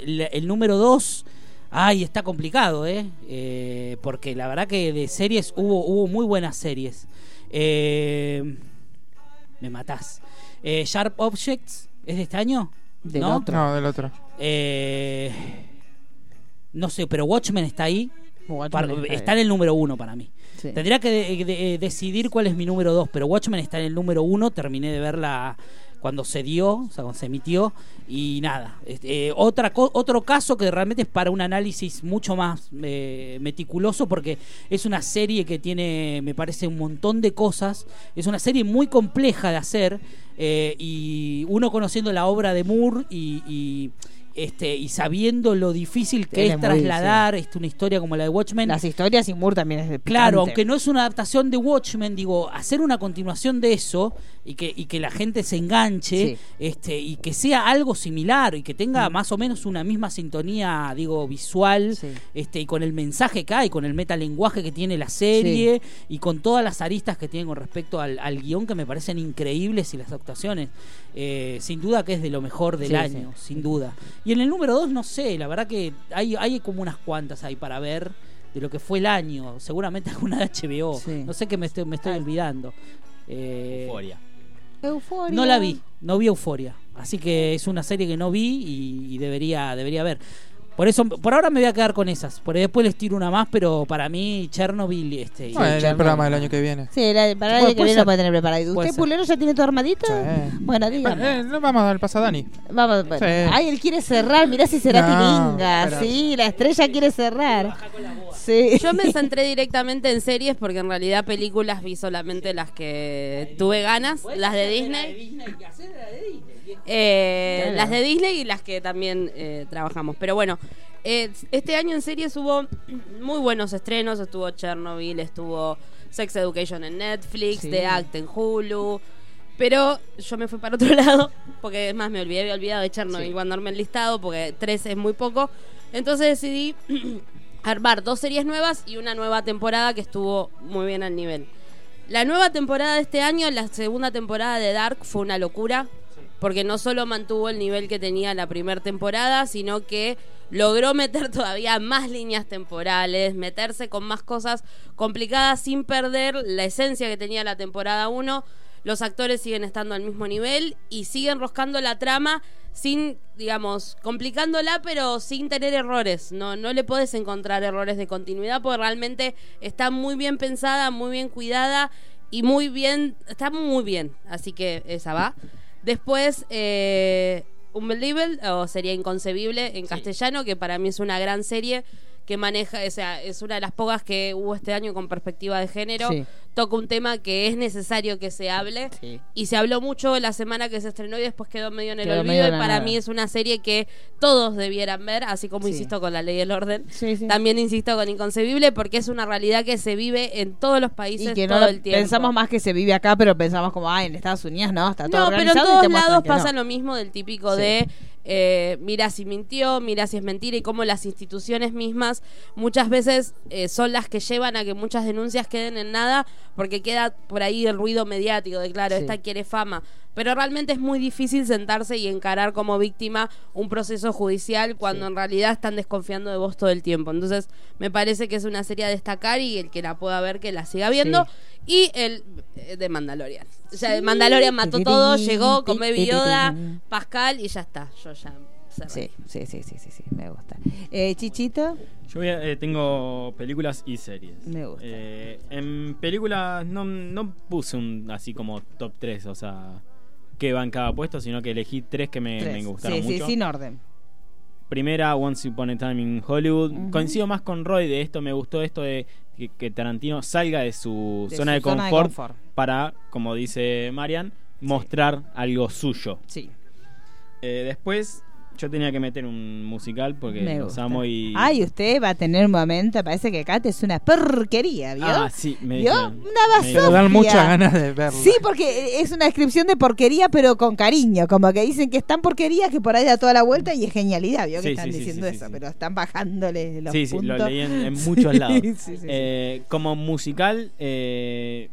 la- el, número 2, ay, está complicado, eh, Eh, porque la verdad que de series hubo, hubo muy buenas series. Eh, me matás. Eh, Sharp Objects, ¿es de este año?
Del
¿No?
otro.
No, del otro.
Eh, No sé, pero Watchmen está ahí.
Watchmen
Para-
está
está,
ahí.
en el número uno para mí.
Sí.
Tendría que de- de- eh, decidir cuál es mi número dos, pero Watchmen está en el número uno. Terminé de verla cuando se dio, o sea, cuando se emitió. Y nada, este, eh, otra co- otro caso que realmente es para un análisis mucho más eh, meticuloso porque es una serie que tiene, me parece, un montón de cosas. Es una serie muy compleja de hacer eh, y uno conociendo la obra de Moore y... y, este, y sabiendo lo difícil que
Él
es,
es muy-
trasladar este, una historia como la de Watchmen.
Las historias y Moore también es de
Claro,
picante.
aunque no es una adaptación de Watchmen, digo, hacer una continuación de eso y que, y que la gente se enganche este, y que sea algo similar y que
Mm.
tenga más o menos una misma sintonía, digo, visual este, y con el mensaje que hay, con el metalenguaje que tiene la serie y con todas las aristas que tiene con respecto al, al guión que me parecen increíbles y las actuaciones. Eh, sin duda que es de lo mejor del
Sí,
año, sin duda. Y en el número 2, no sé, la verdad que hay, hay como unas cuantas ahí para ver de lo que fue el año. Seguramente alguna de HBO. No sé qué me estoy,
Ah.
me estoy olvidando. Euforia.
Euforia.
No la vi, no vi Euforia. Así que es una serie que no vi y, y debería, debería ver. Por eso, por ahora me voy a quedar con esas. Por ahí después les tiro una más, pero para mí Chernobyl este. y-
Bueno, en el programa del año que viene.
Sí, la,
Pues
para el
Puede-
año que
puede
viene
ser.
lo puede tener preparado. ¿Y
Puede
¿Usted,
ser.
Pulero, ya tiene todo armadito? Bueno, dígame.
Eh, no vamos a dar el paso a Dani.
Vamos, bueno.
Sí.
Ay, él quiere cerrar, mirá si será
No,
tiringa.
pero-
Sí, la estrella quiere cerrar. Sí.
Yo me centré directamente en series porque en realidad películas vi solamente las que tuve ganas, las de Disney. Eh,
Claro.
Las de Disney y las que también eh, trabajamos. Pero bueno, eh, este año en series hubo muy buenos estrenos. Estuvo Chernobyl, estuvo Sex Education en Netflix,
Sí.
The Act en Hulu. Pero yo me fui para otro lado, porque es más, me olvidé, había olvidado de Chernobyl cuando armé el listado, porque tres es muy poco. Entonces decidí armar dos series nuevas y una nueva temporada que estuvo muy bien al nivel. La nueva temporada de este año, la segunda temporada de Dark, fue una locura, porque no solo mantuvo el nivel que tenía la primera temporada, sino que logró meter todavía más líneas temporales, meterse con más cosas complicadas sin perder la esencia que tenía la temporada 1. Los actores siguen estando al mismo nivel y siguen roscando la trama sin, digamos, complicándola, pero sin tener errores. No, no le podés encontrar errores de continuidad porque realmente está muy bien pensada, muy bien cuidada y muy bien, está muy bien. Así que esa va. Después, eh, Unbelievable, o sería Inconcebible en castellano, que para mí es una gran serie que maneja, o sea, es una de las pocas que hubo este año con perspectiva de género.
Sí.
Toca un tema que es necesario que se hable. Y se habló mucho la semana que se estrenó y después quedó medio en el
Quedó medio
olvido.
en
Y
la
para
nada.
mí es una serie que todos debieran ver, así como
Sí.
insisto con la ley del orden. También insisto con Inconcebible porque es una realidad que se vive en todos los países
Y que no
todo
lo-
el tiempo.
pensamos más que se vive acá, pero pensamos como, ay, en Estados Unidos no, está todo
No, pero en
organizado y te
todos
muestran
lados
que no.
pasa lo mismo del típico
Sí.
de eh, mira si mintió, mira si es mentira y cómo las instituciones mismas muchas veces eh, son las que llevan a que muchas denuncias queden en nada porque queda por ahí el ruido mediático de claro,
Sí.
esta quiere fama. Pero realmente es muy difícil sentarse y encarar como víctima un proceso judicial cuando en realidad están desconfiando de vos todo el tiempo. Entonces me parece que es una serie a destacar y el que la pueda ver que la siga viendo. Y el eh, de Mandalorian. O sea,
Sí.
Mandalorian mató todo, llegó con Baby
Ti, ti, ti,
Yoda,
ti.
Pascal y ya está. Yo ya cerré.
Sí, sí, sí, sí, sí, sí, me gusta. Eh, Chichito,
Yo voy a- eh, tengo películas y series.
Me gusta.
Eh, en películas no, no puse un así como top 3, o sea, que va en cada puesto, sino que elegí tres que me,
tres.
me gustaron
sí,
mucho.
sí, sin orden.
Primera, Once Upon a Time in Hollywood.
Ujú.
Coincido más con Roy de esto, me gustó esto de que, que Tarantino salga de su,
De su
zona, de
zona de
confort
confort.
para, como dice Marian, mostrar algo suyo. Eh,
Sí.
después, yo tenía que meter un musical porque
Me
los
gusta.
amo y.
Ay, usted va a tener un momento, parece que Kate es una porquería, ¿vio?
Ah, sí, me
¿Vio?
dijeron.
Una
Me
basofia.
dijeron.
de verlo.
Sí, porque es una descripción de porquería, pero con cariño. Como que dicen que es tan porquería que por ahí da toda la vuelta y es genialidad, ¿vio? Que
Sí,
están
sí, sí,
diciendo
sí, sí,
eso, pero están bajándole los
sí, sí,
puntos.
lo leí en, en
Sí,
muchos lados.
sí, sí, sí.
Eh, como musical, eh,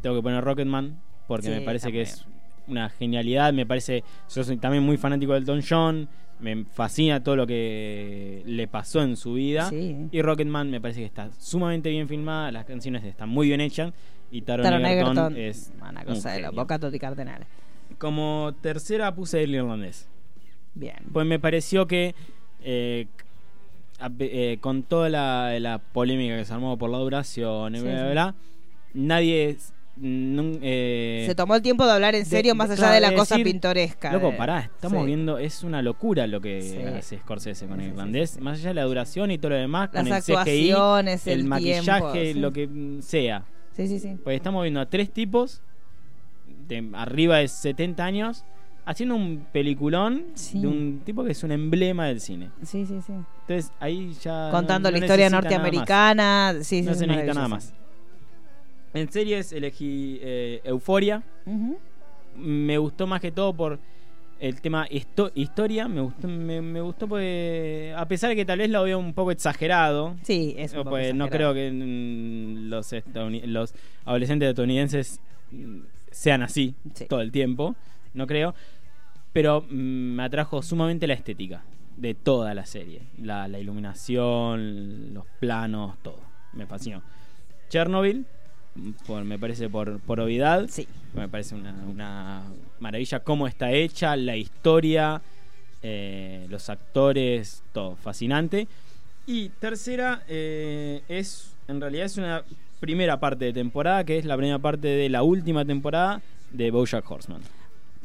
tengo que poner Rocketman porque
Sí,
me
está
parece
muy
que es una genialidad. Me parece, yo soy también muy fanático del Don John. Me fascina todo lo que le pasó en su vida.
Sí.
Y Rocketman me parece que está sumamente bien filmada. Las canciones están muy bien hechas. Y Taron,
Taron
Egerton,
Egerton,
es
una
un
cosa de los
genio.
bocatos y cardenales.
Como tercera puse el irlandés.
Bien.
Pues me pareció que eh, a pe- eh, con toda la, la polémica que se armó por la duración y
Sí,
bla, bla,
sí.
bla, nadie. es- nun- eh,
Se tomó el tiempo de hablar en
de-
serio más allá
claro,
de la cosa
decir,
pintoresca.
Loco,
de-
pará, estamos
sí.
viendo, es una locura lo que
Sí.
hace Scorsese con
Sí,
el
sí,
irlandés, más allá de la duración y todo lo demás,
Las
con el CGI,
actuaciones,
el,
el
maquillaje,
tiempo, sí.
lo que mm, sea.
Sí, sí, sí.
Pues estamos viendo a tres tipos de arriba de 70 años haciendo un peliculón
Sí.
de un tipo que es un emblema del cine.
Sí, sí, sí.
Entonces ahí ya
Contando
no- no
la historia
necesita nada más.
norteamericana. Sí, sí,
no
es
se necesita nada
maravilloso.
más. En series elegí eh, Euforia.
Ujú.
Me gustó más que todo por el tema histo- historia. Me gustó, me, me gustó porque, a pesar de que tal vez lo veo un poco exagerado.
Sí, es un poco
pues, No creo
exagerado.
que mm, los, estadouni- los adolescentes estadounidenses mm, sean así
Sí.
todo el tiempo. No creo. Pero mm, me atrajo sumamente la estética de toda la serie. La, la iluminación, los planos, todo. Me fascinó. Chernobyl, mm, por- me parece por, por obviedad.
Sí.
Me parece una, una maravilla cómo está hecha, la historia, eh, los actores, todo. Fascinante. Y tercera eh, es, en realidad es una primera parte de temporada, que es la primera parte de la última temporada de Bojack Horseman.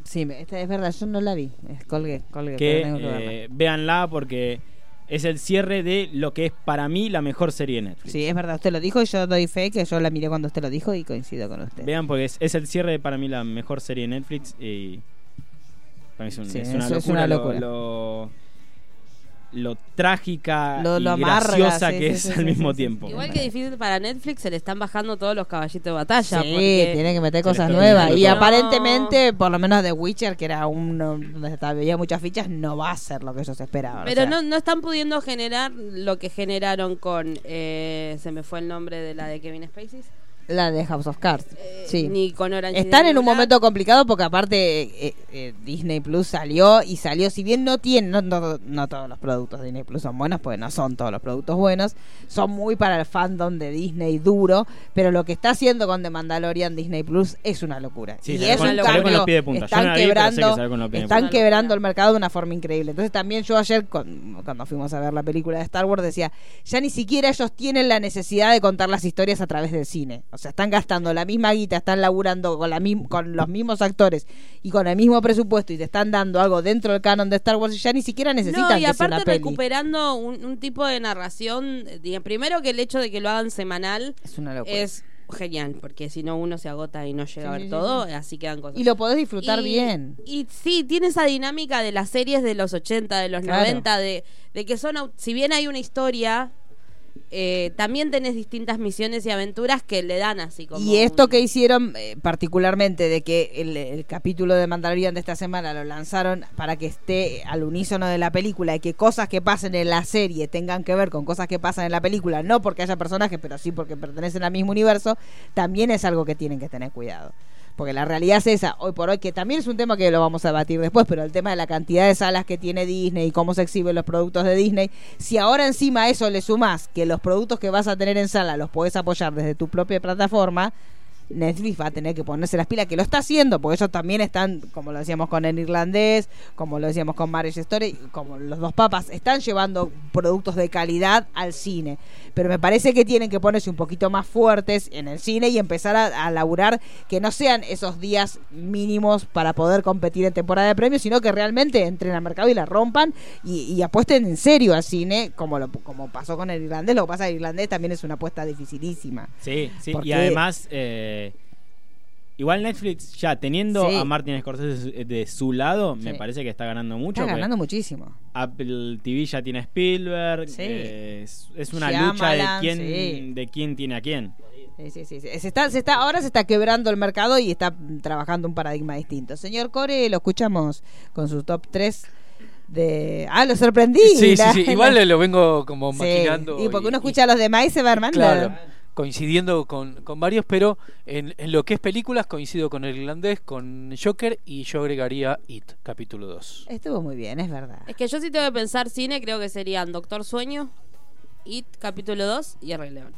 Sí, me- esta es verdad, yo no la vi. Es- Colgué, colgué.
que
pero tengo que verla.
eh, véanla porque es el cierre de lo que es para mí la mejor serie de Netflix.
Sí, es verdad, usted lo dijo y yo doy fe que yo la miré cuando usted lo dijo y coincido con usted.
Vean porque es, es el cierre de para mí la mejor serie de Netflix y para mí es, un-
Sí,
es una
eso
locura,
es una locura.
Lo, lo- lo trágica
Lo-
y
lo amarga,
graciosa
sí,
que
sí,
es
sí,
al
sí,
mismo
sí, sí.
tiempo.
Igual que difícil para Netflix, se le están bajando todos los caballitos de
Sí,
batalla. porque
tiene que meter
se le
cosas
está
nuevas.
terminando
Y
todo.
aparentemente, por lo menos de Witcher, que era un donde estaba- había muchas fichas, no va a ser lo que ellos
Ah,
esperaban. o
Pero
sea,
no, no están pudiendo generar lo que generaron con. eh, se me fue el nombre de la de Kevin Spacey.
La de House of Cards.
eh,
sí.
Ni con Orange. is the
Están en
New
un
Black.
momento complicado porque aparte eh, eh, Disney Plus salió y salió, si bien no tiene, no, no- no todos los productos de Disney Plus son buenos, porque no son todos los productos buenos, son muy para el fandom de Disney duro, pero lo que está haciendo con The Mandalorian Disney Plus es una locura.
Sí,
y
salió
es
con-
un
salió
cambio,
con los pies de punta. Yo
Están
no la vi, pero sé que
quebrando,
salió con los pies de
están
punta.
quebrando el mercado de una forma increíble. Entonces también yo ayer con- cuando fuimos a ver la película de Star Wars decía, ya ni siquiera ellos tienen la necesidad de contar las historias a través del cine. O sea, están gastando la misma guita, están laburando con, la mim- con los mismos actores y con el mismo presupuesto y te están dando algo dentro del canon de Star Wars y ya ni siquiera necesitan
No, y
que sea
aparte
una peli.
recuperando un, un tipo de narración. diga, Primero que el hecho de que lo hagan semanal
Es una locura.
es genial, porque si no uno se agota y no llega a
Sí,
ver
sí,
todo,
sí, sí.
así quedan cosas.
Y lo podés disfrutar
Y-
bien.
Y sí, tiene esa dinámica de las series de los 80, de los
Claro.
90, de, de que son, au- si bien hay una historia, eh, también tenés distintas misiones y aventuras que le dan así como...
Y esto
un-
que hicieron eh, particularmente de que el, el capítulo de Mandalorian de esta semana lo lanzaron para que esté al unísono de la película y que cosas que pasen en la serie tengan que ver con cosas que pasan en la película, no porque haya personajes, pero sí porque pertenecen al mismo universo, también es algo que tienen que tener cuidado. Porque la realidad es esa, hoy por hoy, que también es un tema que lo vamos a debatir después, pero el tema de la cantidad de salas que tiene Disney y cómo se exhiben los productos de Disney, si ahora encima a eso le sumás que los productos que vas a tener en sala los podés apoyar desde tu propia plataforma, Netflix va a tener que ponerse las pilas, que lo está haciendo, porque ellos también están, como lo decíamos con el irlandés, como lo decíamos con Marriage Story, como los dos papas, están llevando productos de calidad al cine. Pero me parece que tienen que ponerse un poquito más fuertes en el cine y empezar a, a laburar que no sean esos días mínimos para poder competir en temporada de premios, sino que realmente entren al mercado y la rompan y, y apuesten en serio al cine, como, lo, como pasó con el irlandés. Lo que pasa es que el irlandés también es una apuesta dificilísima.
Sí, sí.
Porque-
Y además, eh, igual Netflix ya teniendo
Sí.
a Martin Scorsese de su- de su lado, me
Sí.
parece que está ganando mucho.
Está
porque
ganando muchísimo.
Apple TV ya tiene a Spielberg.
Sí.
eh, es, es una
Shyamalan,
lucha de quién,
sí.
de quién tiene a quién.
Sí, sí, sí, sí. Se está, se está, ahora se está quebrando el mercado y está mm, trabajando un paradigma distinto. Señor Core, lo escuchamos con su top 3 de... Ah, lo sorprendí.
Sí, sí,
La-
sí. Igual lo vengo como
Sí,
maquinando.
Y porque uno escucha a los demás y se va armando.
Claro, coincidiendo con, con varios, pero en, en lo que es películas coincido con el irlandés, con Joker y yo agregaría It, capítulo 2.
Estuvo muy bien, es verdad.
Es que yo si tengo que pensar cine, creo que serían Doctor Sueño, It, capítulo 2 y El Rey León.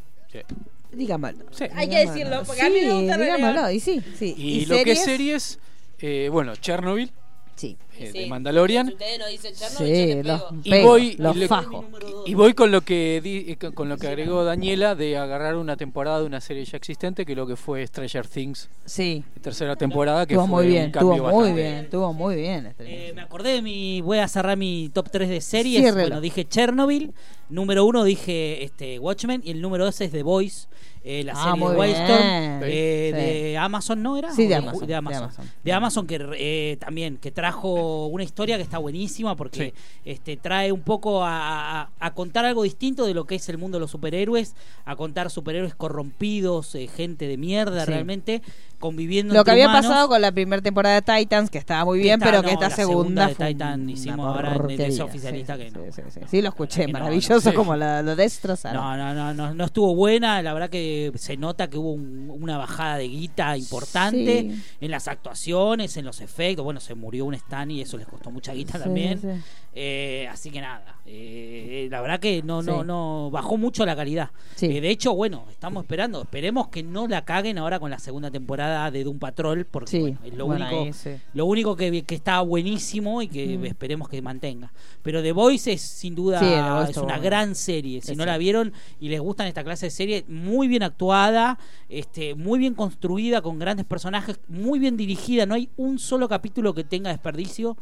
Dígamelo.
Sí.
Hay que
Digámoslo.
decirlo, porque
sí,
a mí me gusta
digámoslo,
relevar.
y sí, sí.
Y, lo que es series, eh, bueno, Chernobyl,
Sí.
eh, eh, de Mandalorian.
ustedes no dicen
Sí, los
Y
pego,
voy- y
los
le-
fajo.
Y voy con lo que di- eh, con lo que agregó Daniela de agarrar una temporada de una serie ya existente, que lo que fue Stranger Things,
Sí.
tercera temporada, que
Estuvo
fue
muy bien,
un cambio
estuvo muy
bastante-
bien, estuvo muy bien. este.
Eh, me acordé de mi. Voy a cerrar mi top 3 de series.
Ciérrelo.
Bueno, dije Chernobyl. Número 1 dije este, Watchmen. Y el número 2 es The Voice. eh, la
Ah,
serie
muy
de Wildstorm.
bien.
eh,
Sí.
De Amazon, ¿no era?
Sí,
¿O
de Amazon,
de
de
Amazon.
Amazon.
De Amazon que eh, también que trajo una historia que está buenísima porque este trae un poco a, a- a contar algo distinto de lo que es el mundo de los superhéroes, a contar superhéroes corrompidos, eh, gente de mierda
Sí.
realmente conviviendo
Lo
entre
que había
humanos.
pasado con la primera temporada de Titans, que estaba muy bien,
Esta
pero
no,
que esta
la
segunda.
segunda de
fue
Titan
una
hicimos ahora en el
porquería.
desoficialista
Sí,
que no.
Sí, sí, sí. Sí, lo escuché,
que no,
maravilloso
no, sí.
como la- lo destrozaron.
No, no, no, no, no estuvo buena. La verdad que se nota que hubo un- una bajada de guita importante
Sí.
en las actuaciones, en los efectos. Bueno, se murió un Stan y eso les costó mucha guita
Sí,
también.
sí.
Eh, así que nada, eh, la verdad que no, no,
Sí.
no bajó mucho la calidad.
Sí.
Eh, de hecho, bueno, estamos esperando, esperemos que no la caguen ahora con la segunda temporada de Doom Patrol, porque
Sí,
bueno, es lo
bueno,
único,
ahí sí.
lo único que, que está buenísimo y que
Mm.
esperemos que mantenga. Pero The Voice es sin duda
Sí, The Voice
es
está
una
bueno.
gran serie. Si
Sí,
no
sí.
la vieron y les gustan esta clase de serie, muy bien actuada, este, muy bien construida, con grandes personajes, muy bien dirigida. No hay un solo capítulo que tenga desperdicio.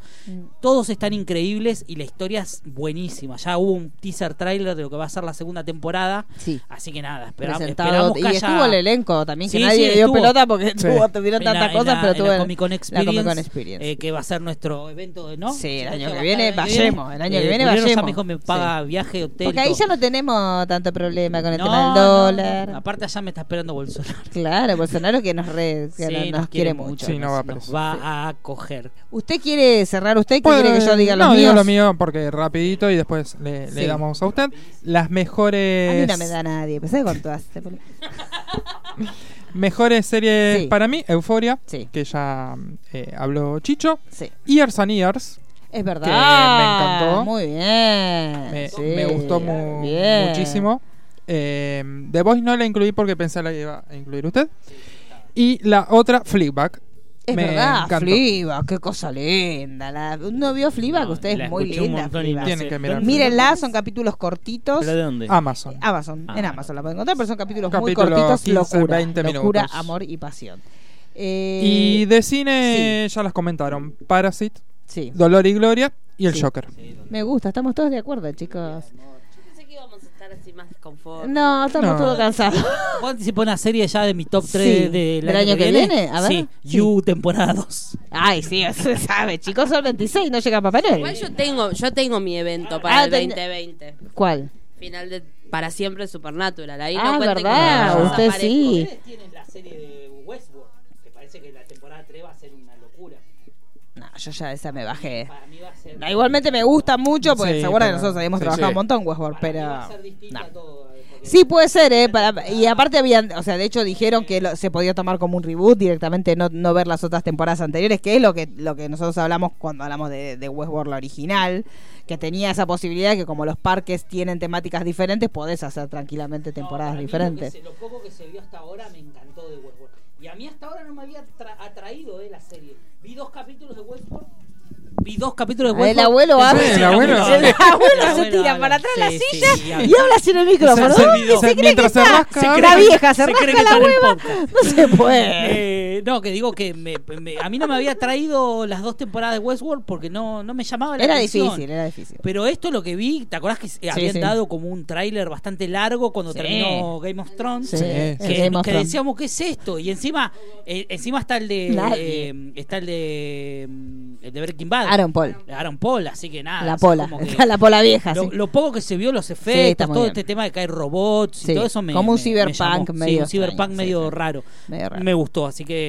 Todos están increíbles y la historia es buenísima. Ya hubo un teaser trailer de lo que va a ser la segunda temporada.
Sí.
Así que nada, espera-
presentado.
esperamos que
Y
haya-
estuvo el elenco también, que
Sí,
nadie
sí,
le dio
estuvo.
pelota porque
Sí.
tuvo- tuvieron
en la-
tantas
en
cosas,
la-
pero
en la
tuvo el-
Comic Con Experience,
Comic Con Experience.
eh, que va a ser nuestro evento, ¿no?
Sí, el año
Esto
que
va a
viene
ser el
vayemos, el año
Eh,
que viene
Juliano
vayemos.
Sam, hijo, me paga viaje, hotel.
Porque ahí
todo.
ya no tenemos tanto problema con el
No,
tema del
no,
dólar.
no. Aparte allá me está esperando Bolsonaro.
Claro, Bolsonaro que nos, re- que
Sí,
nos, nos quiere mucho.
Sí, no va
Nos-
a preso.
Va a coger.
¿Usted quiere cerrar usted? ¿Qué
Bueno,
quiere que yo diga los
no, digo
míos?
lo mío porque rapidito y después le, le
Sí.
damos a usted. Las mejores...
A mí no me da nadie. Pensé con todas. este problema.
Mejores series
Sí.
para mí, Euforia,
Sí.
que ya mm, eh, habló Chicho.
Sí,
Years and Years,
es verdad.
Que me encantó.
Muy bien.
me,
sí,
me gustó mu-
bien.
muchísimo. Eh, The Voice no la incluí porque pensé la iba a incluir usted. Y la otra, Fleabag.
Es
me
verdad,
encantó.
Fleabag, qué cosa linda. La, ¿No vio Fleabag?
No,
Usted
la
es muy
escuché un
linda.
montón y
Fleabag.
no
Tienen
sé.
que mirar.
Mírenla, son capítulos cortitos. Eh,
¿Pero de dónde?
Amazon.
Amazon,
Ah,
en Amazon la pueden encontrar, pero son capítulos
Capítulo
muy cortitos,
15,
locura,
20
locura,
minutos.
amor y pasión. Eh,
y de cine ya las comentaron. Parasite,
sí,
Dolor y Gloria y El
Sí.
Joker.
me gusta, estamos todos de acuerdo, chicos.
Pensé que íbamos a estar así más desconformes.
No, estamos
No.
todos cansados.
¿Vos anticipó una serie ya de mi top 3
Sí,
del,
del año que viene? A ver.
Sí,
Sí.
You temporada 2.
Ay, sí, se sabe, chicos, son 26, no llega Papá Noel.
Igual yo tengo, yo tengo mi evento para
Ah,
el
ten-
2020.
¿Cuál?
Final de para siempre Supernatural. Ahí
Ah,
no cuenten
verdad,
que yo
usted
desaparezco.
sí.
Tienen la serie de Westworld, que parece que la temporada 3 va a ser una locura.
No, Ah, yo ya esa me bajé.
Para mí va a ser,
No, igualmente me gusta mucho, porque
Sí,
seguro que
pero-
nosotros habíamos
sí,
trabajado
sí.
un montón Westworld,
va a
pero...
ser distinta a
no.
todo. eh, porque-
Sí puede ser, ¿eh? Para, y aparte habían, o sea, de hecho dijeron que lo- se podía tomar como un reboot directamente, no, no ver las otras temporadas anteriores, que es lo que, lo que nosotros hablamos cuando hablamos de, de Westworld la original, que tenía esa posibilidad que como los parques tienen temáticas diferentes, podés hacer tranquilamente temporadas
No, para mí
diferentes.
Lo, que se- lo poco que se vio hasta ahora me encantó de Westworld. Y a mí hasta ahora no me había tra- atraído eh, la serie. Vi dos capítulos de Westworld. Vi dos capítulos de
Ah, El
Westworld.
abuelo
Pensé
habla.
que
el
era
abuelo
un
habla.
libro.
El abuelo se
abuelo
tira
habla.
para atrás de la
Sí, sí,
silla
y
y habla sin el micrófono.
Se- se
¿Dónde
olvidó.
se cree
Mientras
que
se
está?
rasca-
la
se cree
vieja se,
cree
rasca
que
la
está en el
hueva.
podcast.
No se puede.
Eh, no, que digo que me- me- a mí no me había traído las dos temporadas de Westworld porque no, no me llamaba la
Era
atención.
difícil, era difícil.
Pero esto lo que vi, ¿te acordás que eh, habían
sí.
dado como un tráiler bastante largo cuando
Sí.
terminó Game of Thrones?
Sí,
Que-
que,
el Game of
que
Thrones.
decíamos qué es esto y encima eh, encima está el de
Nadie.
eh, está el de mm, el de Breaking Bad
Aaron Paul.
Aaron Paul así que nada
La
o sea,
pola,
como que
está la pola vieja.
lo,
sí.
lo poco que se vio los
Sí, está
efectos
muy
todo
bien.
este tema de que hay robots
Sí,
y todo eso me
como un
me- me
cyberpunk
llamó. Sí,
medio
un cyberpunk
extraño,
medio,
sí, sí.
raro.
Medio raro.
me gustó así que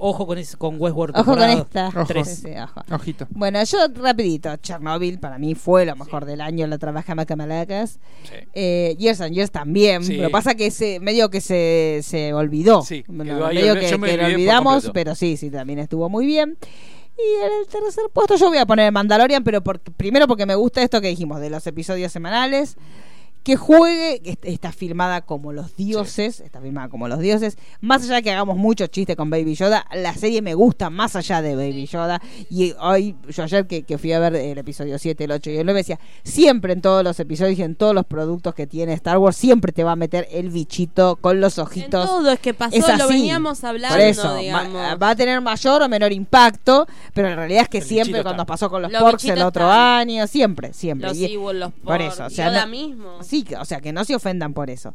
ojo con ese, con Westworld
Ojo con
temporada
esta.
Ojo.
Sí,
tres.
sí, ojo.
Ojito.
Bueno, yo rapidito, Chernobyl para mí fue lo mejor del año, la trabaja Macamalacas.
Sí.
Eh, Years and Years también,
Sí.
pero pasa que se, medio que se, se olvidó.
Sí,
Bueno,
quedó ahí,
medio
yo
que,
me
que
olvidé
lo
por
olvidamos,
completo.
pero sí, sí, también estuvo muy bien. Y en el tercer puesto yo voy a poner Mandalorian, pero por- primero porque me gusta esto que dijimos de los episodios semanales que juegue, que est- está filmada como los dioses, está filmada como los dioses, más allá de que hagamos mucho chiste con Baby Yoda, la serie me gusta más allá de Baby Yoda, y hoy, yo ayer que, que fui a ver el episodio 7, el 8 y el 9, decía, siempre en todos los episodios y en todos los productos que tiene Star Wars, siempre te va a meter el bichito con los
En
ojitos
todo es que pasó,
es
lo
así.
veníamos hablando,
Por eso, ma- ah,
digamos.
va a tener mayor o menor impacto, pero en realidad es que
El bichito
siempre
está.
cuando pasó con los,
Los
porcs el
bichitos
otro
están.
año, siempre, siempre.
los
Y-
Ewoks, los
por
Porgs,
eso, o sea,
Yoda
no-
mismo.
Sí, que- o sea, que no se ofendan por eso.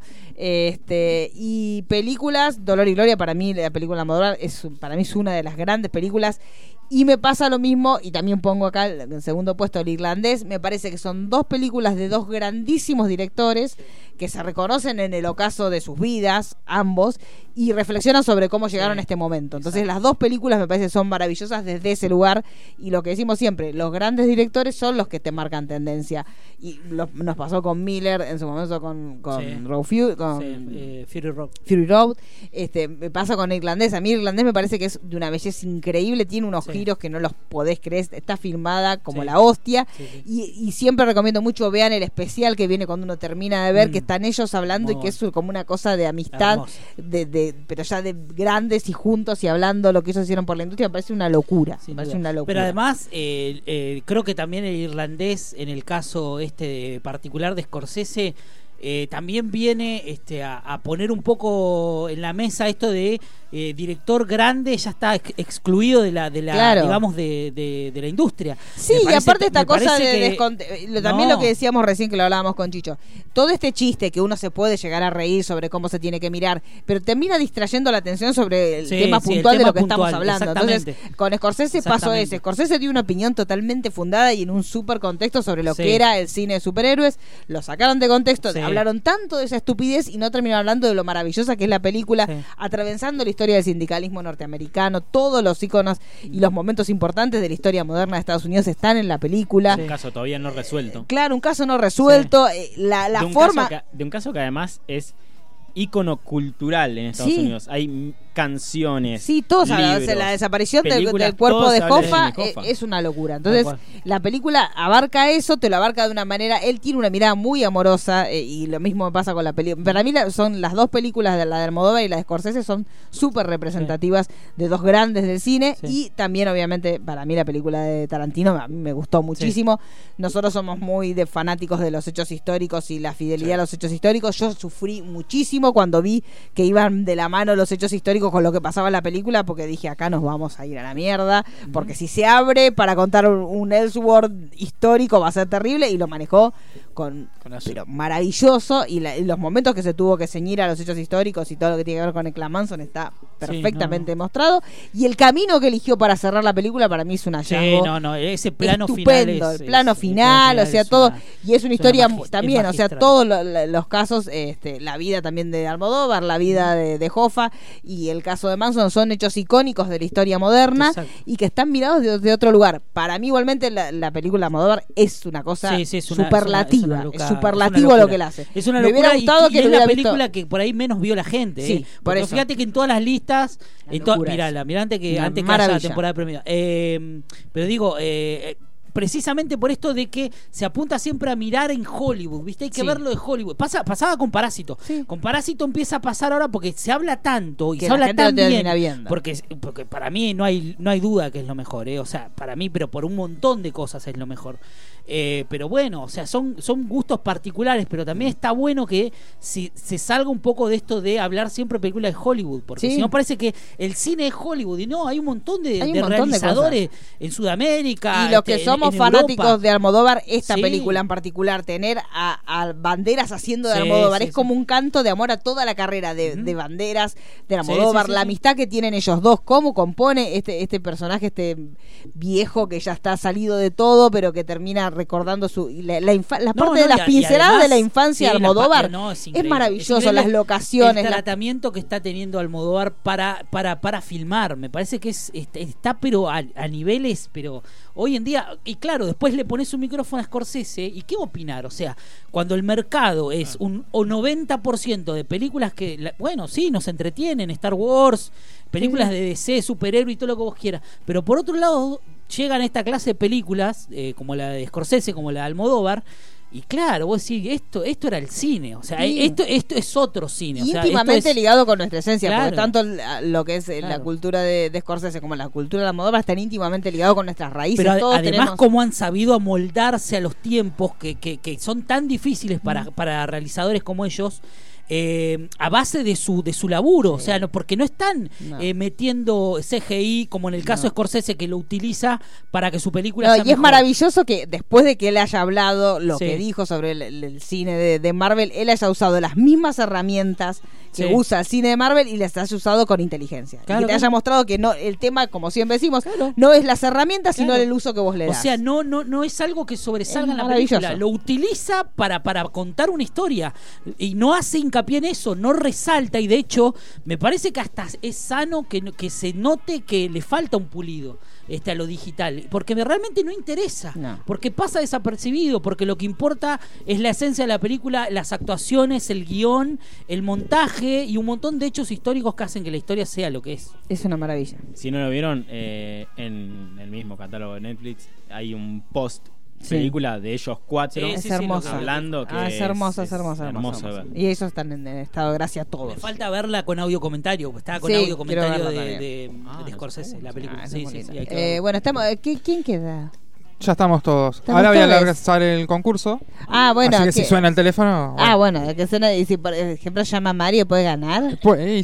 Este, y películas, Dolor y Gloria, para mí, la película Almodóvar es para mí es una de las grandes películas. Y me pasa lo mismo, y también pongo acá el- en segundo puesto el irlandés, me parece que son dos películas de dos grandísimos directores que se reconocen en el ocaso de sus vidas, ambos, y reflexionan sobre cómo llegaron a este momento. Entonces las dos películas me parece que son maravillosas desde ese lugar, y lo que decimos siempre, los grandes directores son los que te marcan tendencia. Y lo- nos pasó con Miller en su momento con, con
Sí.
Road Fury, con
Sí, eh, Fury Rock.
Fury Road. Este, me pasa con el irlandés. A mí el irlandés me parece que es de una belleza increíble. Tiene unos
Sí.
giros que no los podés creer. Está filmada como
Sí.
la hostia.
Sí, sí.
Y, y siempre recomiendo mucho vean el especial que viene cuando uno termina de ver,
Mm.
que están ellos hablando y
Muy
que es como una cosa de amistad,
Hermoso.
de, de- pero ya de grandes y juntos y hablando lo que ellos hicieron por la industria. Me parece una locura.
Sin
Me parece
duda.
una locura.
Pero además, eh, eh, creo que también el irlandés, en el caso este de- particular de Scorsese, eh, también viene este, a, a poner un poco en la mesa esto de eh, director grande ya está ex- excluido de la, de la
Claro.
digamos de, de- de la industria.
Sí,
Me
y
parece-
aparte esta
me
cosa de
parece que-
descont- eh, lo- también
No.
lo que decíamos recién que lo hablábamos con Chicho, todo este chiste que uno se puede llegar a reír sobre cómo se tiene que mirar, pero termina distrayendo la atención sobre el
Sí,
tema
sí, el tema
puntual de lo que
puntual,
estamos hablando. Entonces,
exactamente.
con Scorsese pasó
Exactamente.
eso. Scorsese dio una opinión totalmente fundada y en un súper contexto sobre lo
Sí.
que era el cine de superhéroes, lo sacaron de contexto,
Sí.
hablaron tanto de esa estupidez y no terminaron hablando de lo maravillosa que es la película,
Sí.
atravesando la historia del sindicalismo norteamericano, todos los iconos y los momentos importantes de la historia moderna de Estados Unidos están en la película.
Un caso todavía no resuelto.
Claro, un caso no resuelto, eh, la, la
de un
forma...
Caso que, de un caso que además es ícono cultural en Estados
Sí.
Unidos. Hay m- canciones.
Sí, todos hablan, o sea,
libros,
la desaparición del,
películas,
del cuerpo
todos
de
hablan
Hoffa
Jimmy
eh,
Hoffa.
es una locura. Entonces,
cual.
la película abarca eso, te lo abarca de una manera. Él tiene una mirada muy amorosa eh, y lo mismo pasa con la película. Para mí, la- son las dos películas, de la de Almodóvar y la de Scorsese, son súper representativas de dos grandes del cine.
Sí.
Y también, obviamente, para mí, la película de Tarantino a mí me gustó muchísimo. Nosotros somos muy de fanáticos de los hechos históricos y la fidelidad a los hechos históricos. Yo sufrí muchísimo cuando vi que iban de la mano los hechos históricos con lo que pasaba en la película, porque dije, acá nos vamos a ir a la mierda, porque si se abre para contar un, un Ellsworth histórico va a ser terrible, y lo manejó con
Con aso-
pero maravilloso, y, la- y los momentos que se tuvo que ceñir a los hechos históricos y todo lo que tiene que ver con el Clamanson está perfectamente demostrado, y el camino que eligió para cerrar la película para mí es una
Sí,
hallazgo
no, no, ese plano
estupendo,
final es-
el plano
es- el
final, o sea,
es
todo.
una-
y es una
es
historia
una
mu-
magis-
también,
es
o sea,
magistral.
todos lo- lo- los casos, este, la vida también de Almodóvar, la vida de, de Hoffa y el caso de Manson son hechos icónicos de la historia moderna
Exacto.
y que están mirados de, de otro lugar. Para mí, igualmente, la, la película de Almodóvar es una cosa
Sí, sí, es una- es una-
superlativa,
es una
es,
loca- es una
superlativo
locura.
lo que le hace.
Es una
Me
locura
hubiera gustado
y,
que
y es
lo
la
hubiera
película
visto.
que por ahí menos vio la gente.
Sí,
eh.
por
Porque
eso.
fíjate que en todas las listas,
Una
en to-
locura.
mirala, mirá antes que,
Una
antes que haya la
maravilla.
temporada premiada. Eh, pero digo, eh, eh, precisamente por esto de que se apunta siempre a mirar en Hollywood, ¿viste? Hay que
Sí.
verlo de Hollywood. Pasa, pasaba con Parásito.
Sí.
Con Parásito empieza a pasar ahora porque se habla tanto y
Que
se
la
habla
gente
tan
lo termina
bien.
viendo.
Porque, porque para mí no hay, no hay duda que es lo mejor, ¿eh? O sea, para mí, pero por un montón de cosas es lo mejor. Eh, pero bueno, o sea, son, son gustos particulares, pero también está bueno que si, se salga un poco de esto de hablar siempre películas de Hollywood, porque
Sí.
si no parece que el cine es Hollywood y no, hay un montón de,
Hay un
de
montón de
realizadores en Sudamérica.
Y los
este,
que
en-
somos
en Europa.
fanáticos de Almodóvar, esta
Sí.
película en particular, tener a, a banderas haciendo de
Sí,
Almodóvar,
sí,
es
sí.
como un canto de amor a toda la carrera de, de banderas
sí,
de Almodóvar,
sí,
la
sí.
amistad que tienen ellos dos, cómo compone este, este personaje, este viejo que ya está salido de todo, pero que termina recordando su y la, la infa- la
No,
parte
no,
de
y
las
a- y
pinceladas de la
además,
infancia
sí,
de
la pa-
Almodóvar.
no,
es,
increíble.
maravilloso,
Es increíble
las locaciones,
El
la-
tratamiento que está teniendo Almodóvar para, para, para filmar, me parece que es está, está pero a, a niveles, pero hoy en día, y claro, después le pones un micrófono a Scorsese, ¿y qué opinar? O sea, cuando el mercado es un o 90% de películas que, la- bueno, sí, nos entretienen, Star Wars, películas de DC, superhéroe y todo lo que vos quieras, pero por otro lado, llegan esta clase de películas, eh, como la de Scorsese, como la de Almodóvar, y Y claro, vos decís, esto, esto era el cine, o sea,
Sí.
esto, esto es otro cine. o sea, esto
íntimamente
es-
ligado con nuestra esencia, porque
Claro.
tanto la- lo que es eh, la
Claro.
cultura de, de Scorsese como la cultura de Almodóvar están íntimamente ligados con nuestras raíces.
Pero ad-
Todos
además,
tenemos...
cómo han sabido amoldarse a los tiempos que, que- que son tan difíciles para, para realizadores como ellos. eh, a base de su de su laburo, o sea, no, porque no están
No.
eh, metiendo CGI como en el caso de Scorsese que lo utiliza para que su película
No, y
sea
es
mejor.
maravilloso que después de que él haya hablado lo
Sí.
que dijo sobre el, el- el cine de, de Marvel, él haya usado las mismas herramientas que
Sí.
usa el cine de Marvel y las haya usado con inteligencia. y
Claro,
que te
claro.
haya mostrado que no el tema, como siempre decimos, no es las herramientas, sino
Claro.
el uso que vos le
O
das.
sea, no, no, no es algo que sobresalga
Es
en la
maravilloso.
película. Lo utiliza para, para contar una historia. Y no hace hincapié en eso, no resalta. Y de hecho, me parece que hasta es sano que, no- que se note que le falta un pulido este, a lo digital. Porque me- realmente no interesa.
No.
Porque pasa desapercibido. Porque lo que importa es la esencia de la película, las actuaciones, el guión, el montaje y un montón de hechos históricos que hacen que la historia sea lo que es.
es una maravilla.
Si no lo vieron, eh, en el mismo catálogo de Netflix hay un post
Sí.
película de ellos cuatro
es hermosa.
hablando que
Ah, es hermosa, es, hermosa, hermosa.
hermoso ver.
Y ellos están en, en estado de gracia a todos.
Me falta verla con audio comentario, pues está con
Sí,
audio
quiero
comentario
verla
de,
también.
de- de Scorsese, la película.
Ah, esa
Sí,
es
sí,
bonita.
sí, hay que
Eh,
verla.
bueno, estamos, ¿qué- ¿quién queda?
Ya estamos todos.
Estamos
Ahora voy a
todos.
lanzar el concurso.
Ah, bueno.
así que, si
que-
suena el teléfono.
Ah, bueno, que suena y si por ejemplo llama Mario, ¿puede ganar?
Pues eh,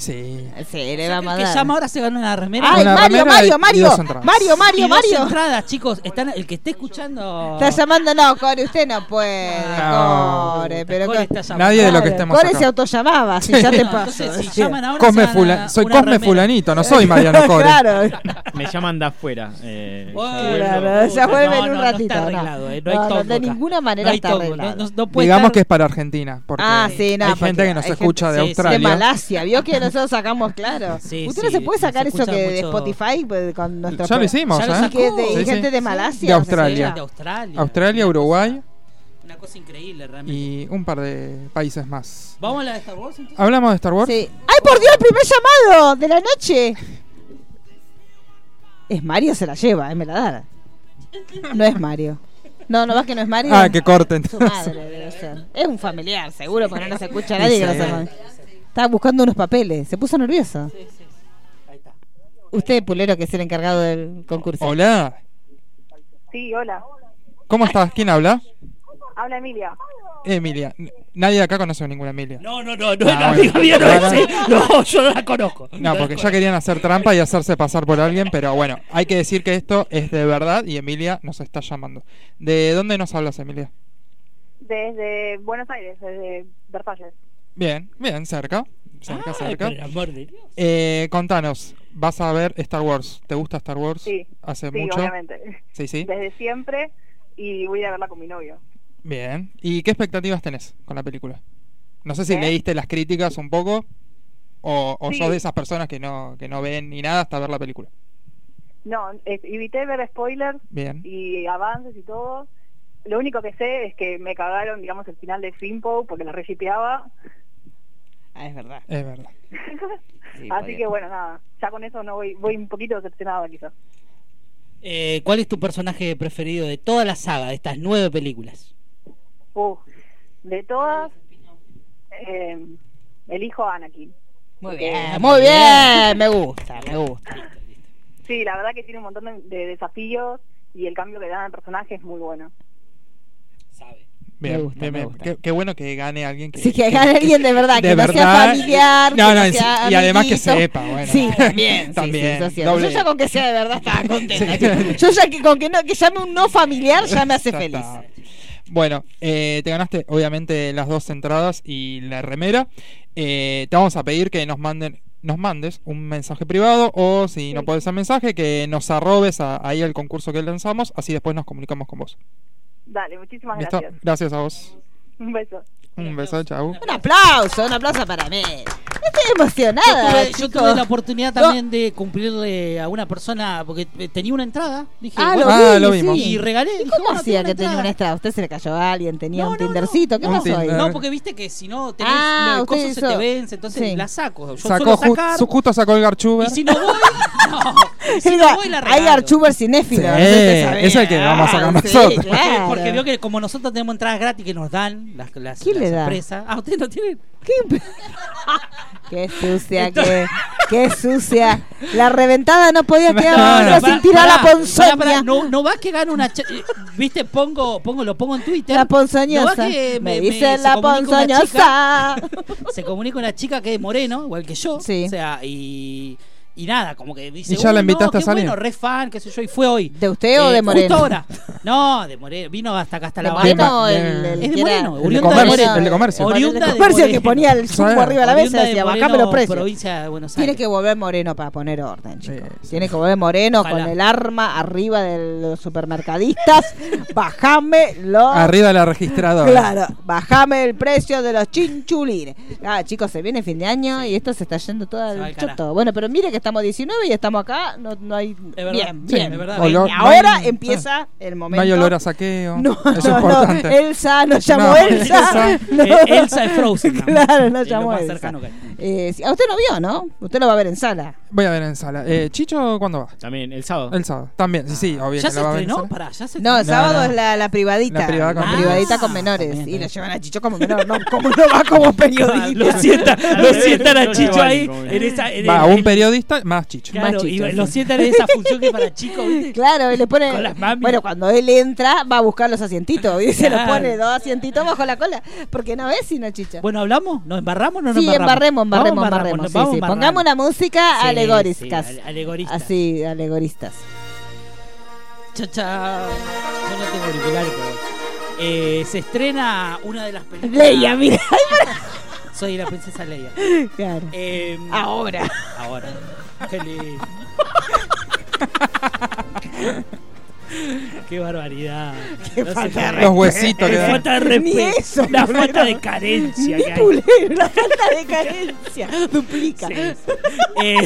sí.
Sí, le
O sea,
vamos a
que el
dar.
que llama ahora se gana una remera.
¡Ay,
Una
Mario,
remera y-
Mario,
y
Mario!
dos entradas.
Mario,
Y
Mario,
dos
Mario.
entradas, chicos. Están, el que esté escuchando.
Está llamando, no, Core, usted no puede,
No.
Core, pero
Core
Core-
está llamando.
Nadie de lo que
Claro,
estemos
Core
acá.
se autollamaba, si ya te
No,
paso.
entonces, si
Sí.
llaman ahora,
Cosme
se gana
Fula- soy
una
Cosme
remera.
Fulanito, no soy Mariano Core.
Claro.
Me llaman de afuera. eh,
Bueno,
yo vuelvo.
Claro, ya
no,
vuelve en
no,
un
no
ratito,
está
no.
arreglado, eh, no hay
No, no,
tongo
de
acá.
ninguna manera
No hay
está
tongo,
arreglado.
no- no- no puede
Digamos
estar-
que es para Argentina. Porque
Ah, sí, no,
hay
porque
gente que nos
hay
escucha de
gente- sí, sí,
De
Australia.
Malasia, vio que nosotros sacamos, claro.
Sí,
Usted
sí,
no se puede
se
sacar eso
escucha
que de
mucho-
Spotify pues, con nuestro
ya lo
pro-
hicimos,
Ya lo
¿eh?
sacó.
Que de- y
Sí, sí.
gente de
De
Malasia. no sé si
Australia.
era.
De Australia.
Australia, Uruguay
Una cosa increíble, realmente.
y un par de países más.
¿Vamos a la de Star Wars entonces?
Hablamos de Star Wars.
Sí. ¡Ay, por Dios, el primer llamado de la noche! Es Mario, se la lleva, eh, me la da. No es Mario. No, no vas que no es Mario.
Ah, que corten.
Su madre debe ser. Es un familiar, seguro, porque no se escucha a nadie que no sea madre. Estaba buscando unos papeles, se puso nervioso. Usted, Pulero, que es el encargado del concurso.
Hola.
Sí, hola.
¿Cómo estás? ¿Quién habla?
Habla Emilia.
Emilia. N- Nadie de acá conoce a ninguna Emilia.
No, no, no, no,
Ah, bueno.
no, amiga mía, no,
Ahora-
es- no, yo no la conozco.
No, porque ya querían hacer trampa y hacerse pasar por alguien, pero bueno, hay que decir que esto es de verdad y Emilia nos está llamando. ¿De dónde nos hablas, Emilia?
Desde Buenos Aires, desde Versalles.
Bien, bien, cerca. Cerca,
Ay,
cerca.
por el amor de Dios.
Eh, contanos, vas a ver Star Wars. ¿Te gusta Star Wars?
Sí,
Hace
sí,
mucho.
obviamente.
Sí, sí.
Desde siempre y voy a ir a verla con mi novio.
Bien. ¿Y qué expectativas tenés con la película? No sé si
¿Eh?
leíste las críticas un poco o, o
Sí.
sos de esas personas que no, que no ven ni nada hasta ver la película.
No, eh, evité ver spoilers
Bien.
y avances y todo. Lo único que sé es que me cagaron, digamos, el final de Finpo porque la reshipeaba.
Ah, es verdad.
Es verdad.
Sí,
Así
podía.
que bueno, nada, ya con eso no voy, voy un poquito decepcionada quizás.
Eh, ¿Cuál es tu personaje preferido de toda la saga, de estas nueve películas?
Uf, de todas, eh, elijo a Anakin.
Muy bien, muy bien. Me gusta, me gusta.
Sí, la verdad que tiene un montón de, de desafíos y el cambio que le dan al personaje es muy bueno.
Sabe.
Bien,
gusta,
bien,
me
bien.
gusta.
Qué, qué bueno que gane alguien que.
Sí, que gane alguien de verdad, que no sea familiar,
No,
que
no,
no
y-
sea
y además que
amiguito.
sepa, bueno.
Sí, también. sí,
También,
sí, eso es cierto.
doble.
Yo ya con que sea de verdad estaba contenta. Yo ya que con que, no, que llame un no familiar ya me hace
Ya
feliz.
está. Bueno, eh, te ganaste obviamente las dos entradas y la remera. Eh, te vamos a pedir que nos manden nos mandes un mensaje privado o si no podés el mensaje que nos arrobes a- ahí al concurso que lanzamos, así después nos comunicamos con vos.
Dale,
Ah,
muchísimas
¿Listo?
gracias.
Gracias a vos.
Un beso.
Un beso, chau.
Un aplauso, un aplauso para mí. Estoy emocionada.
Yo tuve, yo
chicos.
tuve la oportunidad también de cumplirle a una persona, porque eh, tenía una entrada. Dije,
Ah,
bueno,
lo,
Ah,
vi,
lo
sí.
vimos.
y regalé.
¿Y
dije,
cómo
bueno,
hacía
tengo
que tenía
entrada.
una estrada? ¿Usted se le cayó a alguien? ¿Tenía
No,
un
no, no.
tindercito? ¿Qué
Un
pasó ahí?
Tinder.
No, porque viste que si no tenés
Ah,
el coso
usted
se
hizo-
te vence, entonces
sí.
la saco. Yo
Sacó
sacó
ju-
sacar,
su- justo sacó el Garchuber.
y si no voy, no. Y si no voy, la
Hay
regalo.
Garchuber cinéfilo.
Sí,
no sé si usted sabe.
es el que vamos a sacar
Ah, sí,
nosotros.
claro.
Porque veo que como nosotros tenemos entradas gratis que nos dan las, las,
¿Quién
las
le da?
empresas. Ah, ustedes no tienen.
Qué, imp- Qué sucia, qué, qué sucia. La reventada no podía quedar
No,
otra
no,
sin tirar la
ponzoña.
ponzoña.
no, no vas que gano una. cha- eh, Viste, pongo, pongo, lo pongo en Twitter.
La
No
ponzoñosa.
va que
me,
me-
dice
me- se
la
comunica una chica.
ponzoñosa.
Se comunica una chica que es moreno, igual que yo.
Sí.
O sea, y. Y nada, como que dice.
¿Y ya la
"Uy, no,
invitaste a
qué
salir?
Bueno, re fan, qué sé yo, y fue hoy. Eh,
¿De usted o de Moreno?
Justo ahora. No, de Moreno. Vino hasta acá, hasta
De
la
Moreno,
barra.
el- el
Es de
que era-
Moreno,
de
oriunda
comercio,
de Moreno.
el de comercio.
El
Oriunda
de
de
comercio que
Moreno.
ponía el chumbo
Sí.
arriba de la
Oriunda
mesa
de
decía,
Moreno,
bájame los precios.
provincia de Buenos Aires.
Tiene que volver Moreno para poner orden, chicos.
Sí, sí.
Tiene que volver Moreno
Ojalá.
con el arma arriba de los supermercadistas. Bájame los
Arriba de la registradora.
Claro, bajame el precio de los chinchulines. Ah, chicos, se viene fin de año y esto se está yendo todo
va
al
al
choto.
carajo.
Bueno, pero mire que estamos 19 y estamos acá, no, no hay...
Es verdad.
Bien,
Sí,
bien.
es verdad.
olor-
Y
no
ahora
hay-
empieza el momento...
No hay olor a saqueo.
No,
Eso
no,
es
no,
importante.
Elsa, no llamó
No,
Elsa.
Elsa.
no.
Eh, Elsa es Frozen.
Claro, no
Es lo
llamó
más
Elsa.
cercano que hay.
Eh, sí, a usted lo vio, ¿no? Usted lo va a ver en sala.
Voy a ver en sala. Eh, ¿Chicho cuándo va?
También, el sábado.
El sábado. También, sí, sí, obvio.
¿Ya
que
se
la va a ver en sala.
estrenó? Pará, ya se
No, el
No,
sábado
no.
es la, la privadita.
La privada con
La
menores.
privadita con
Ah,
menores.
también,
Y lo
también.
llevan a Chicho como menor. No, como no va como periodista.
Lo sientan, lo sientan a Chicho ahí. En esa, en
Va,
el-
un periodista más Chicho.
Claro,
Más
y
Chicho,
lo
sí.
sientan en esa función que es para chicos, ¿viste?
Claro, y le pone.
Con las mamis.
Bueno, cuando él entra, va a buscar los asientitos. Y se los
Claro.
pone dos asientitos bajo la cola. Porque no ves sino chicha.
Bueno, ¿hablamos? ¿Nos embarramos o no nos
sí,
embarramos?
embarremos, embarremos,
Vamos,
embarremos.
nos
sí,
vamos
sí.
embarrando.
Pongamos una música
Sí,
alegoristas.
sí, ale- alegoristas.
Así, alegoristas.
Cha, cha. Yo no tengo auriculares, pero bueno. Eh, se estrena una de las películas.
Leia, mira.
Soy la princesa Leia.
Claro.
Eh,
Ahora.
Ahora. Qué lindo. Qué barbaridad. Qué
falta de
Los huesitos que
La
dan.
falta de
Ni
respeto.
eso,
la
boludo.
falta de carencia que hay.
Pulero, la falta de carencia. Duplica.
Sí, sí.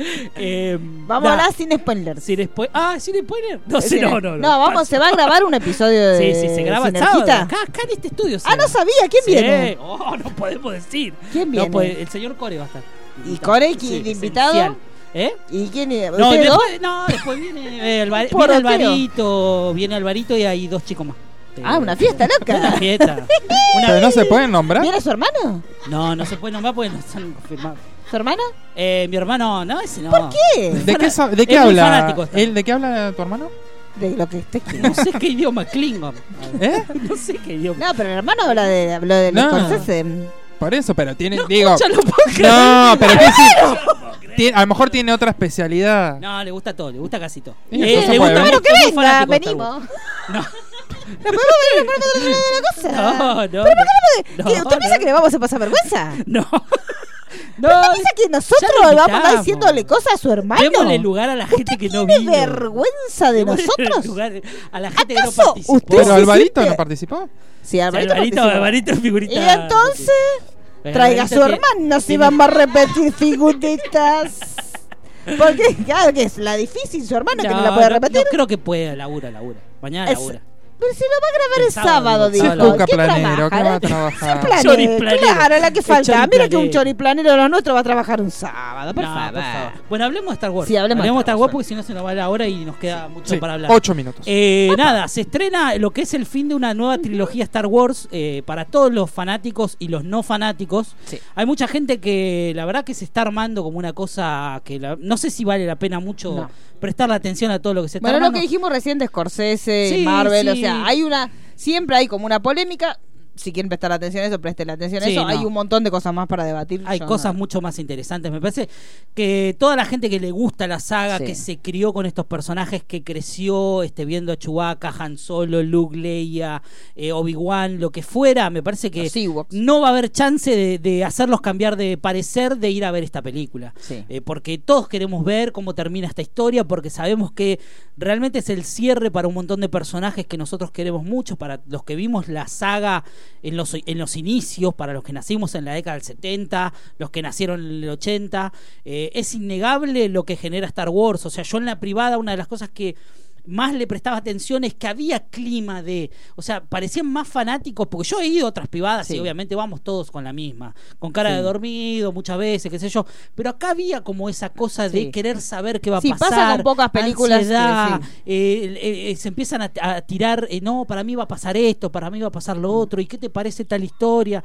Eh, eh,
Vamos a
nada.
hablar sin spoilers.
Sin spoiler. Ah, sin spoiler. No
Es
sé,
decir,
no, no.
vamos, se va a grabar un episodio de.
Sí, sí, se graba el sábado.
Sinergita.
Acá, acá en este estudio. se
Ah, no
graba.
sabía. ¿Quién
Sí.
viene?
Oh, no podemos decir.
¿Quién viene?
No puede- el señor Core va a estar.
¿Y Core, qui- de invitado?
esencial. ¿Eh?
¿Y quién es?
No,
¿Ustedes dos?
después, no, después viene, eh, Alvar-
Poroteo.
viene Alvarito, viene Alvarito y hay dos chicos más.
Ah, una fiesta
Una
loca.
fiesta. Una-
Pero no se pueden nombrar.
¿Viene su hermano?
No, no se puede nombrar porque no están confirmados.
¿Su hermano?
Eh, mi hermano, no, ese no.
¿Por qué?
¿De qué, sa- de qué
Es muy
habla?
fanático este.
¿El, ¿De qué habla tu hermano?
De lo que usted quiera.
No sé qué idioma, Klingon.
¿Eh?
No sé qué idioma.
No, pero el hermano habla de, habló de
No.
Scorsese.
Por eso, pero tiene. digo.
Ya lo puedo creer.
No, pero que sí. Tiene- a lo mejor tiene otra especialidad.
No, le gusta todo, le gusta casi todo. Eh,
Y entonces
le
puede
gusta
ver.
Pero
mucho,
que
es muy
venga,
fanático de Star Wars.
venimos. ¿Nos podemos venir con otro lado de la cosa?
No, no.
¿Pero por qué no me-
no,
¿Qué, ¿Usted
no.
piensa que le vamos a pasar vergüenza?
No.
No, ¿Usted piensa que nosotros
lo
vamos a andar
invitamos.
diciéndole cosas a su hermano?
Démosle lugar a la gente que no
¿Tiene
vino.
vergüenza de
Démosle
nosotros?
lugar a la gente que no
¿Acaso
participó.
usted
Pero
sí
Alvarito
siente-
no participó.
O
Sí,
sea,
Alvarito
Alvarito,
participó.
Alvarito es figurita.
Y entonces... Traiga a su hermano si vamos a repetir figuritas. Porque, claro, que es la difícil, su hermano que no la puede repetir.
No creo que pueda, labura, labura. Mañana
Es-
labura.
Pero si lo va a grabar el,
El
sábado,
sábado,
dijo.
sábado.
Busca
¿Qué
planero,
trabaja?
¿qué va a
¿Qué
trabajar?
planero?
Choriplanero.
Claro, la que
El
falta. Mira que un
choriplanero.
choriplanero de los nuestros va a trabajar un sábado, por
No,
favor.
Bueno, hablemos de Star Wars.
Sí, hablemos de
de
Star
Star
Wars.
Wars porque si no se nos va la hora y nos queda mucho
Sí,
para hablar.
ocho minutos.
Eh, nada, se estrena lo que es el fin de una nueva trilogía Star Wars eh, para todos los fanáticos y los no fanáticos.
Sí.
Hay mucha gente que la verdad que se está armando como una cosa que la- no sé si vale la pena mucho
No.
prestarle atención a todo lo que se está
Bueno, lo
armando.
que dijimos recién de Scorsese y
Sí,
Marvel, o
sí.
sea, hay una. Siempre hay como una polémica. Si quieren prestar atención a eso, presten atención a
Sí,
eso.
no.
Hay un montón de cosas más para debatir.
Hay
Yo
cosas
no-
mucho más interesantes. Me parece que toda la gente que le gusta la saga,
Sí.
que se crió con estos personajes, que creció este, viendo a Chewbacca, Han Solo, Luke, Leia, eh, Obi-Wan, lo que fuera, me parece que
Los Ewoks.
no va a haber chance de, de hacerlos cambiar de parecer de ir a ver esta película.
Sí.
Eh, porque todos queremos ver cómo termina esta historia, porque sabemos que realmente es el cierre para un montón de personajes que nosotros queremos mucho, para los que vimos la saga en los, en los inicios, para los que nacimos en la década del 70, los que nacieron en el 80. eh, es innegable lo que genera Star Wars. O sea, yo en la privada una de las cosas que más le prestaba atención es que había clima de, o sea, parecían más fanáticos, porque yo he ido a otras privadas
Sí.
y obviamente vamos todos con la misma, con cara de
Sí.
dormido muchas veces, qué sé yo, pero acá había como esa cosa de
Sí.
querer saber qué va a
Sí, pasa
pasar.
con pocas películas,
ansiedad,
sí,
eh, eh, eh, se empiezan a, a tirar, eh, no, para mí va a pasar esto, para mí va a pasar
Mm.
lo otro, ¿y qué te parece tal historia?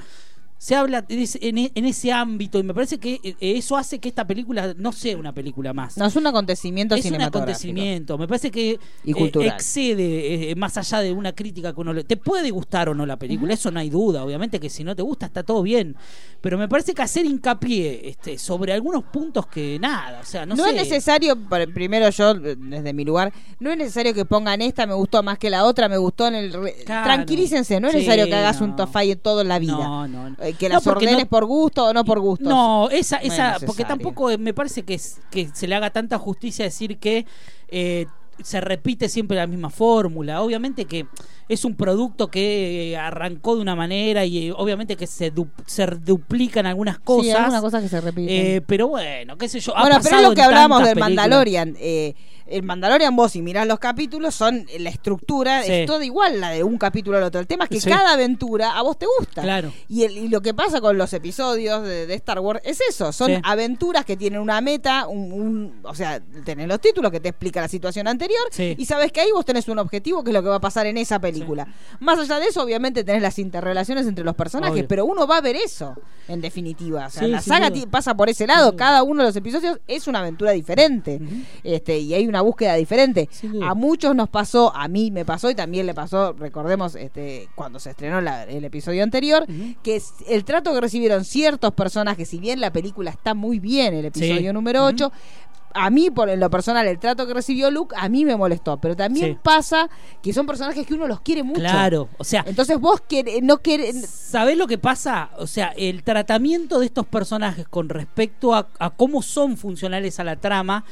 Se habla en ese, en e- en ese ámbito y me parece que eh, eso hace que esta película no sea una película más
No es un acontecimiento
es un
cinematográfico.
acontecimiento. Me parece que eh,
Y cultural.
excede, eh, más allá de una crítica que uno le... Te puede gustar o no la película, eso no hay duda. Obviamente que si no te gusta está todo bien. Pero me parece que hacer hincapié este, sobre algunos puntos que nada, o sea, no,
No,
sé.
es necesario, por- primero yo, eh, desde mi lugar, no es necesario que pongan esta, me gustó más que la otra, me gustó en el... re-
Claro.
Tranquilícense, no es
Sí,
necesario que hagas
no.
un tofay todo en la vida.
No, no, no.
Eh, Que
No,
las
porque
ordenes
no-
por gusto o no por gusto.
No, esa,
No es
esa, porque
necesario.
tampoco eh, me parece que, es- que se le haga tanta justicia decir que eh, se repite siempre la misma fórmula. Obviamente que es un producto que eh, arrancó de una manera y eh, obviamente que se, du- se duplican algunas cosas.
Sí, algunas cosas que se repiten.
Eh, pero bueno, qué sé yo. ha
bueno, pero es
pasado
lo que
en
hablamos
tantas
del
películas.
Mandalorian. eh, el Mandalorian, vos si mirás los capítulos, son la estructura,
Sí.
es toda igual la de un capítulo al otro. El tema es que
Sí.
cada aventura a vos te gusta.
Claro.
Y, el- y lo que pasa con los episodios de, de Star Wars es eso, son
Sí.
aventuras que tienen una meta, un, un- o sea, tenés los títulos que te explica la situación anterior
Sí.
y sabes que ahí vos tenés un objetivo que es lo que va a pasar en esa película. Más allá de eso, obviamente tenés las interrelaciones entre los personajes,
Obvio.
pero uno va a ver eso, en definitiva. O sea,
Sí,
la
sin
saga
duda.
ti- pasa por ese lado, cada uno de los episodios es una aventura diferente este y hay una búsqueda diferente.
Sin duda.
A muchos nos pasó, a mí me pasó y también le pasó, recordemos, este, cuando se estrenó la- el episodio anterior, que es- el trato que recibieron ciertos personajes, si bien la película está muy bien, el episodio
Sí.
número 8, a mí, por en lo personal, el trato que recibió Luke, a mí me molestó. Pero también
Sí.
pasa que son personajes que uno los quiere mucho.
Claro, o sea,
Entonces vos quer- no querés...
¿Sabés lo que pasa? O sea, el tratamiento de estos personajes con respecto a, a cómo son funcionales a la trama.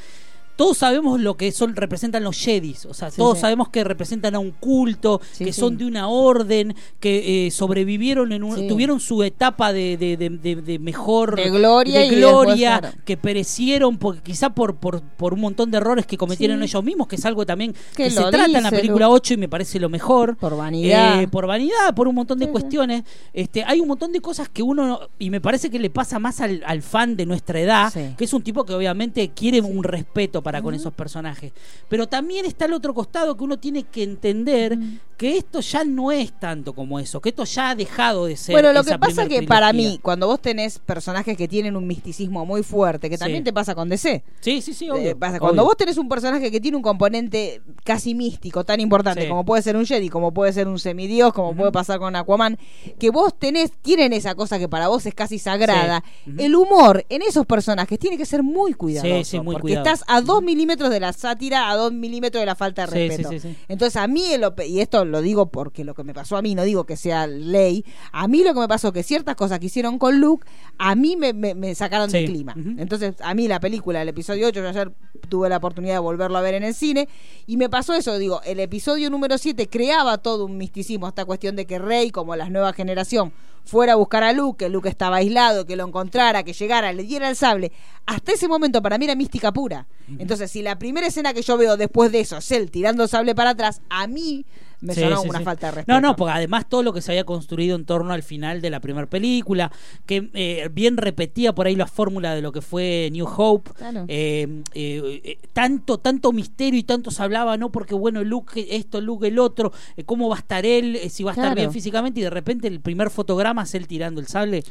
Todos sabemos lo que son representan los jedis, o sea,
Sí,
todos
sí.
sabemos que representan a un culto,
Sí,
que
sí.
son de una orden, que eh, sobrevivieron en un,
Sí.
tuvieron su etapa de, de- de- de- de mejor,
De gloria
de
y después,
gloria,
claro.
que perecieron porque quizá por, por, por un montón de errores que cometieron
Sí.
ellos mismos, que es algo también
Que
que se
lo
trata en la
dice,
película
Lu.
8 y me parece lo mejor
Por vanidad.
Eh, por vanidad, por un montón de
Sí, sí.
cuestiones. Este, hay un montón de cosas que uno, no- y me parece que le pasa más al, al fan de nuestra edad,
Sí.
que es un tipo que obviamente quiere un respeto para con esos personajes. Pero también está el otro costado que uno tiene que entender que esto ya no es tanto como eso, que esto ya ha dejado de ser.
Bueno, lo
esa
que pasa
primer
que para
trilogía.
mí, cuando vos tenés personajes que tienen un misticismo muy fuerte, que también
Sí.
te pasa con DC,
Sí, sí, sí,
Eh,
obvio,
pasa, cuando
obvio.
vos tenés un personaje que tiene un componente casi místico tan importante
Sí.
como puede ser un Jedi, como puede ser un semidios, como puede pasar con Aquaman, que vos tenés, tienen esa cosa que para vos es casi sagrada,
Ujú.
el humor en esos personajes tiene que ser muy cuidadoso,
sí, muy
porque
cuidado.
estás a dos milímetros de la sátira, a dos milímetros de la falta de
Sí, sí,
respeto.
sí, sí.
Entonces a mí, el op- y esto lo digo porque lo que me pasó a mí, no digo que sea ley, a mí lo que me pasó que ciertas cosas que hicieron con Luke, a mí me, me- me sacaron del
Sí.
clima.
Ujú.
Entonces, a mí la película, el episodio 8, yo ayer tuve la oportunidad de volverlo a ver en el cine, y me pasó eso, digo, el episodio número 7 creaba todo un misticismo, esta cuestión de que Rey, como la nueva generación, fuera a buscar a Luke, que Luke estaba aislado, que lo encontrara, que llegara, le diera el sable. Hasta ese momento para mí era mística pura. Entonces, si la primera escena que yo veo después de eso es él tirando el sable para atrás, a mí me
Sí,
sonó
sí,
una
sí.
falta de respeto.
No, no, porque además todo lo que se había construido en torno al final de la primera película, que eh, bien repetía por ahí la fórmula de lo que fue New Hope,
Claro.
eh, eh, eh, tanto, tanto misterio y tanto se hablaba, ¿no? Porque bueno, Luke esto, Luke el otro, eh, cómo va a estar él, Eh, si va a estar
Claro.
bien físicamente, y de repente el primer fotograma es él tirando el sable.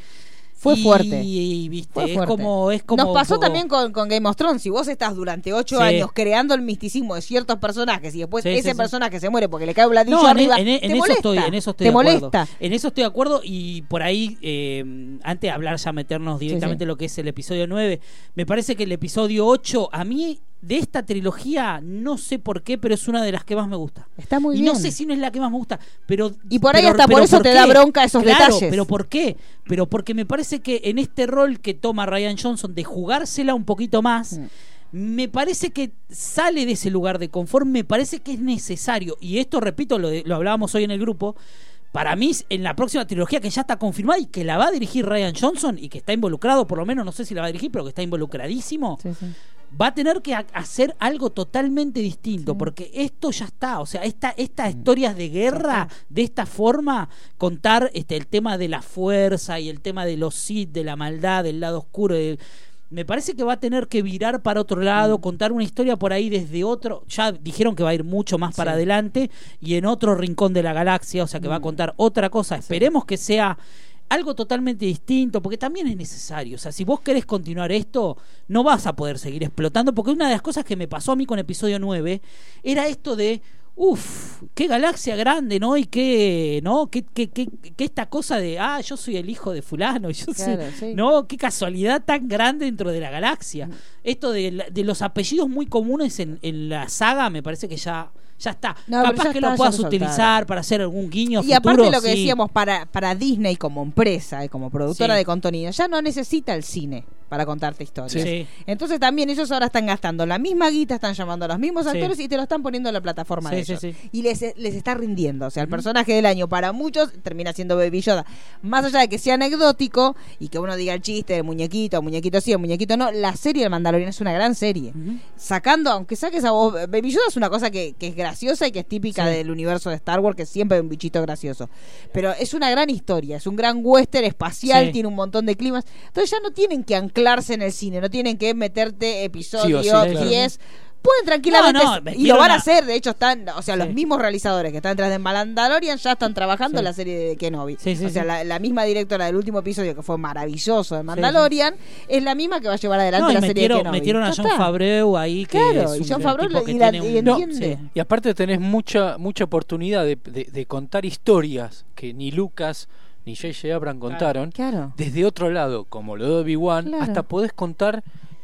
Fue
Y-
fuerte.
Y, viste,
Fue
es
fuerte.
como, es como.
Nos
un
pasó
poco-
también con, con Game of Thrones. Si vos estás durante ocho
Sí.
años creando el misticismo de ciertos personajes y después
Sí, sí,
ese
sí.
personaje se muere porque le cae un ladrillo
No, en, e-
arriba,
en- en
te
eso
molesta.
estoy, en eso estoy
te
de acuerdo.
molesta.
En eso estoy de acuerdo y por ahí, eh, antes de hablar ya meternos directamente
sí.
lo que es el episodio 9, me parece que el episodio 8, a mí de esta trilogía, no sé por qué, pero es una de las que más me gusta.
Está muy
y
bien.
no sé si no es la que más me gusta, pero...
Y por ahí
pero-
hasta por
pero
eso te da
qué?
bronca esos
Claro,
detalles.
pero ¿por qué? Pero porque me parece que en este rol que toma Ryan Johnson de jugársela un poquito más,
Mm.
me parece que sale de ese lugar de confort, me parece que es necesario. Y esto, repito, lo, de- lo hablábamos hoy en el grupo, Para mí, en la próxima trilogía que ya está confirmada y que la va a dirigir Ryan Johnson y que está involucrado, por lo menos, no sé si la va a dirigir, pero que está involucradísimo,
Sí, sí.
va a tener que ha- hacer algo totalmente distinto, porque esto ya está, o sea, esta, estas historias de guerra, de esta forma, contar este, el tema de la fuerza y el tema de los Sith, de la maldad, del lado oscuro, del- me parece que va a tener que virar para otro lado, contar una historia por ahí desde otro, ya dijeron que va a ir mucho más para adelante y en otro rincón de la galaxia, o sea que va a contar otra cosa, esperemos que sea algo totalmente distinto, porque también es necesario. O sea, si vos querés continuar esto, no vas a poder seguir explotando, porque una de las cosas que me pasó a mí con episodio 9 era esto de, uff, qué galaxia grande, ¿no? Y qué, ¿no? Qué, qué, qué- qué esta cosa de, ah, yo soy el hijo de fulano, y yo
Claro,
soy...
sí. Mm.
No, qué casualidad tan grande dentro de la galaxia. Esto de, la- de los apellidos muy comunes en, en la saga, me parece que ya... Ya está.
No, pero
Capaz
ya
que
está, ya
lo puedas
lo soltaron.
utilizar para hacer algún guiño.
Y aparte
futuro,
lo que
sí.
decíamos para, para Disney como empresa y como productora
Sí.
de contenido, ya no necesita el cine para contarte historias.
Sí.
Entonces también ellos ahora están gastando la misma guita, están llamando a los mismos
Sí.
actores y te lo están poniendo en la plataforma
Sí,
de
sí,
ellos.
sí.
Y les, les está rindiendo. O sea, el personaje del año para muchos termina siendo Baby Yoda. Más allá de que sea anecdótico y que uno diga el chiste del muñequito, muñequito sí, el muñequito no, la serie del Mandalorian es una gran serie. Sacando, aunque saques a vos, Baby Yoda es una cosa que, que es graciosa y que es típica del universo de Star Wars, que siempre hay un bichito gracioso. Pero es una gran historia, es un gran western espacial,
Sí.
tiene un montón de climas. Entonces ya no tienen que anclarse en el cine, no tienen que meterte episodios
Sí o sí, claro.
10. Pueden tranquilamente.
No, no,
y lo
metieron
van a
a-
hacer, de hecho, están. O sea, los
Sí.
mismos realizadores que están detrás de Mandalorian ya están trabajando
Sí.
en la serie de Kenobi.
Sí, sí,
o sea,
sí.
la, la misma directora del último episodio, que fue maravilloso de Mandalorian, es la misma que va a llevar adelante
No, y
la serie de
metieron,
Kenobi.
metieron a
Ya
John
está.
Fabreu ahí que
Claro,
es
y
un
John Fabreu
tipo
lo-
que
y la-
tiene
y
un-
entiende.
Sí.
Y aparte tenés mucha mucha oportunidad de, de- de contar historias que ni Lucas ni J.J. Abrams contaron
Claro.
desde otro lado, como lo de Obi-Wan,
Claro.
hasta podés contar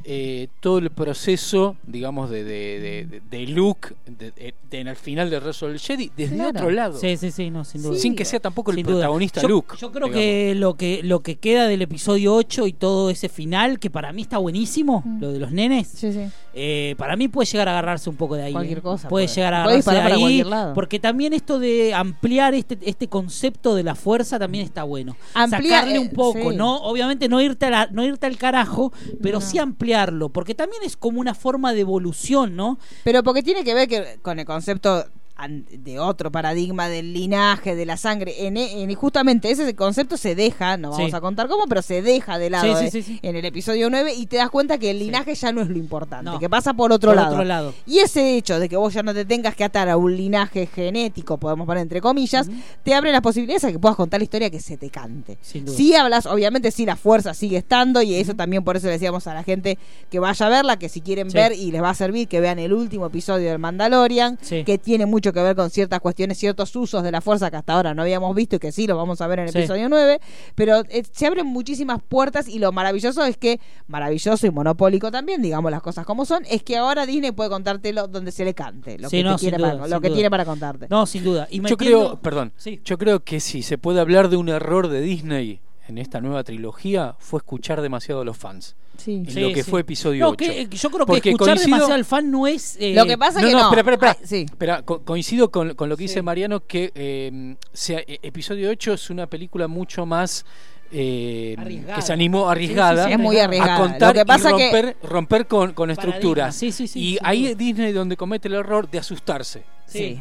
eh, todo el proceso, digamos, de, de, de- de- de Luke de- de- de- en el final de Resolve Jedi desde
Claro.
otro lado.
Sí, sí, sí, no, sin duda.
Sin que sea tampoco el
Sin duda.
protagonista
yo,
Luke.
Yo creo
digamos.
que lo que lo que queda del episodio 8 y todo ese final, que para mí está buenísimo,
Mm.
lo de los nenes,
Sí, sí.
eh, para mí puede llegar a agarrarse un poco de ahí.
Cualquier
eh.
cosa
Puede
puede.
llegar a agarrarse de
Puede disparar para
ahí.
cualquier lado.
Porque también esto de ampliar este, este concepto de la fuerza también está bueno.
Ampliar, eh,
Sacarle un poco,
sí.
¿no? Obviamente no irte, a la- no irte al carajo, pero sí ampliarlo. Porque también es como una forma de evolución, ¿no?
Pero porque tiene que ver que, con el concepto an- de otro paradigma del linaje, de la sangre. En, e- en- justamente ese concepto se deja, no vamos
Sí.
a contar cómo, pero se deja de lado
Sí, sí,
eh,
sí, sí.
en el episodio 9 y te das cuenta que el linaje ya no es lo importante,
No.
que pasa por otro,
Por
lado.
otro lado.
Y ese hecho de que vos ya no te tengas que atar a un linaje genético, podemos poner entre comillas, te abre las posibilidades a que puedas contar la historia que se te cante.
Sin duda.
Si hablas, obviamente sí, la fuerza sigue estando y eso también por eso le decíamos a la gente que vaya a verla, que si quieren
Sí.
ver y les va a servir, que vean el último episodio del Mandalorian,
Sí.
que tiene mucho que ver con ciertas cuestiones, ciertos usos de la fuerza que hasta ahora no habíamos visto y que sí lo vamos a ver en el
Sí.
episodio 9, pero eh, se abren muchísimas puertas y lo maravilloso es que, maravilloso y monopólico también, digamos las cosas como son, es que ahora Disney puede contártelo donde se le cante, lo
Sí,
que, te
no, sin
quiere
duda,
para-
sin
lo que
duda.
tiene para contarte.
No, sin duda. Y
Yo
metiendo-
creo, perdón,
Sí.
yo creo que si se puede hablar de un error de Disney en esta nueva trilogía fue escuchar demasiado a los fans.
Sí.
En
Sí,
lo que
sí.
fue episodio
No,
8.
que, eh, yo creo que
Porque
escuchar
coincido-
demasiado al fan no es. eh,
Lo que pasa
no,
que
no,
no.
espera, espera, espera.
Ay, sí.
Espera, co- coincido con, con lo que dice Mariano, que eh, sea, eh, episodio 8 es una película mucho más... eh,
Arriesgada.
que se animó
Sí,
arriesgada
sí, es muy arriesgada.
a contar
Lo que pasa
y
que-
romper, romper con, con
Paradigma.
estructuras
Sí, sí, sí,
y
sin
ahí
duda.
es Disney donde comete el error de asustarse
Sí.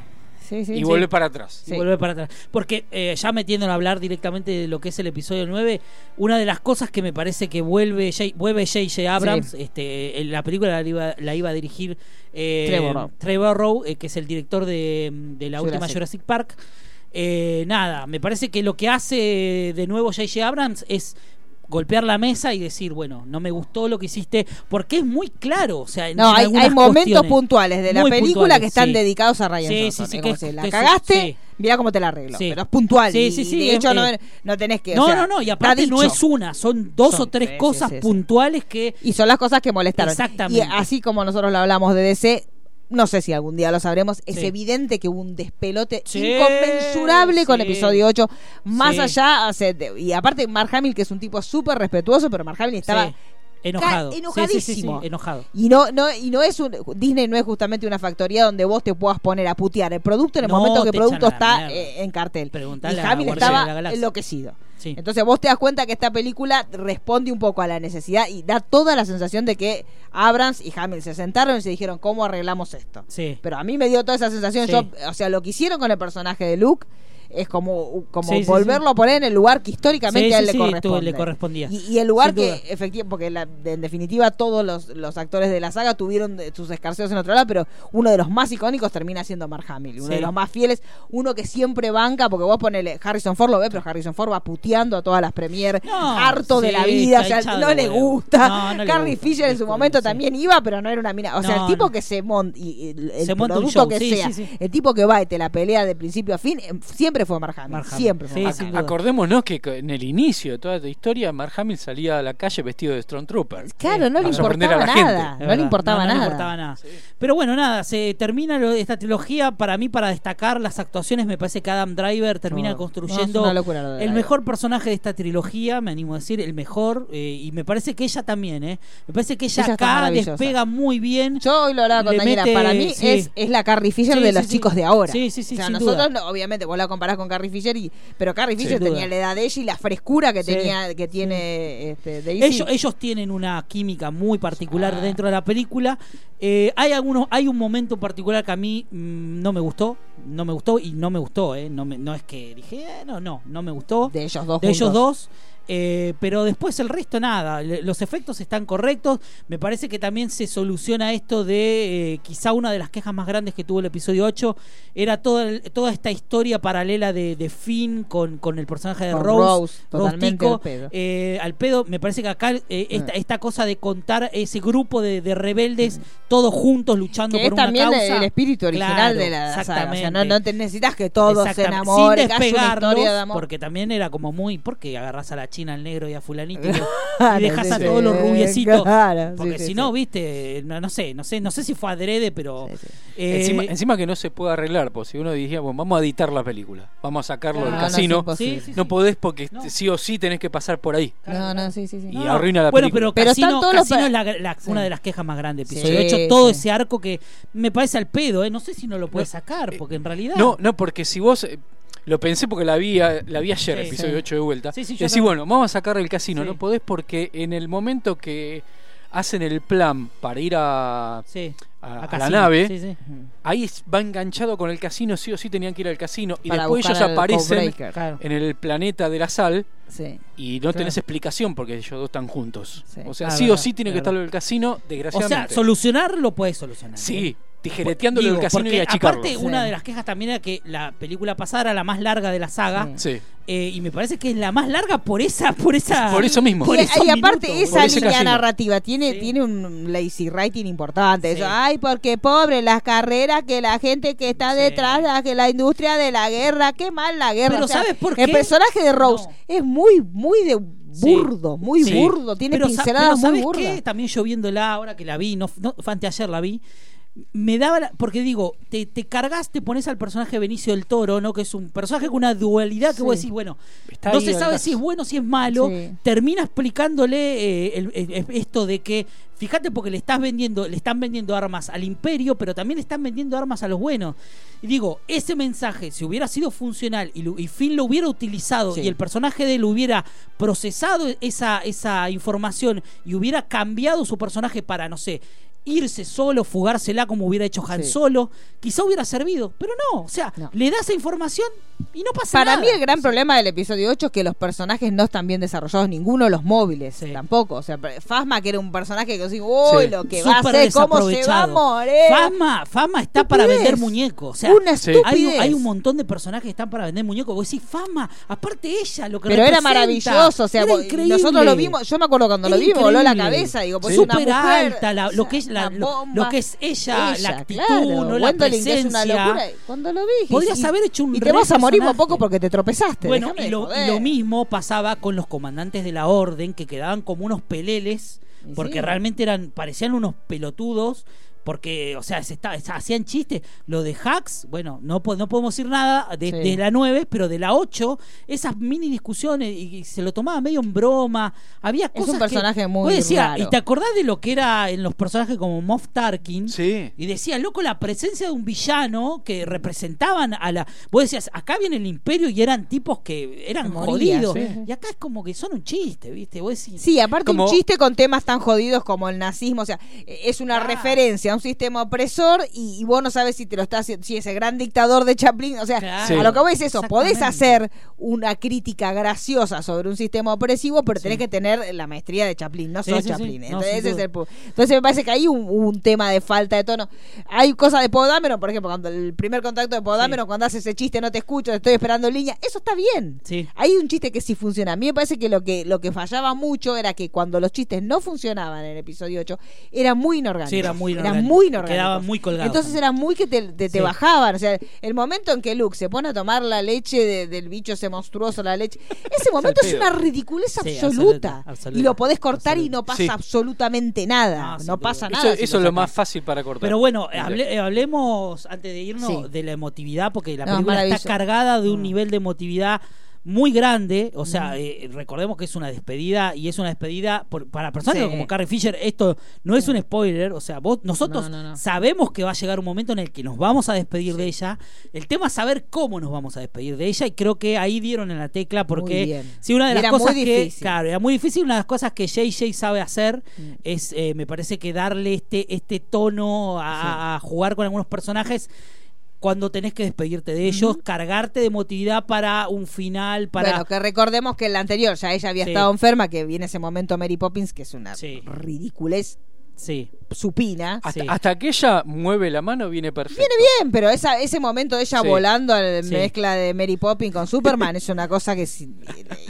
Sí, sí,
y
sí.
vuelve para atrás
y
Sí.
volver para atrás. Porque eh, ya metiéndolo a hablar directamente de lo que es el episodio 9, una de las cosas que me parece que vuelve J- vuelve J.J. Abrams, este, en la película la iba, la iba a dirigir eh,
Trevor Rowe.
Rowe, eh, que es el director de, de la última
Jurassic.
Jurassic Park. Eh, nada, me parece que lo que hace de nuevo J.J. Abrams es golpear la mesa y decir, bueno, no me gustó lo que hiciste, porque es muy claro, o sea, en-
No,
en
hay,
algunas
hay momentos
cuestiones.
puntuales de la
Muy
película
puntuales,
que están
sí.
dedicados a Ryan
Sí,
Johnson.
sí, sí,
Es
que
como
es-
si la
que es-
cagaste,
sí.
mirá cómo te la arreglo.
Sí,
Pero es puntual.
sí, sí,
y
sí,
de hecho,
es-
no,
eh,
no tenés que. o
No,
sea,
no, no, y
está
aparte no
dicho.
es una, son dos
Son
o tres
tres, sí,
cosas
sí, sí.
puntuales que
Y son las cosas que molestaron.
Exactamente.
Y así como nosotros lo hablamos de DC. No sé si algún día lo sabremos. Es
Sí.
evidente que hubo un despelote
Sí,
inconmensurable con
sí.
episodio 8. Más
Sí.
allá, o sea, de- y aparte, Mark Hamill, que es un tipo súper respetuoso, pero Mark Hamill estaba
Sí. Enojado.
Ca-
Sí,
enojadísimo.
sí, sí, sí, enojado.
Y no, no, y no es un, Disney no es justamente una factoría donde vos te puedas poner a putear el producto en el
No,
momento que el
te
producto
echan a la
está
mierda.
eh, en cartel.
Preguntale
y
a
Hamill
Guardianes de la
estaba
Galaxia.
enloquecido.
Sí.
Entonces vos te das cuenta que esta película responde un poco a la necesidad y da toda la sensación de que Abrams y Hamill se sentaron y se dijeron cómo arreglamos esto.
Sí.
Pero a mí me dio toda esa sensación.
Sí.
Yo, o sea, lo que hicieron con el personaje de Luke es como, como
Sí, sí,
volverlo
sí.
a poner en el lugar que históricamente
Sí,
a él
sí,
le
sí, tú-
corresponde.
le correspondía.
Y, y el lugar
Sin duda.
que, efectivamente, porque la- de- en definitiva todos los, los actores de la saga tuvieron de- sus escarceos en otro lado, pero uno de los más icónicos termina siendo Mark Hamill, uno
Sí.
de los más fieles, uno que siempre banca, porque vos ponele, Harrison Ford lo ve, pero Harrison Ford va puteando a todas las premier,
No,
harto de
sí,
la vida, o
está
sea,
hinchado
no
de
le
huevo.
gusta.
No, no le
Carrie
gusta,
Fisher en su
disculpe,
momento
sí.
también iba, pero no era una mina, o sea,
No,
el tipo
no.
que se monta, y, y- el
Se monta un
producto
show,
que
sí,
sea,
sí, sí.
el tipo que va y te la pelea de principio a fin, eh, siempre fue Mark Hamill,
Mark Hamill.
siempre fue
Sí,
Mark
sin
Hamill.
duda.
Acordémonos que co- en el inicio de toda esta historia, Mark Hamill salía a la calle vestido de Stormtrooper.
Claro, no
Para
le
sorprender a
importaba
la
nada,
gente.
Es
no le
verdad.
importaba
No, no le
nada.
importaba nada. Pero bueno, nada, se termina lo- esta trilogía para mí para destacar las actuaciones. Me parece que Adam Driver termina
No,
construyendo
no, es una locura lo de
el
Driver.
mejor personaje de esta trilogía, me animo a decir, el mejor. eh, y me parece que ella también, ¿eh? Me parece que ella,
Ella está
acá
maravillosa.
despega muy bien.
Yo hoy lo hablaba con
Le
Daniela,
mete-
para mí
sí.
es, es la Carrie Fisher
Sí,
de
sí,
los
sí.
chicos de ahora.
Sí, sí, sí,
O sea,
sin
nosotros,
duda.
no- obviamente, vos la comparás con Carrie Fisher, y, pero Carrie
Sin
Fisher
duda.
tenía la edad de ella y la frescura que
Sí.
tenía que tiene este, Ah. Daisy.
Ellos, ellos tienen una química muy particular dentro de la película. Eh, hay algunos, hay un momento en particular que a mí mm, no me gustó, no me gustó y no me gustó, eh. no, me- no es que dije, eh, no, no, no me gustó.
de ellos dos.
de ellos dos.
juntos.
eh, pero después el resto nada, Le- los efectos están correctos, me parece que también se soluciona esto de eh, quizá una de las quejas más grandes que tuvo el episodio 8 era toda, el- toda esta historia paralela de, de Finn con, con el personaje de
Con
Rose,
Rose, totalmente
Tico,
al pedo.
eh, al pedo. me parece que acá eh, esta, esta cosa de contar ese grupo de, de rebeldes todos juntos luchando
Que
por
es
una
también
causa.
el espíritu original
Claro,
de la saga. O sea, no,
exactamente.
no te necesitas que todos se
Exactamente.
enamoren,
sin
que haya una
despegarlos,
historia de amor.
porque también era como muy, ¿por qué agarras a la china, al negro y a fulanito? y
Claro,
dejas a
sí,
todos
sí.
los rubiecitos.
Claro, sí,
porque
sí,
si
sí.
no, viste, no, no sé, no sé, no sé si fue adrede, pero
Sí, sí.
eh,
encima, encima que no se puede arreglar, porque si uno dijera, bueno, vamos a editar la película, vamos a sacarlo
No,
Ah,
del
no, es
casino, no,
imposible.
Sí,
podés porque
No.
sí o sí tenés que pasar por ahí.
No, no, sí, sí, sí.
Y arruina la
bueno,
película.
pero,
Pero
Casino,
están todos los
Casino
pa-
es la, la-
Sí.
una de las quejas más grandes
Sí,
episodio. De hecho, todo
sí.
ese arco que me parece al pedo, ¿eh? No sé si no lo puedes
eh,
sacar, porque en realidad.
No, no, porque si vos. eh, Lo pensé porque la vi, a- la vi ayer,
Sí, sí.
episodio 8 de vuelta.
Sí, sí, yo
Decís,
también.
bueno, vamos a sacar el casino.
Sí.
No podés porque en el momento que hacen el plan para ir a, a-
Sí.
a
a
la
Casino.
nave,
Sí, sí.
ahí es- va enganchado con el casino. Sí o sí tenían que ir al casino. Y
Para
después
buscar
ellos
al
aparecen
Codebreaker.
Claro.
en el planeta de la sal
Sí.
y no tenés explicación porque ellos dos están juntos.
Sí.
O sea,
Ah,
sí o
verdad,
sí tiene
es
que estar
verdad.
el casino,
O
desgraciadamente.
sea, solucionar lo puedes solucionar. ¿eh?
sí, tijereteándolo
Digo,
el casino
porque
y achicarlo.
Aparte, una de las quejas también era que la película pasada era la más larga de la saga.
Sí.
eh, y me parece que es la más larga por esa, por esa.
Por eso mismo.
por
Y-
esos
y aparte
minutos,
esa
por ese
línea
casino.
narrativa tiene
Sí.
tiene un lazy writing importante.
Sí.
Eso, Ay, porque pobre las carreras que la gente que está
Sí.
detrás, la, que la industria de la guerra, qué mal la guerra.
Pero
O sea,
¿sabes por
El
qué?
personaje de Rose
No.
es muy muy de
Sí.
burdo, muy
Sí.
burdo, tiene
Pero sa-
pinceladas
pero
muy
¿sabes
burdas.
qué? También yo viéndola ahora que la vi, no, no fue anteayer la vi. Me daba la- porque digo, te, te cargas, te pones al personaje Benicio del Toro, ¿no? Que es un personaje con una dualidad que
Sí.
vos decís, bueno,
Está
no
ahí
se
al
sabe
gas.
si es bueno, si es malo.
Sí.
Termina explicándole eh, el- el- esto de que, fíjate, porque le estás vendiendo, le están vendiendo armas al imperio, pero también le están vendiendo armas a los buenos. Y digo, ese mensaje, si hubiera sido funcional y, lo- y Finn lo hubiera utilizado
Sí.
y el personaje de él hubiera procesado esa, esa información y hubiera cambiado su personaje para, no sé, irse solo, fugársela como hubiera hecho Han
Sí.
Solo, quizá hubiera servido, pero no, o sea,
No.
le da esa información y no pasa
Para
nada.
mí el gran problema del episodio 8 es que los personajes no están bien desarrollados, ninguno de los móviles
Sí.
tampoco. O sea, Fasma que era un personaje que decís, uy,
Sí.
lo que va a
Súper
hacer, cómo se va a
desaprovechado.
morir.
Fama, fama está para
Estupidez.
vender muñecos. O sea,
Una
Sí. hay un-
hay, un-
estupidez.
hay un montón de personajes que están para vender muñecos. Vos decís, fama, aparte ella, lo que
Pero era
representa.
maravilloso, o sea,
Era
vos-
increíble.
nosotros lo vimos, yo me acuerdo cuando lo
Era
vi, me voló la
increíble.
cabeza, digo, pues
Sí.
es una
Súper
mujer,
alta, la-
o sea,
lo, que es, la-
una
lo,
bomba.
lo que es ella, la
Ella,
actitud,
claro,
no la
Wendolyn, que es
presencia.
una locura. Wendolyn lo vi,
Podrías
y-
haber hecho un
Y te
re
vas a morir por
personaje.
poco porque te tropezaste.
Bueno,
déjame
y
de
lo, y
joder.
lo mismo pasaba con los comandantes de la orden que quedaban como unos peleles,
Y
porque
sí.
realmente eran parecían unos pelotudos. Porque, o sea, se está, se hacían chistes. Lo de Hacks, bueno, no, po- no podemos decir nada de,
Sí.
de la 9, pero de la 8, esas mini discusiones, y, y se lo tomaba medio en broma. Había
Es
cosas.
un
que-
personaje muy
vos decías,
raro.
¿y te acordás de lo que era en los personajes como Moff Tarkin?
Sí.
Y decía, loco, la presencia de un villano que representaban a la. Vos decías, acá viene el imperio y eran tipos que eran
Moría,
jodidos.
sí.
Y acá es como que son un chiste, ¿viste? Vos decís,
Sí, aparte
Como-
un chiste con temas tan jodidos como el nazismo, o sea, eh, es una referencia a un sistema opresor y, y vos no sabes si te lo está haciendo, si ese gran dictador de Chaplin, o sea,
Claro.
Sí.
a lo que voy es eso, podés
Exactamente.
hacer una crítica graciosa sobre un sistema opresivo, pero tenés que tener la maestría de Chaplin, no
Sí,
sos
sí, sí.
Chaplin.
No,
Entonces,
sin
ese es
duda.
el pu- Entonces me parece que hay un, un tema de falta de tono. Hay cosas de Podámero, por ejemplo, cuando el primer contacto de Podámero, cuando hace ese chiste, no te escucho, te estoy esperando en línea, eso está bien.
Sí.
Hay un chiste que sí funciona. A mí me parece que lo que lo que fallaba mucho era que cuando los chistes no funcionaban en el episodio 8, era muy inorgánico.
Sí, era muy
Era
inorgánico.
muy inorgánico.
Quedaba muy colgado
Entonces
también.
era muy que te, te- te
Sí.
bajaban. O sea, el momento en que Luke se pone a tomar la leche de- del bicho ese monstruoso, la leche. Ese momento es
pedo.
una ridiculez
Sí,
absoluta.
absoluta, absoluta.
y lo podés cortar y no pasa
Sí.
absolutamente nada.
Ah, sin
no
duda.
pasa
Eso,
nada. si
eso es lo
sacás.
más fácil para cortar.
Pero bueno, eh,
Mira.
hable- eh, hablemos antes de irnos
Sí.
de la emotividad, porque la
No, es
película
maravilloso.
está cargada de un nivel de emotividad muy grande. O sea,
Mm.
eh, recordemos que es una despedida y es una despedida por- para personas
Sí.
como Carrie Fisher. Esto no es un spoiler. O sea, vos, nosotros
No, no, no.
sabemos que va a llegar un momento en el que nos vamos a despedir de ella. El tema es saber cómo nos vamos a despedir de ella y creo que ahí dieron en la tecla porque
bien.
si una de
Y
las
era
cosas
muy
que
difícil.
claro era muy difícil una de las cosas que JJ sabe hacer es eh, me parece que darle este este tono a, a jugar con algunos personajes cuando tenés que despedirte de ellos cargarte de emotividad para un final para
Bueno, que recordemos que en la anterior ya ella había
Sí.
estado enferma, que viene ese momento Mary Poppins, que es una
Sí.
ridiculez
sí
supina.
hasta,
sí.
hasta que ella mueve la mano, viene perfecto.
Viene bien, pero esa, ese momento de ella
Sí.
volando al
Sí.
mezcla de Mary Poppins con Superman es una cosa que es,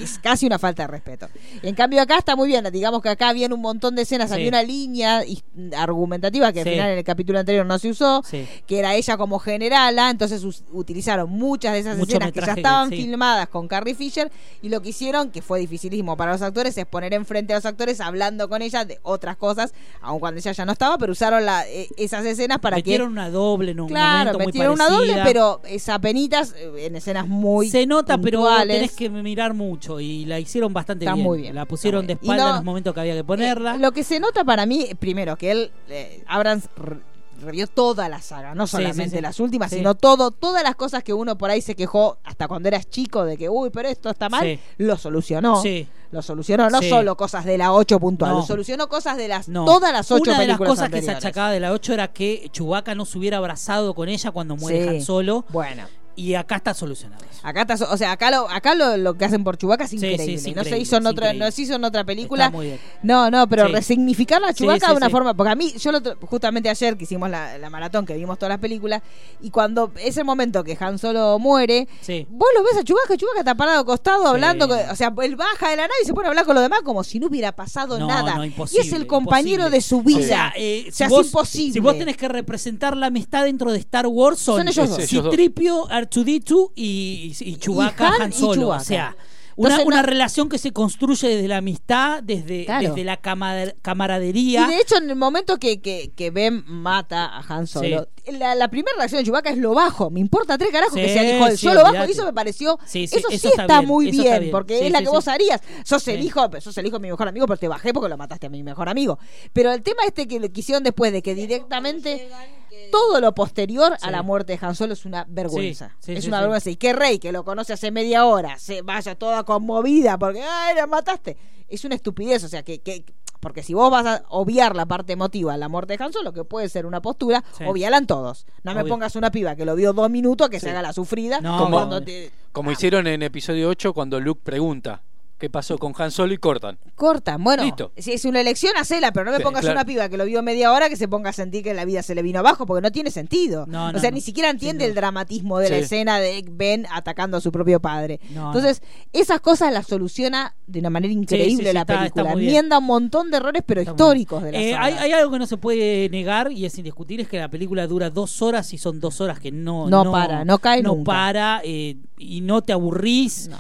es casi una falta de respeto. En cambio acá está muy bien, digamos que acá viene un montón de escenas,
Sí.
había una línea his- argumentativa que al
Sí.
final en el capítulo anterior no se usó,
sí
que era ella como generala, entonces us- utilizaron muchas de esas
Mucho
escenas que ya
metraje,
estaban
sí.
filmadas con Carrie Fisher y lo que hicieron, que fue dificilísimo para los actores, es poner enfrente a los actores hablando con ella de otras cosas, aun cuando ella ya no estaba, pero usaron la- e- esas escenas para que
metieron una doble en un
Claro,
momento muy
metieron una doble,
parecida.
pero es apenitas eh, en escenas muy
se nota pero
puntuales.
tenés que mirar mucho y la hicieron bastante
Está
bien.
muy bien,
la
está
pusieron
muy
de
bien. Y
espalda
no-
en los momentos que había que ponerla
Eh, lo que se nota para mí, primero, que él, eh, Abrams re- revió toda la saga, no
Sí, sí,
solamente
sí.
las últimas,
Sí.
sino todo, todas las cosas que uno por ahí se quejó hasta cuando eras chico de que, uy, pero esto está mal,
Sí.
lo solucionó.
sí
Lo solucionó, no
Sí.
solo cosas de la 8 puntual,
No.
lo solucionó cosas de las
No.
todas las 8
Una de las
películas
cosas que
anteriores.
se achacaba de la 8 era que Chewbacca no se hubiera abrazado con ella cuando muere
Sí.
Han Solo.
Bueno,
Y acá está solucionado. eso.
Acá está, so- o sea, acá lo, acá lo, lo que hacen por Chewbacca es
Sí, sí,
increíble.
es
no se
increíble,
hizo en
es
otra, no
increíble.
se hizo en otra película.
Está muy bien.
No, no, pero
Sí.
resignificar a
Sí,
Chewbacca
sí,
de una
sí.
forma. Porque a mí, yo lo otro- justamente ayer que hicimos la, la maratón, que vimos todas las películas, y cuando es el momento que Han Solo muere,
Sí.
vos lo ves a Chewbacca, Chewbacca está parado acostado hablando. con-
Sí.
o sea, él baja de la nave y se pone a hablar con los demás como si no hubiera pasado
No,
nada.
no,
y es
imposible,
el compañero
imposible.
de su
O
vida.
sea, eh,
se hace
vos-
imposible.
Si vos tenés que representar la amistad dentro de Star Wars, son, eh,
Son ellos dos.
ellos dos.
Citripio, Artuditu y, y, y Chewbacca,
Han
Han,
y
Solo.
Chewbacca.
O sea, una,
Entonces,
una
no-
relación que se construye desde la amistad, desde,
Claro.
desde la cama-
Y
camaradería.
de hecho, en el momento que, que, que Ben mata a Han Solo, la, la primera reacción de Chewbacca es lo bajo. Me importa tres carajos que
Sí,
sea el hijo del
sí,
solo bajo.
olvídate.
Y eso me pareció.
Sí, sí,
eso sí
eso
está,
está bien,
muy
eso
bien,
está bien.
porque
Sí,
es la
sí,
que vos
sí.
harías. Sos el
Sí.
hijo, sos el hijo de mi mejor amigo, pero te bajé porque lo mataste a mi mejor amigo. Pero el tema este que le quisieron después de que directamente. Todo lo posterior a
Sí.
la muerte de Han Solo es una vergüenza.
Sí, sí,
es
sí,
una
sí.
vergüenza. Y que Rey, que lo conoce hace media hora, se vaya toda conmovida porque, ay, la mataste. Es una estupidez. O sea, que, que- porque si vos vas a obviar la parte emotiva, la muerte de Han Solo, que puede ser una postura,
Sí.
obvialan todos. No me
Obvio.
pongas una piba que lo vio dos minutos, que se
Sí.
haga la sufrida.
No,
Como-
cuando te-
Como hicieron en episodio 8 cuando Luke pregunta qué pasó con Han Solo y cortan.
Cortan, bueno,
Listo.
si es una elección, hacela, pero no me
Sí,
pongas
claro.
una piba que lo vio media hora que se ponga a sentir que la vida se le vino abajo, porque no tiene sentido.
No,
o
no,
sea,
no,
ni siquiera entiende
sin
el
duda.
dramatismo de la
Sí.
escena de Ben atacando a su propio padre.
No,
Entonces, esas cosas las soluciona de una manera increíble
sí, sí,
la
está- está
película.
muy bien.
Enmienda un montón de errores, pero
Está muy
históricos de la
Eh,
saga.
hay, hay algo que no se puede negar y es indiscutible es que la película dura dos horas y son dos horas que no
No para, no cae
no
nunca.
para eh, y no te aburrís
No.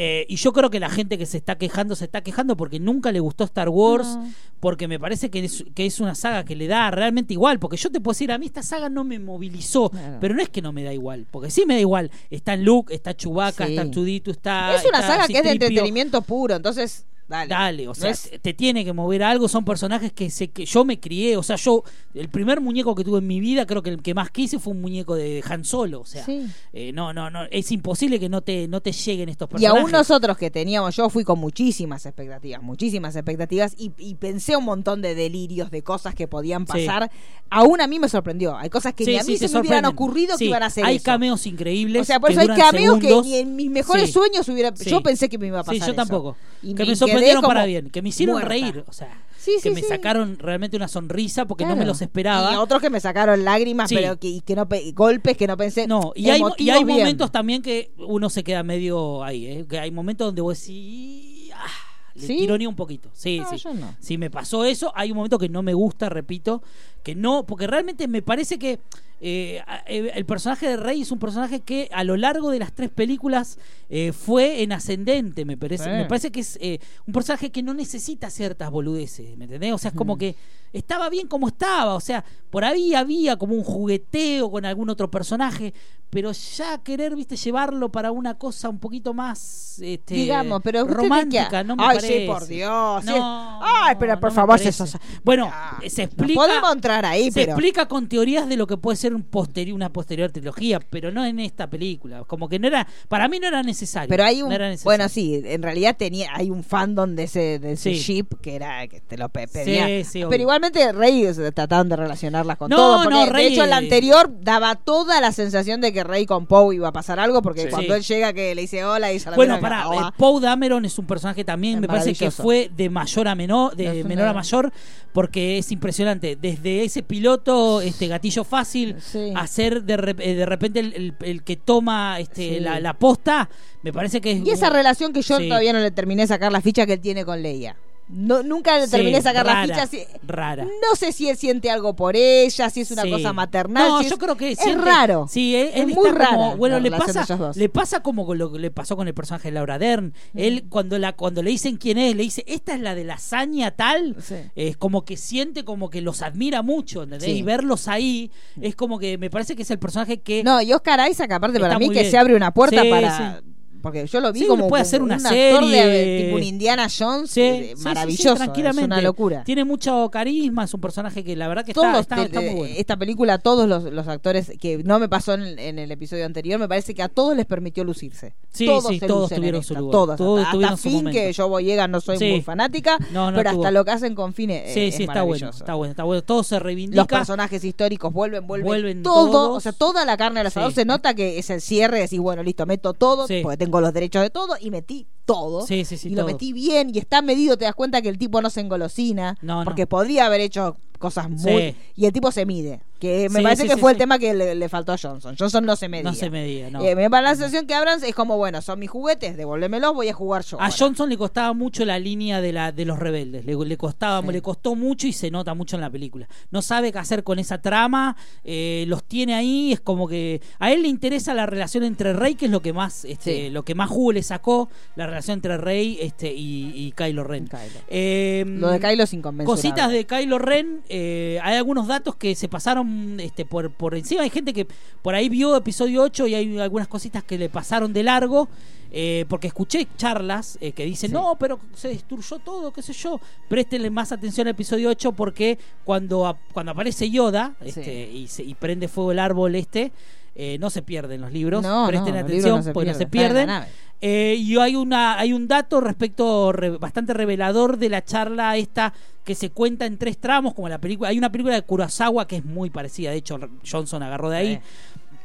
Eh, y yo creo que la gente que se está quejando se está quejando porque nunca le gustó Star Wars, porque me parece que es, que es una saga que le da realmente igual, porque yo te puedo decir, a mí esta saga no me movilizó,
Claro.
pero no es que no me da igual, porque sí me da igual, está Luke, está Chewbacca,
Sí.
está Chudito, está...
es una
está
saga que es de
C-3PO.
entretenimiento puro, entonces, dale.
Dale, o sea,
No es-
te, te tiene que mover algo, son personajes que sé que yo me crié, o sea, yo el primer muñeco que tuve en mi vida, creo que el que más quise fue un muñeco de Han Solo, o sea,
Sí.
eh, no, no, no, es imposible que no te no te lleguen estos
Y
personajes.
aún nosotros que teníamos, yo fui con muchísimas expectativas, muchísimas expectativas, y, y pensé un montón de delirios, de cosas que podían
Sí.
pasar. Aún a mí me sorprendió. Hay cosas que
Sí,
ni a
sí,
mí
te
se me hubieran
sorprenden.
ocurrido
Sí,
que iban a hacer
Hay
eso.
cameos increíbles.
O sea, por eso hay
duran
cameos
segundos.
que ni en mis mejores
Sí.
sueños hubiera.
Sí.
Yo pensé que me iba a pasar.
Sí, yo
eso.
tampoco.
Y
que
quedé
me sorprendieron
como
para bien, que me hicieron
muerta.
reír, o sea,
Sí, sí,
que me
sí.
sacaron realmente una sonrisa porque no me
Claro.
los esperaba.
Y otros que me sacaron lágrimas,
Sí.
pero que, y que no pe- y golpes que no pensé.
No, y hay, mo- y hay
emotivos bien.
momentos también que uno se queda medio ahí, ¿eh? que hay momentos donde vos decís, ah, le
¿Sí?
tironeo un poquito. Sí,
No,
sí.
yo no.
Si me pasó eso, hay un momento que no me gusta, repito, que no, porque realmente me parece que eh, a- eh, el personaje de Rey es un personaje que a lo largo de las tres películas eh, fue en ascendente, me parece.
Sí.
Me parece que es eh, un personaje que no necesita ciertas boludeces, ¿me entendés? O sea, es como que estaba bien como estaba, o sea, por ahí había como un jugueteo con algún otro personaje, pero ya querer, viste, llevarlo para una cosa un poquito más este,
Digamos, pero viste que-
romántica, no me
Ay,
parece.
sí, por Dios. sí.
No,
Ay, pero por
no me
favor,
parece.
eso-
Bueno,
Ah,
eh, se
nos
explica.
podemos entrar ahí,
se
pero-
explica con teorías de lo que puede ser un posteri- una posterior trilogía, pero no en esta película. Como que no era. Para mí no era necesario.
Pero hay un.
no era necesario.
bueno, sí, en realidad tenía hay un fandom de ese, de ese
Sí.
ship que era que te lo pe-
Sí,
pedía.
sí, obvio.
Pero igualmente Rey o sea, trataban de relacionarlas con
No,
todo. Porque
no,
de
Rey-
hecho, el anterior daba toda la sensación de que Rey con Poe iba a pasar algo, porque
Sí.
cuando
Sí.
él llega que le dice hola y se la
Bueno, eh,
mira,
para
hola.
Poe Dameron es un personaje también,
Es
me parece que
maravilloso.
fue de mayor a menor,
No es
de
una-
menor a mayor, porque es impresionante. Desde ese piloto, este gatillo fácil,
Sí.
a ser de, rep- eh, de repente el, el- el que toma este,
Sí.
la, la posta, me parece que es.
Y esa
un-
relación que yo
Sí.
todavía no le terminé de sacar la ficha que él tiene con Leia. No, nunca le
Sí,
terminé de sacar
rara,
la ficha. si-
Rara.
No sé si él siente algo por ella, si es una
Sí.
cosa maternal.
No,
si es-
yo creo que
es
siente-
raro.
Sí, eh, él,
Es
él
muy
está como-
rara
bueno,
la
le
relación de ellos
pasa,
dos. Mm.
le pasa como con lo que le pasó con el personaje de Laura Dern. Él cuando la cuando le dicen quién es, le dice esta es la de la hazaña tal.
Sí.
Es como que siente como que los admira mucho, ¿entendés?
Sí.
Y verlos ahí es como que me parece que es el personaje que
No, y Oscar Isaac, aparte,
Está
para mí
muy
que
bien.
se abre una puerta
Sí,
para.
sí.
Porque yo lo vi
Sí,
como
puede
un-
hacer una
un actor
serie.
de tipo un Indiana Jones
Sí,
eh,
sí, sí, sí,
maravilloso,
tranquilamente.
es una locura.
Tiene mucho carisma, es un personaje que la verdad que está,
todos
está-
te-
está muy bueno.
esta película, todos los, los actores que no me pasó en, en el episodio anterior, me parece que a todos les permitió lucirse.
Sí,
todos
sí,
se
todos
lucen en
tuvieron
esta,
su lugar.
Todos,
Todos
hasta,
tuvieron
hasta
su
Finn,
momento.
que yo Boyega no soy
Sí.
muy fanática,
No, no
pero
tuvo.
hasta lo que hacen con Finn es,
Sí,
eh, es
sí, está bueno,
maravilloso.
está bueno, está bueno. Todo se reivindica.
Los personajes históricos vuelven, vuelven,
Vuelven
todo.
todos.
O sea, toda la carne al asador
Sí.
se nota que es el cierre. Decís, bueno, listo, meto todo,
Sí.
porque tengo los derechos de todo y metí todo.
Sí, sí, sí,
y lo
todo.
metí bien y está medido. Te das cuenta que el tipo no se engolosina.
No, no.
porque podría haber hecho cosas muy.
Sí.
Y el tipo se mide. Que me
Sí,
parece
sí,
que
sí,
fue
sí.
el tema que le, le faltó a Johnson. Johnson no se medía.
No se medía, no.
Eh, me da la sensación que Abrams es como, bueno, son mis juguetes, devuélvemelos, voy a jugar yo.
A
ahora.
Johnson le costaba mucho la línea de la de los rebeldes, le, le costaba,
Sí.
le costó mucho y se nota mucho en la película. No sabe qué hacer con esa trama, eh, los tiene ahí, es como que a él le interesa la relación entre Rey, que es lo que más, este,
Sí.
lo que más jugo le sacó, la relación entre Rey, este, y, y Kylo Ren.
Kylo.
Eh,
Lo de Kylo es inconmensurable.
Cositas de Kylo Ren, eh, hay algunos datos que se pasaron este, por, por encima. Hay gente que por ahí vio episodio 8 y hay algunas cositas que le pasaron de largo. eh, porque escuché charlas eh, que dicen,
Sí.
no, pero se destruyó todo, qué sé yo. Préstenle más atención al episodio 8 porque cuando, ap- cuando aparece Yoda este, y, se- y prende fuego el árbol este, eh, no se pierden los libros.
No, no,
Presten
los
atención
libros no se
porque no se
pierden, está en
pierden.
la nave.
Eh, y hay una hay un dato respecto re- bastante revelador de la charla esta que se cuenta en tres tramos como la película hay una película de Kurosawa que es muy parecida de hecho R- Johnson agarró de ahí
Sí.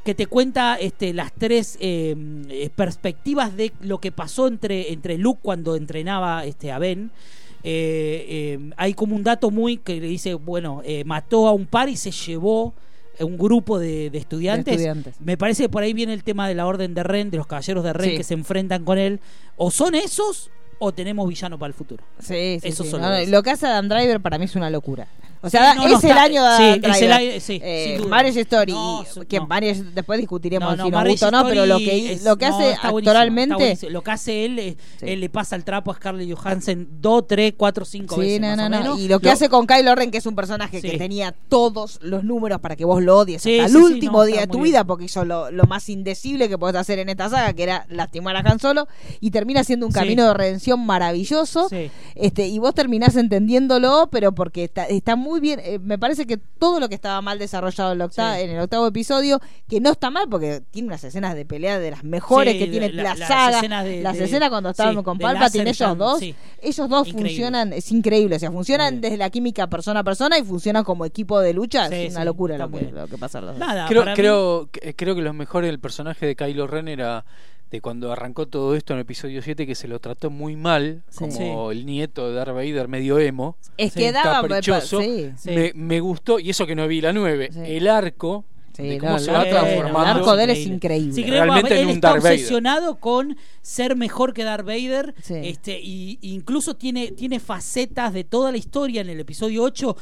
que te cuenta este, las tres eh, eh, perspectivas de lo que pasó entre, entre Luke cuando entrenaba este, a Ben. Eh, eh, hay como un dato muy que le dice, bueno, eh, mató a un par y se llevó a un grupo de, de estudiantes.
De estudiantes.
Me parece que por ahí viene el tema de la orden de Ren, de los caballeros de Ren
Sí.
que se enfrentan con él. O son esos o tenemos villano para el futuro.
Sí, sí,
Eso
sí,
solo
no,
es.
Lo que hace Adam Driver para mí es una locura. O sea,
Sí, no, no,
es el
está-
año
sí,
de
es el año- sí,
eh,
sin duda.
Marriage Story.
No, su-
que
no.
Marriage- después discutiremos
No, no,
si nos
Marriage
gusta o no, pero lo
Story
que,
es-
lo que
no,
hace
está buenísimo, está
actualmente.
buenísimo. lo que hace él, eh,
Sí.
él le pasa el trapo a Scarlett Johansson dos, tres, cuatro, cinco
Sí,
veces.
no,
más
no,
o
no.
menos.
Y lo que hace con Kylo Ren, que es un personaje que
Sí.
tenía todos los números para que vos lo odies
Sí,
hasta
sí,
el
sí,
último
no,
día de
está
tu
muy bien.
vida, porque hizo lo, lo más indecible que podés hacer en esta saga, que era lastimar a Han Solo, y termina siendo un
Sí.
camino de redención maravilloso.
Sí.
Este, y vos terminás entendiéndolo, pero porque está, está muy bien. eh, me parece que todo lo que estaba mal desarrollado en, la octa-
Sí.
en el octavo episodio, que no está mal, porque tiene unas escenas de pelea de las mejores
Sí,
que tiene
la-
la,
las
saga. Las
escenas
escenas,
de- de-
cuando estaban
sí,
con
de
Palpatine,
láser
ellos
están-
dos,
sí.
ellos dos
Increíble.
funcionan, es increíble, o sea,
Muy
funcionan
bien.
desde la química persona a persona y funcionan como equipo de lucha.
Sí,
es una
sí,
locura
está
lo
muy
que,
bien.
lo que pasa. en los dos.
Nada,
creo,
para mí-
creo, que- creo que lo mejor del personaje de Kylo Ren era de cuando arrancó todo esto en el episodio 7, que se lo trató muy mal,
Sí.
como el nieto de Darth Vader, medio emo.
Es
Sí.
que daban
Caprichoso.
sí.
Sí.
Me, me gustó, y eso que no vi la 9,
Sí.
el arco,
Sí,
de
no,
cómo
el
se va
arco-
transformando.
el arco de él es increíble.
Sí, creo que
Realmente en
él
un
está
Darth Vader.
obsesionado con ser mejor que Darth Vader.
Sí.
Este, y, y incluso tiene, tiene facetas de toda la historia en el episodio 8.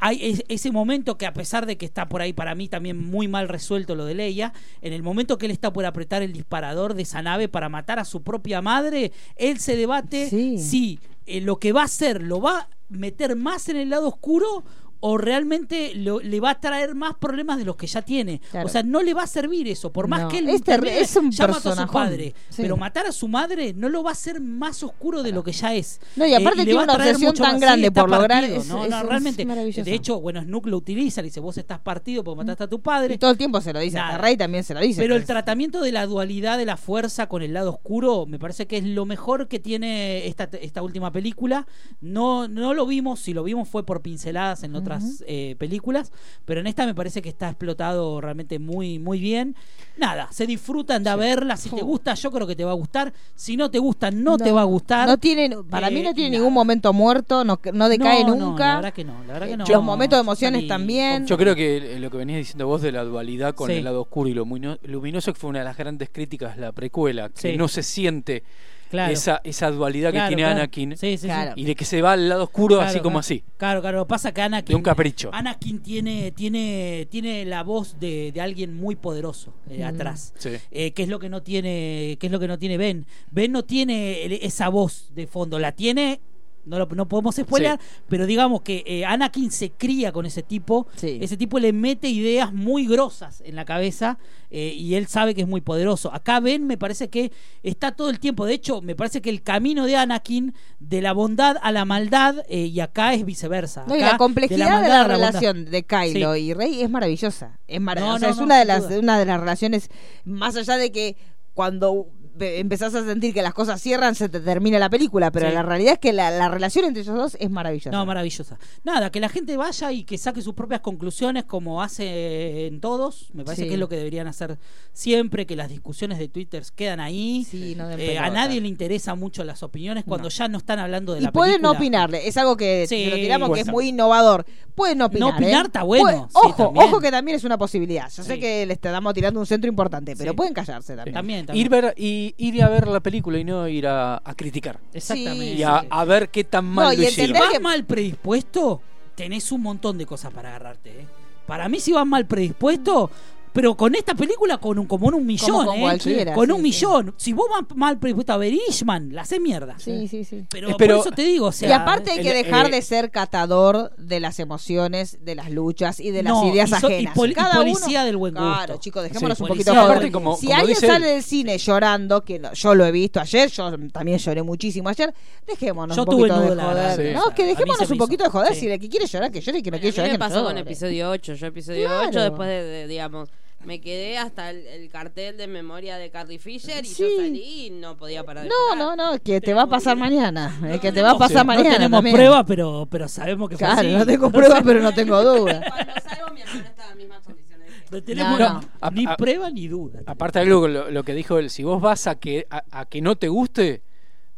Hay es- ese momento que a pesar de que está por ahí para mí también muy mal resuelto lo de Leia, en el momento que él está por apretar el disparador de esa nave para matar a su propia madre, él se debate
Sí.
si eh, lo que va a hacer lo va a meter más en el lado oscuro o realmente lo- le va a traer más problemas de los que ya tiene.
Claro.
O sea, no le va a servir eso, por más
No,
que él
es
interviene,
terri- es un
ya mató a su
personajón.
padre,
Sí.
pero matar a su madre no lo va a hacer más oscuro de lo que ya es.
No, y aparte
Eh, le
tiene
va a
una
traer
obsesión
mucho
tan
más-
grande
está
por lograr,
partido,
es-
no,
es-
no,
es
realmente.
maravilloso.
de hecho, bueno, Snook lo utiliza, le dice, "Vos estás partido porque mataste a tu padre."
Y todo el tiempo se lo dice,
Nada.
hasta Rey también se lo dice. pues.
Pero el
entonces.
tratamiento de la dualidad de la fuerza con el lado oscuro me parece que es lo mejor que tiene esta, esta última película. No, no lo vimos, si lo vimos fue por pinceladas en otras eh, películas, pero en esta me parece que está explotado realmente muy, muy bien. Nada, se disfrutan de verla. Si te gusta, yo creo que te va a gustar. Si no te gusta, no, te va a gustar.
No tiene, para mí
Eh,
no tiene
nada.
ningún momento muerto, no, no decae
No, no, la
nunca.
verdad que no, la verdad que
Eh,
no.
los momentos de emociones
Salí-
también.
Yo creo que eh, lo que venías diciendo vos de la dualidad con
Sí.
el lado oscuro y lo lumino- luminoso, que fue una de las grandes críticas de la precuela, que
Sí.
no se siente
Claro,
esa, esa dualidad
claro,
que tiene
claro.
Anakin
Sí, sí, sí.
Claro.
y de que se va al lado oscuro
Claro,
así como
claro.
así.
Claro, claro. Pasa que Anakin.
De un capricho.
Anakin tiene, tiene, tiene la voz de, de alguien muy poderoso eh,
Mm.
atrás.
Sí.
Eh, ¿Qué es lo que no tiene? ¿Qué es lo que no tiene Ben? Ben no tiene el- esa voz de fondo. La tiene. No, lo- no podemos spoiler, pero digamos que eh, Anakin se cría con ese tipo.
Sí.
Ese tipo le mete ideas muy grosas en la cabeza eh, y él sabe que es muy poderoso. Acá Ben me parece que está todo el tiempo. De hecho, me parece que el camino de Anakin de la bondad a la maldad eh, y acá es viceversa.
No, y
Acá,
la complejidad de
maldad
la,
a bondad.
relación de Kylo y Rey es maravillosa. Es mara-
No,
o sea,
no,
es
no,
una de
sin
las
duda.
una de las relaciones más allá de que cuando ve- empezás a sentir que las cosas cierran se te termina la película, pero
Sí.
la realidad es que la, la relación entre ellos dos es maravillosa.
No, maravillosa. Nada, que la gente vaya y que saque sus propias conclusiones como hace en todos. Me parece
Sí.
que es lo que deberían hacer siempre, que las discusiones de Twitter quedan ahí.
Sí, no den
Eh, a
pelota.
nadie le interesa mucho las opiniones cuando
No.
ya no están hablando de
y
la
pueden no
película.
opinarle, es algo que
Sí,
se lo tiramos que es
cuesta.
muy innovador. Pueden no opinar.
No opinar
¿eh?
está bueno,
Pueden-
sí,
ojo,
también.
ojo que también es una posibilidad. Yo
Sí.
sé que le estamos tirando un centro importante, pero
Sí.
pueden callarse también.
También, también.
Ir, ver, y, ir a ver la película y no ir a, a criticar.
Exactamente.
Y a, a ver qué tan mal
No,
lo
y
hicieron.
entender-
vas
que-
mal predispuesto, tenés un montón de cosas para agarrarte. ¿eh? Para mí, si vas mal predispuesto, pero con esta película, con un, como en un millón,
Como con
¿eh?
cualquiera,
Con
sí,
un
sí.
millón. Si vos vas mal predispuesto a ver Ishman, la haces mierda.
Sí, sí, sí.
Pero,
Eh, pero-
por eso te digo, o sea,
y aparte hay que
el-
dejar
eh,
de ser catador de las emociones, de las luchas y de las
No,
ideas
y so- y
ajenas.
poli- y
Cada uno-
policía del buen
Claro,
gusto.
chicos, dejémonos
Sí,
un
policía
poquito
del
joder.
buen
gusto.
Si
Como
alguien
dice
sale
él.
del cine llorando, que no- yo lo he visto ayer, yo también lloré muchísimo ayer, dejémonos
Yo
un
tuve
poquito
nudo,
de
la
joder.
verdad. Sí.
No, es que
A mí se
dejémonos
me
un poquito de
hizo.
joder.
Sí.
Si el que quiere llorar, que llore, y que no
Bueno,
quiere
a mí me
llorar, que no
pasó con
llore.
episodio 8. Yo episodio
Claro.
8 después de, de- digamos, me quedé hasta el, el cartel de memoria de Carrie Fisher y yo
Sí.
salí y no podía parar de
No,
llorar.
no, no, que te va a pasar mañana. eh, que te va
tenemos-
a pasar mañana.
No tenemos
también.
prueba, pero, pero sabemos que fue
Claro,
así.
no tengo prueba, pero no tengo duda.
Cuando salgo mi hermana estaba en mismas condiciones. que yo.
No tenemos
No,
no.
ni
A- a-
prueba ni duda.
Aparte algo que lo, lo que dijo él, si vos vas a que a, a que no te guste,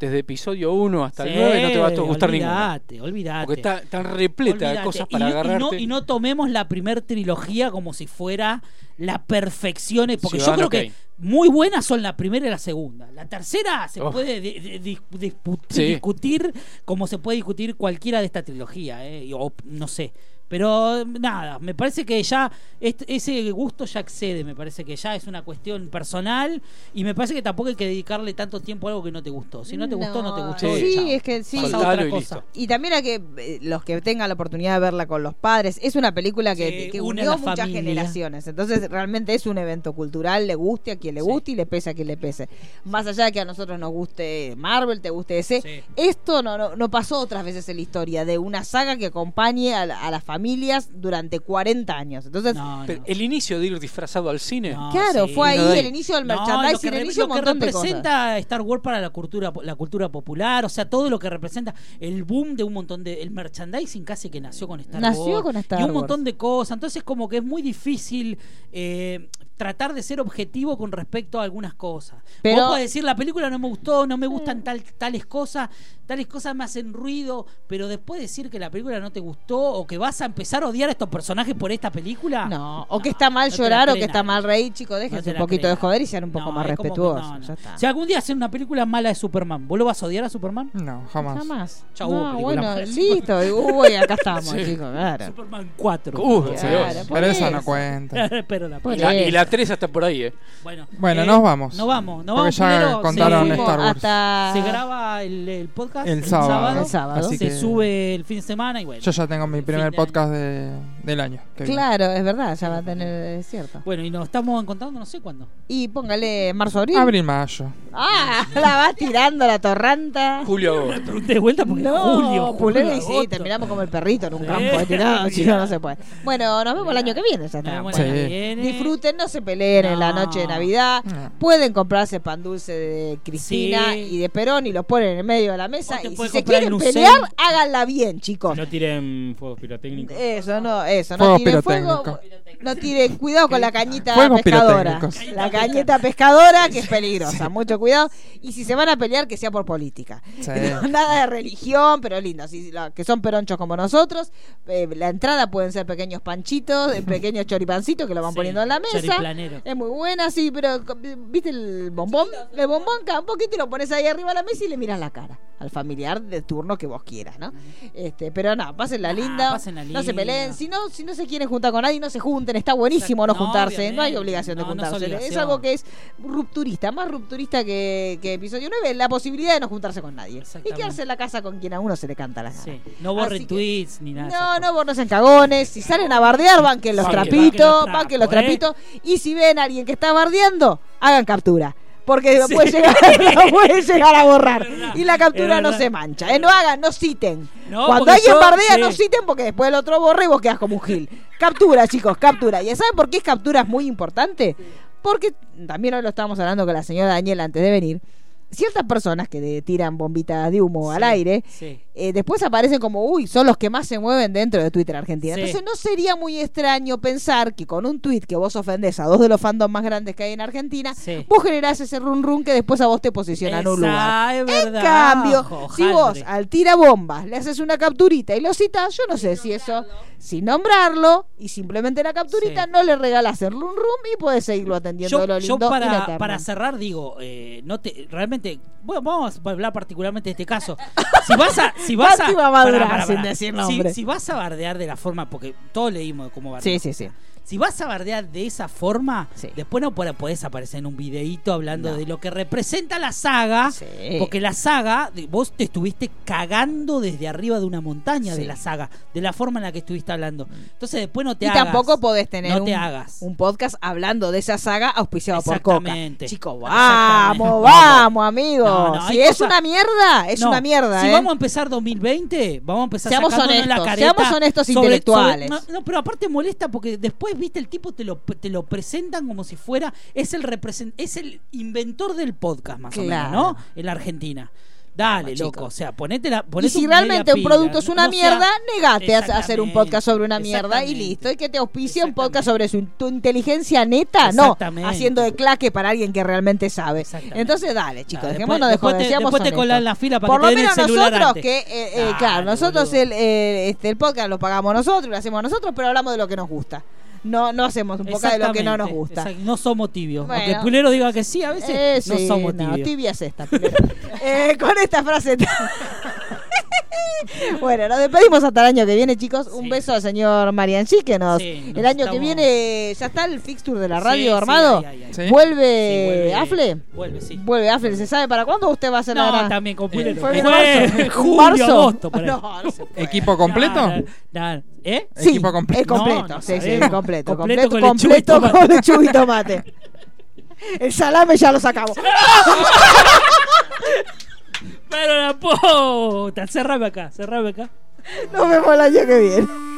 desde episodio 1 hasta el 9 no te va a gustar ninguna.
Olvídate, olvídate.
Porque está tan repleta de
Olvídate.
cosas
Y
para
no- y no-
agarrarte.
Y no, tomemos la primer trilogía como si fuera la perfección. eh, Porque
Ciudadano
yo creo
Kane.
que muy buenas son la primera y la segunda. La tercera se
Oh.
puede di- di- di- dispu-
Sí.
discutir como se puede discutir cualquiera de esta trilogía. eh, y- O no sé. Pero nada, me parece que ya est- ese gusto ya excede, me parece que ya es una cuestión personal y me parece que tampoco hay que dedicarle tanto tiempo a algo que no te gustó. Si no te gustó, no te gustó.
Sí,
y chao.
es que sí.
Pasa otra
Soltalo y
cosa.
listo.
Y también a que eh, los que tengan la oportunidad de verla con los padres, es una película que,
Sí,
que
une a
unió
la
muchas
familia.
generaciones. Entonces, realmente es un evento cultural, le guste a quien le guste y le pese a quien le pese. Más allá de que a nosotros nos guste Marvel, te guste ese,
Sí.
esto no, no, no pasó otras veces en la historia de una saga que acompañe a, la- a las familias durante 40 años. Entonces,
No,
Pero
no.
el inicio de ir disfrazado al cine.
No,
claro,
sí.
fue ahí
No, de ahí.
el inicio del
No,
merchandising,
lo que,
el
re-
inicio de
lo
un
que
montón de cosas.
representa Star Wars para la cultura la cultura popular, o sea, todo lo que representa el boom de un montón de el merchandising casi que nació con Star
Nació
Wars
con Star
y un
Wars.
montón de cosas, entonces como que es muy difícil eh, tratar de ser objetivo con respecto a algunas cosas.
Pero- Mm.
Vos podés decir la película no me gustó, no me gustan tal, tales cosas, tales cosas me hacen ruido, pero después decir que la película no te gustó o que vas a empezar a odiar a estos personajes por esta película,
No, o que
No,
está mal
no te la
llorar o que
creen
está
nadie.
mal reír, chicos,
No
déjense
te
un
la
poquito
creas.
de joder y sean un poco
No,
más
es como que
respetuosos.
no, no.
Ya está.
Si algún día hacen una película mala de Superman, ¿vos lo vas a odiar a Superman?
No, jamás.
Jamás.
Ya hubo
no,
película
bueno,
más.
listo. y hubo y acá estamos, chicos, claro.
Superman 4.
Uh,
Claro,
se
por
Pero esa no
eso.
cuenta.
Pero la
va. Y la- y
eso.
la 3 hasta por ahí, ¿eh?
Bueno,
Bueno,
eh,
nos vamos.
Nos vamos,
Porque
nos vamos.
ya
primero.
contaron
se,
Fuimos
Star Wars.
Hasta...
se graba el, el podcast
El sábado.
Ah. El sábado.
Así
se
que-
sube el fin de semana y bueno.
Yo ya tengo mi
Fin
primer
de
podcast de- del año. que viene.
Claro, es verdad, ya va a tener es cierto.
Bueno, y nos estamos encontrando no sé cuándo.
Y póngale marzo-abril.
Abril, mayo.
Ah, la vas tirando la torranta.
Julio agosto.
Pregunté de vuelta porque
No,
julio,
pulero,
julio,
y sí,
agosto.
terminamos como el perrito en un
Sí.
campo de tirado, chicos, no se puede. Bueno, nos vemos el año que viene, ya
Nos
está.
vemos
Sí.
el año que viene.
Disfruten, no se peleen en la
No.
noche de Navidad.
No.
Pueden comprarse pan dulce de Cristina
Sí.
y de Perón y los ponen en el medio de la mesa.
O te
Y si
puedes
se
comprar
quieren
Lucén.
pelear, háganla bien, chicos.
No tiren fuegos pirotécnicos.
Eso, no, eso. No
Fuegos
tiren fuego.
pirotécnicos.
No tiren, cuidado con la cañita
Fuegos
pescadora.
pirotécnicos.
La cañita pescadora que es peligrosa, mucho cuidado. Y si se van a pelear, que sea por política.
Sí.
No, nada de religión, pero lindo. Si, la- que son peronchos como nosotros. eh, la entrada pueden ser pequeños panchitos, eh, pequeños choripancitos que lo van
Sí,
poniendo en la mesa.
choriplanero.
Es muy buena, sí, pero co- ¿viste el bombón? El bombón cada un poquito y lo pones ahí arriba de la mesa y le miras la cara al familiar de turno que vos quieras, ¿no? Este, pero nada, pásenla
Ah,
linda,
pásenla
no se peleen,
linda.
si no, si no se quieren juntar con nadie, no se junten, está buenísimo no,
No,
juntarse, no hay
obviamente.
obligación de
No, no es
juntarse, es
obligación.
algo que es rupturista, más rupturista que, que episodio 9, la posibilidad de no juntarse con nadie y
Exactamente.
quedarse en la casa con quien a uno se le canta la gana.
Sí. No borren
Así que-
tweets ni nada. de
No,
esas
no, vos no sean cagones. Si salen a bardear, banquen los
Banquen, banquen los
trapitos,
¿eh?
banquen los
trapos,
trapitos. Y si ven a alguien que está bardeando, hagan captura. Porque lo puede, llegar, lo puede llegar a borrar.
Es verdad,
y la captura
es
no
verdad.
se mancha. eh, no hagan, no citen.
No,
Cuando
porque
alguien
yo-
bardea,
sí.
no citen porque después el otro borra y vos quedás como un gil. Captura, chicos, captura. ¿Y saben por qué es captura es muy importante? Porque también hoy lo estábamos hablando con la señora Daniela antes de venir. Ciertas personas que de- tiran bombitas de humo al
Sí,
aire
Sí.
eh, después aparecen como, uy, son los que más se mueven dentro de Twitter Argentina.
Sí.
Entonces no sería muy extraño pensar que con un tweet que vos ofendés a dos de los fandoms más grandes que hay en Argentina,
Sí.
vos generás ese run run que después a vos te posicionan en un lugar.
Esa, es
En
verdad.
cambio, si
Hojaldre.
vos al tira bombas le haces una capturita y lo citas, yo no sé si eso, sin nombrarlo y simplemente la capturita,
Sí.
no le regalás el run run y podés seguirlo atendiendo
yo,
de lo
yo
lindo y lo
para,
eterno.
para cerrar digo eh, no te realmente bueno, vamos a hablar particularmente de este caso si vas a si vas a
Santi va a madurar
pará, pará,
sin
pará.
decir
Si-
nombre.
si, vas a bardear de la forma porque todos leímos cómo bardear
Sí, sí, sí.
si vas a bardear de esa forma
Sí.
después no podés- podés aparecer en un videíto hablando
No.
de lo que representa la saga
Sí.
porque la saga de- vos te estuviste cagando desde arriba de una montaña
Sí. Mm.
de la saga de la forma en la que estuviste hablando entonces después no te
y
hagas
tampoco podés tener
no
un,
te hagas.
un podcast hablando de esa saga auspiciado por Coca.
Exactamente.
Chicos,
Exactamente.
vamos, vamos, amigo.
No, no,
si
hay
es
cosas-
una mierda, es
No,
una mierda.
Si
¿eh?
vamos a empezar 2020, vamos a empezar
Seamos
sacándonos la
honestos,
careta.
seamos honestos
sobre- sobre-
intelectuales.
no, no, pero aparte molesta porque después, viste, el tipo te lo, te lo presentan como si fuera, es el represent- es el inventor del podcast, más
Claro.
o menos, ¿no? En la Argentina. Dale,
Vamos,
loco,
chicos.
o sea, ponete la ponete
y si
media
realmente un
pila,
producto es una
no sea-
mierda, negate a a hacer un
Exactamente,
podcast sobre una mierda y
exactamente.
listo. Y que te auspicie un podcast sobre
Exactamente.
su, tu inteligencia neta, no
Exactamente.
haciendo de claque para alguien que realmente sabe.
Exactamente.
Entonces, dale,
Nah,
chicos,
después-
dejémonos de
después
joder,
te-
seamos
después te colás en
honestos.
la fila para
Por
que te
lo
den el
menos
celular
nosotros,
antes.
que eh, eh,
Dale,
claro, nosotros
boludo.
el, eh, este, el podcast lo pagamos nosotros, lo hacemos nosotros, pero hablamos de lo que nos gusta. No, no hacemos un podcast de lo que no nos
Exactamente,
gusta.
exact- No somos tibios.
Bueno.
Aunque el pulero diga que sí, a veces
Eh,
no
sí,
somos
no,
tibios.
tibia es esta. pero- Eh, con esta frase. Bueno, nos despedimos hasta el año que viene, chicos. Un
Sí.
beso al señor Marianchi que nos.
Sí, nos
el año que
estamos-
viene ya está el fixture de la
Sí,
radio
sí,
armado.
ahí, ahí, ahí.
Sí.
¿Vuelve,
vuelve-
Afle?
Vuelve, sí.
Vuelve Afle, ¿se sabe para cuándo usted va a hacer la
No,
gran-
también completo.
Fue en
Fue
marzo.
julio,
¿Marzo?
agosto, por ahí.
No, no se puede.
¿Equipo completo?
Nada, nada. ¿Eh?
Sí,
Equipo completo.
Es completo,
No, no
sí, sí,
sabemos.
completo. Completo,
Completo
completo,
con lechuga y tomate.
con lechuga y tomate. El salame pues ya lo sacamos.
Pero la puta, cerrame acá, cerrame acá.
Nos vemos el año que viene.